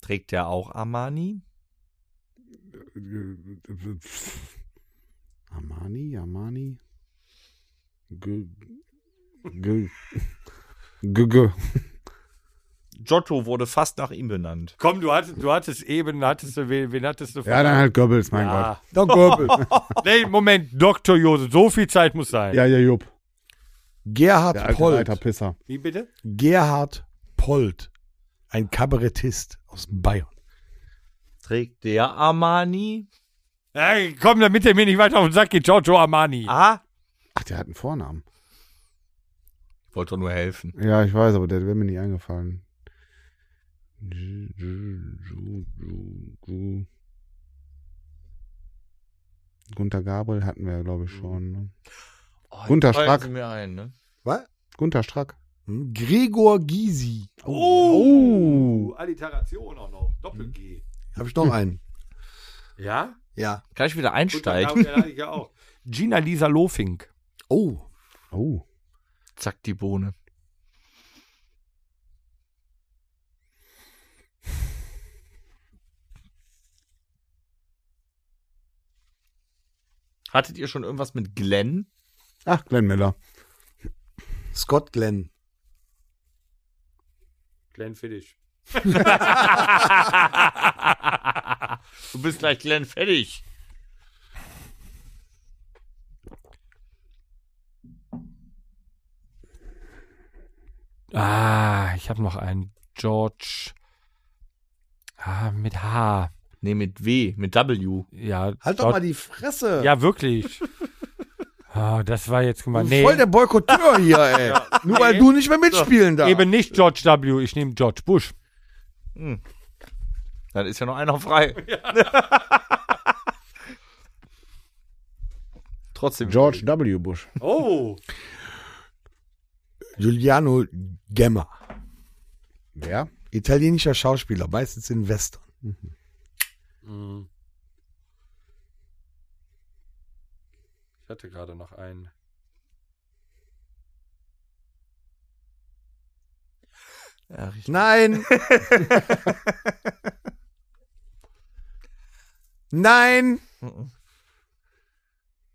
Speaker 4: Trägt der auch Armani?
Speaker 3: Armani, Armani. G. G. G. G.
Speaker 4: Giotto wurde fast nach ihm benannt.
Speaker 2: Komm, du hattest, du hattest eben, hattest du, wen, wen hattest du?
Speaker 3: Ja, dann halt Goebbels, mein Gott.
Speaker 5: Don Goebbels.
Speaker 2: Nee, Moment, Dr. Josef, so viel Zeit muss sein.
Speaker 3: Ja, ja, Jupp.
Speaker 5: Gerhard
Speaker 3: Der alte
Speaker 5: Polt.
Speaker 3: alter Pisser.
Speaker 2: Wie bitte?
Speaker 5: Gerhard Polt. Ein Kabarettist aus Bayern.
Speaker 4: Trägt der Armani?
Speaker 2: Ey, komm, damit er mir nicht weiter auf den Sack geht, Giorgio Armani.
Speaker 4: Ah,
Speaker 3: Ach, der hat einen Vornamen.
Speaker 4: ich wollte doch nur helfen.
Speaker 3: Ja, ich weiß, aber der wäre mir nicht eingefallen. G- G- G- G- G- Gunter Gabriel hatten wir ja, glaube
Speaker 5: Mhm.
Speaker 3: ich, schon. Ne?
Speaker 4: Oh,
Speaker 3: Gunter
Speaker 4: fallen
Speaker 3: Strack.
Speaker 4: Sie mir ein, ne?
Speaker 5: Was?
Speaker 3: Gunter Strack.
Speaker 5: Hm? Gregor Gysi.
Speaker 2: Oh, Alliteration auch noch. Doppel-G.
Speaker 5: Habe ich noch einen?
Speaker 2: Ja?
Speaker 5: Ja.
Speaker 4: Kann ich wieder einsteigen?
Speaker 2: auch. Gina Lisa Lofink.
Speaker 5: Oh.
Speaker 3: Oh.
Speaker 4: Zack, die Bohne. Hattet ihr schon irgendwas mit Glenn?
Speaker 3: Ach, Glenn Miller.
Speaker 5: Scott Glenn.
Speaker 2: Glenn Fiddish.
Speaker 4: Du bist gleich Glenn fertig.
Speaker 2: Ah, ich habe noch einen. George. Ah, mit H.
Speaker 4: Nee, mit W, mit W.
Speaker 2: Ja.
Speaker 5: Halt doch
Speaker 2: George-
Speaker 5: mal die Fresse.
Speaker 2: Ja, wirklich. Ah, das war jetzt, guck mal.
Speaker 5: Du
Speaker 2: Nee,
Speaker 5: Voll der Boykotteur hier, ey. Nur weil du nicht mehr mitspielen darfst.
Speaker 2: eben nicht George W., ich nehme George Bush.
Speaker 4: Dann ist ja noch einer frei. Trotzdem.
Speaker 3: George W. Bush.
Speaker 2: Oh.
Speaker 5: Giuliano Gemma.
Speaker 3: Wer?
Speaker 5: Italienischer Schauspieler, meistens Mhm. in Western.
Speaker 2: Mhm. Ich hatte gerade noch einen.
Speaker 4: Ja, richtig.
Speaker 5: Nein. Nein.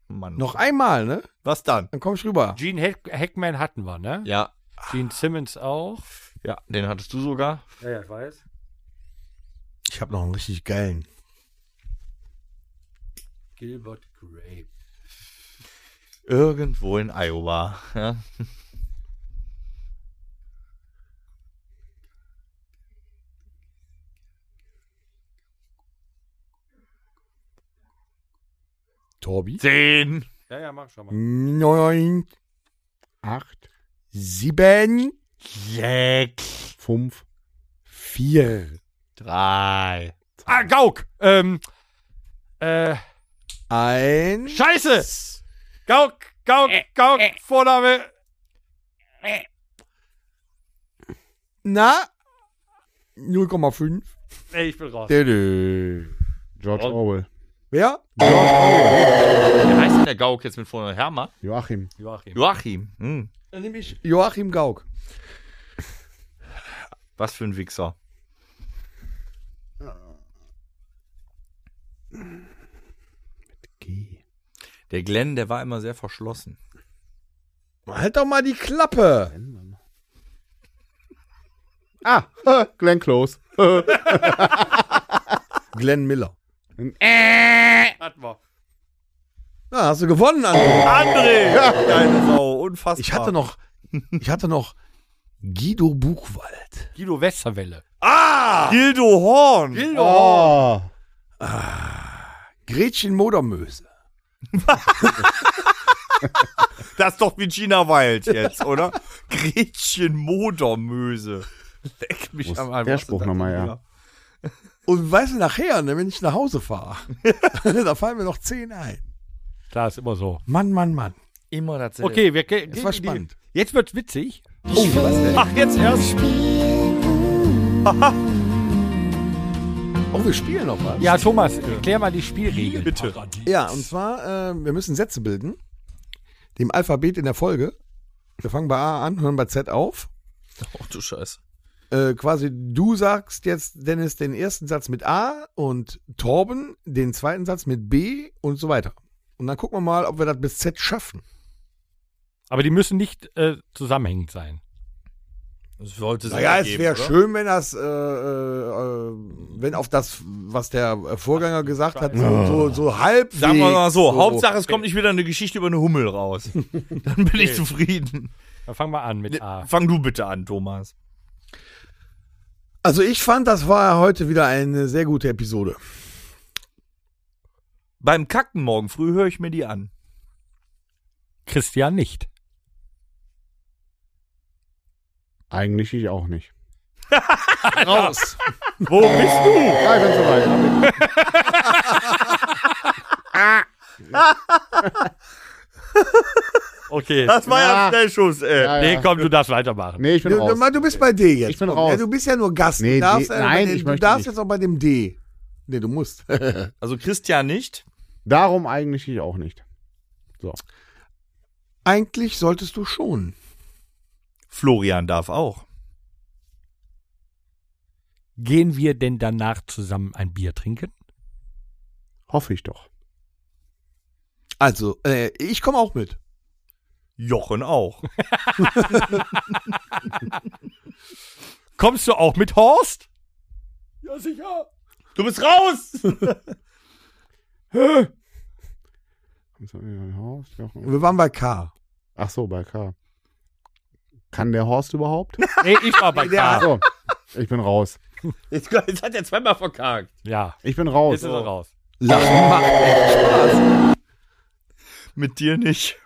Speaker 4: Mann.
Speaker 5: Noch einmal, ne?
Speaker 4: was dann?
Speaker 5: Dann komm ich rüber.
Speaker 2: Gene Hack Hackman hatten wir, ne?
Speaker 4: Ja,
Speaker 2: Gene Simmons auch.
Speaker 4: ja, den hattest du sogar.
Speaker 2: Ja, ja, ich weiß.
Speaker 5: Ich habe noch einen richtig geilen.
Speaker 2: Gilbert Grape.
Speaker 4: Irgendwo in Iowa. Ja.
Speaker 5: Torbi.
Speaker 4: Zehn.
Speaker 2: Ja, ja, mach schon mal.
Speaker 5: Neun.
Speaker 3: Acht.
Speaker 5: Sieben.
Speaker 4: Sechs.
Speaker 3: Fünf.
Speaker 5: Vier.
Speaker 4: Drei.
Speaker 2: Ah, Gauk! Ähm. Äh.
Speaker 5: Ein.
Speaker 2: Scheiße! Gauk, Gauk, Gauk, Vorname.
Speaker 5: Na? 0,5.
Speaker 2: Ey, ich bin raus.
Speaker 5: Dö, dö.
Speaker 3: George
Speaker 4: Oh.
Speaker 3: Orwell.
Speaker 5: Wer?
Speaker 4: Wie heißt denn der Gauk jetzt mit vorne? Hermann?
Speaker 3: Joachim.
Speaker 2: Joachim.
Speaker 4: Joachim. Hm.
Speaker 5: Dann nehme ich Joachim Gauck.
Speaker 4: Was für ein Wichser.
Speaker 3: G.
Speaker 4: Der Glenn, der war immer sehr verschlossen.
Speaker 5: Halt doch mal die Klappe.
Speaker 3: Ah, Glenn Close.
Speaker 5: Glenn Miller.
Speaker 2: Hatten wir.
Speaker 5: Na, hast du gewonnen, André.
Speaker 4: André! Deine Sau, unfassbar.
Speaker 5: Ich hatte noch, ich hatte noch Guido Buchwald.
Speaker 2: Guido Westerwelle.
Speaker 4: Ah. Gildo Horn.
Speaker 3: Oh.
Speaker 5: Gretchen Modermöse.
Speaker 4: Das ist doch Virginia Wild jetzt, oder? Gretchen Modermöse. Leck mich
Speaker 3: Muss
Speaker 4: am
Speaker 3: der
Speaker 4: Arsch. Was ist
Speaker 3: Spruch
Speaker 4: das
Speaker 3: nochmal,
Speaker 4: denn
Speaker 3: ja.
Speaker 4: wieder?
Speaker 5: Und weißt du, nachher, ne, wenn ich nach Hause fahre, da fallen mir noch zehn ein.
Speaker 2: Klar, ist immer so.
Speaker 5: Mann, Mann, Mann.
Speaker 4: Immer dasselbe.
Speaker 2: Okay, wir ge-
Speaker 5: Es war
Speaker 2: die-
Speaker 5: spannend.
Speaker 2: Jetzt wird's witzig.
Speaker 4: Ach, jetzt erst.
Speaker 5: Oh, wir spielen noch was.
Speaker 2: Ja, Thomas, erklär mal die Spielregeln.
Speaker 4: Bitte.
Speaker 5: Ja, und zwar, äh, wir müssen Sätze bilden. Dem Alphabet in der Folge. Wir fangen bei A an, hören bei Z auf. Oh,
Speaker 4: Ach du Scheiße.
Speaker 5: Äh, quasi, du sagst jetzt, Dennis, den ersten Satz mit A und Torben den zweiten Satz mit B und so weiter. Und dann gucken wir mal, ob wir das bis Z schaffen.
Speaker 2: Aber die müssen nicht äh, zusammenhängend sein.
Speaker 4: Das sollte es
Speaker 5: Naja,
Speaker 4: ja
Speaker 5: es
Speaker 4: geben,
Speaker 5: wäre
Speaker 4: oder?
Speaker 5: schön, wenn das, äh, äh, äh, wenn auf das, was der Vorgänger gesagt hat, so, so, so halb.
Speaker 4: Sagen wir mal so, Hauptsache es kommt nicht wieder eine Geschichte über eine Hummel raus. Dann bin ich zufrieden.
Speaker 2: Dann fangen wir an mit A.
Speaker 4: Fang du bitte an, Thomas.
Speaker 5: Also ich fand, das war heute wieder eine sehr gute Episode.
Speaker 4: Beim Kacken morgen früh höre ich mir die an.
Speaker 2: Christian nicht.
Speaker 3: Eigentlich ich auch nicht.
Speaker 5: Raus.
Speaker 4: Wo bist du?
Speaker 3: Ja, Ah, ich bin soweit.
Speaker 2: Okay.
Speaker 4: Das war ja,
Speaker 3: Ja.
Speaker 4: ein Schnellschuss, ey.
Speaker 3: Ja,
Speaker 2: Nee,
Speaker 3: ja.
Speaker 2: komm, du darfst weitermachen.
Speaker 3: Nee, ich bin
Speaker 5: Du, du,
Speaker 3: raus.
Speaker 5: du bist bei D jetzt.
Speaker 3: Ich bin
Speaker 5: Komm,
Speaker 3: raus.
Speaker 5: Ja, du bist ja nur Gast.
Speaker 3: Nee,
Speaker 5: du darfst,
Speaker 3: D-
Speaker 5: äh,
Speaker 3: nein,
Speaker 5: bei den,
Speaker 3: ich möchte
Speaker 5: Du darfst
Speaker 3: nicht.
Speaker 5: jetzt auch bei dem D. Nee, du musst.
Speaker 4: Also Christian nicht.
Speaker 3: Darum eigentlich ich auch nicht.
Speaker 5: Eigentlich solltest du schon.
Speaker 4: Florian darf auch.
Speaker 2: Gehen wir denn danach zusammen ein Bier trinken?
Speaker 3: Hoffe ich doch.
Speaker 5: Also, äh, ich komme auch mit.
Speaker 4: Jochen auch.
Speaker 2: Kommst du auch mit Horst? Ja, sicher.
Speaker 4: Du bist raus!
Speaker 5: Wir waren bei K.
Speaker 3: Ach so, bei K. Kann der Horst überhaupt?
Speaker 2: Nee, ich war bei
Speaker 3: Ach
Speaker 2: K.
Speaker 3: so, ich bin raus.
Speaker 4: Jetzt, hat er zweimal verkackt. Oh,
Speaker 2: Ja,
Speaker 3: Ich bin
Speaker 2: jetzt
Speaker 3: raus.
Speaker 2: ist er raus.
Speaker 5: Lachen macht echt Spaß.
Speaker 4: Mit dir nicht.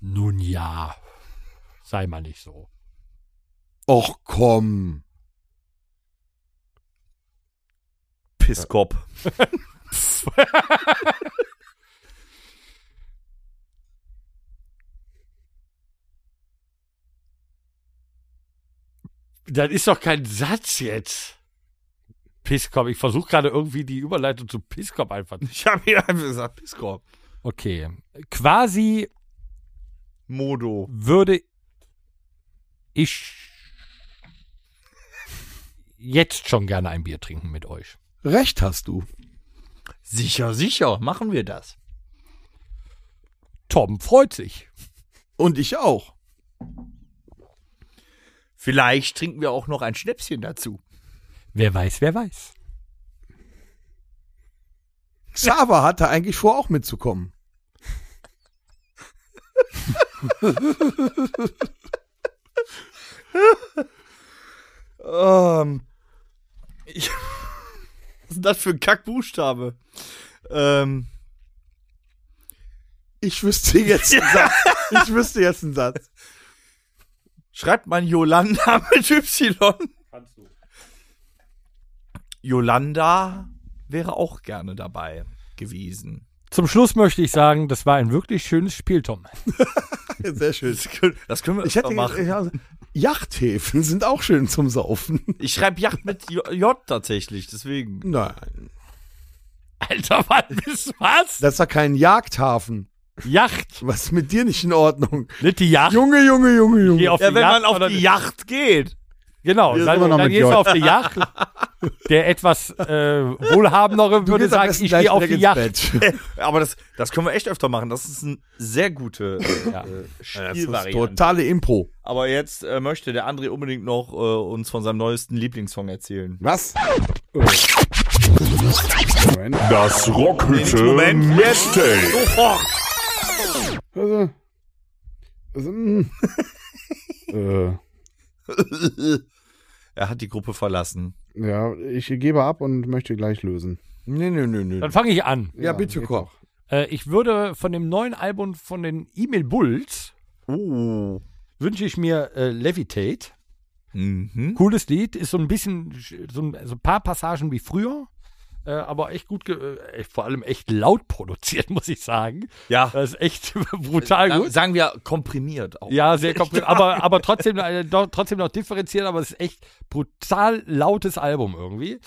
Speaker 2: Nun ja. Sei mal nicht so.
Speaker 5: Och komm.
Speaker 4: Pisskopf.
Speaker 2: Das ist doch kein Satz jetzt. Pisskopf, ich versuche gerade irgendwie die Überleitung zu Pisskopf einfach.
Speaker 4: Ich habe hier einfach gesagt, Pisskopf.
Speaker 2: Okay. Quasi
Speaker 4: Modo.
Speaker 2: würde ich jetzt schon gerne ein Bier trinken mit euch.
Speaker 5: Recht hast du.
Speaker 4: Sicher, sicher. Machen wir das.
Speaker 2: Tom freut sich.
Speaker 5: Und ich auch.
Speaker 4: Vielleicht trinken wir auch noch ein Schnäpschen dazu.
Speaker 2: Wer weiß, wer weiß.
Speaker 5: Xaver hatte eigentlich vor, auch mitzukommen.
Speaker 4: Ähm. Ich, was ist das für ein Kackbuchstabe? Ähm.
Speaker 5: Ich wüsste jetzt einen Satz. Ich wüsste jetzt einen Satz.
Speaker 4: Schreibt man Yolanda mit Y? Yolanda wäre auch gerne dabei gewesen.
Speaker 2: Zum Schluss möchte ich sagen, das war ein wirklich schönes Spiel, Tom.
Speaker 5: Sehr schön.
Speaker 4: Das können wir
Speaker 5: Ich hätte
Speaker 4: öfter machen.
Speaker 5: ich, Yachthäfen sind auch schön zum Saufen.
Speaker 4: Ich schreibe Yacht mit J, J tatsächlich, deswegen.
Speaker 5: Nein.
Speaker 4: Alter, was bist was?
Speaker 5: Das war kein Jagdhafen.
Speaker 4: Yacht.
Speaker 5: Was ist mit dir nicht in Ordnung?
Speaker 2: Nicht die Yacht.
Speaker 5: Junge, Junge, Junge, Junge.
Speaker 2: auf
Speaker 4: Ja, wenn man
Speaker 2: oder-
Speaker 4: auf die Yacht geht.
Speaker 2: Genau,
Speaker 3: Hier
Speaker 2: dann,
Speaker 3: sind wir noch
Speaker 2: dann
Speaker 3: mit
Speaker 2: gehst du
Speaker 3: J.
Speaker 2: auf die Yacht. Der etwas äh, wohlhabendere würde
Speaker 5: gehst am
Speaker 2: sagen,
Speaker 5: besten
Speaker 2: ich
Speaker 5: gleich
Speaker 2: gehe auf
Speaker 5: direkt
Speaker 2: die
Speaker 5: ins
Speaker 2: Yacht.
Speaker 5: Bett.
Speaker 4: Aber das, das können wir echt öfter machen. Das ist eine sehr gute äh, äh,
Speaker 5: Das ist
Speaker 4: Spielvariante.
Speaker 5: totale Impro.
Speaker 4: Aber jetzt äh, möchte der André unbedingt noch äh, uns von seinem neuesten Lieblingssong erzählen.
Speaker 3: Was? Moment.
Speaker 1: Das Rockhütte
Speaker 4: Moment.
Speaker 1: Mistake.
Speaker 4: Sofort!
Speaker 3: Also, also, mm. äh,
Speaker 4: er hat die Gruppe verlassen.
Speaker 3: ja, ich gebe ab und möchte gleich lösen.
Speaker 5: Nee, nee, nee, nee.
Speaker 2: Dann fange ich an.
Speaker 5: Ja, bitte,
Speaker 3: geht
Speaker 5: Koch.
Speaker 3: doch.
Speaker 2: Äh, ich würde von dem neuen Album von den Emil Bulls
Speaker 5: Hm,
Speaker 2: wünsche ich mir äh, Levitate.
Speaker 4: Mhm.
Speaker 2: Cooles Lied, ist so ein bisschen, so ein, so ein paar Passagen wie früher, äh, aber echt gut, ge äh, echt- vor allem echt laut produziert, muss ich sagen.
Speaker 4: Ja.
Speaker 2: Das ist echt brutal
Speaker 3: Äh,
Speaker 4: Sa-
Speaker 2: gut.
Speaker 4: Äh, Sagen wir komprimiert auch.
Speaker 2: Ja, sehr kompliziert, aber, aber trotzdem, äh, doch, trotzdem noch differenziert, aber es ist echt brutal lautes Album irgendwie.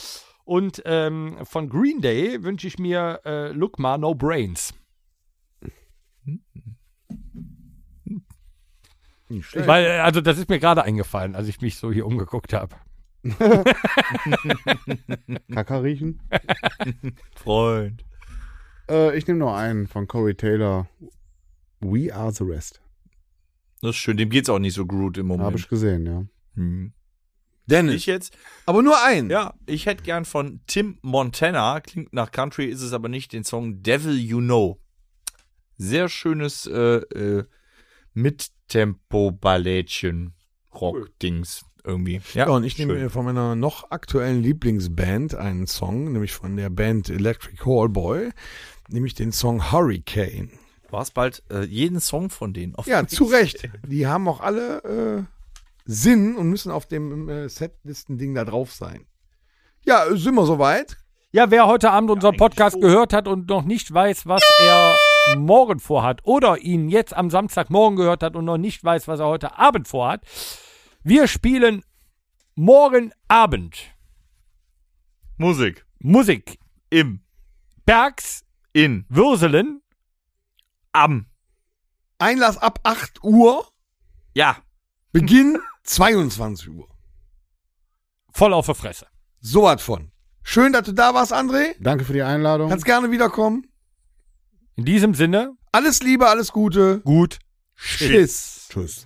Speaker 2: Und ähm, von Green Day wünsche ich mir äh, Look Ma No Brains. Weil, äh, also das ist mir gerade eingefallen, als ich mich so hier umgeguckt habe.
Speaker 3: Kacker riechen.
Speaker 4: Freund.
Speaker 3: Äh, ich nehme nur einen von Corey Taylor. We are the rest.
Speaker 4: Das ist schön. Dem geht's auch nicht so gut im Moment.
Speaker 3: Habe ich gesehen, ja.
Speaker 4: Hm.
Speaker 5: Dennis.
Speaker 4: Ich jetzt?
Speaker 5: Aber nur ein.
Speaker 4: Ja, ich hätte gern von Tim Montana, klingt nach Country, ist es aber nicht, den Song Devil You Know. Sehr schönes äh, äh, Mittempo-Ballettchen, Rock-Dings irgendwie.
Speaker 5: Ja, und ich nehme
Speaker 4: schön.
Speaker 5: mir von meiner noch aktuellen Lieblingsband einen Song, nämlich von der Band Electric Hallboy, nämlich den Song Hurricane.
Speaker 4: Du hast bald äh, jeden Song von denen auf
Speaker 5: Ja, zu Recht. Die haben auch alle äh, Sinn und müssen auf dem äh, Setlisten-Ding da drauf sein. Ja, äh, sind wir soweit?
Speaker 2: Ja, wer heute Abend unseren Podcast gehört hat und noch nicht weiß, was er morgen vorhat oder ihn jetzt am Samstagmorgen gehört hat und noch nicht weiß, was er heute Abend vorhat, wir spielen morgen Abend
Speaker 4: Musik.
Speaker 2: Musik
Speaker 4: Im,
Speaker 2: Bergs
Speaker 4: in,
Speaker 2: Würselen
Speaker 4: am.
Speaker 5: Einlass ab 8 Uhr,
Speaker 4: Ja,
Speaker 5: Beginn 22 Uhr.
Speaker 2: voll auf der Fresse.
Speaker 5: So was von. Schön, dass du da warst, André.
Speaker 3: Danke für die Einladung.
Speaker 5: Kannst gerne wiederkommen.
Speaker 2: In diesem Sinne,
Speaker 5: Alles Liebe, alles Gute.
Speaker 2: gut.
Speaker 5: Tschüss.
Speaker 3: Tschüss.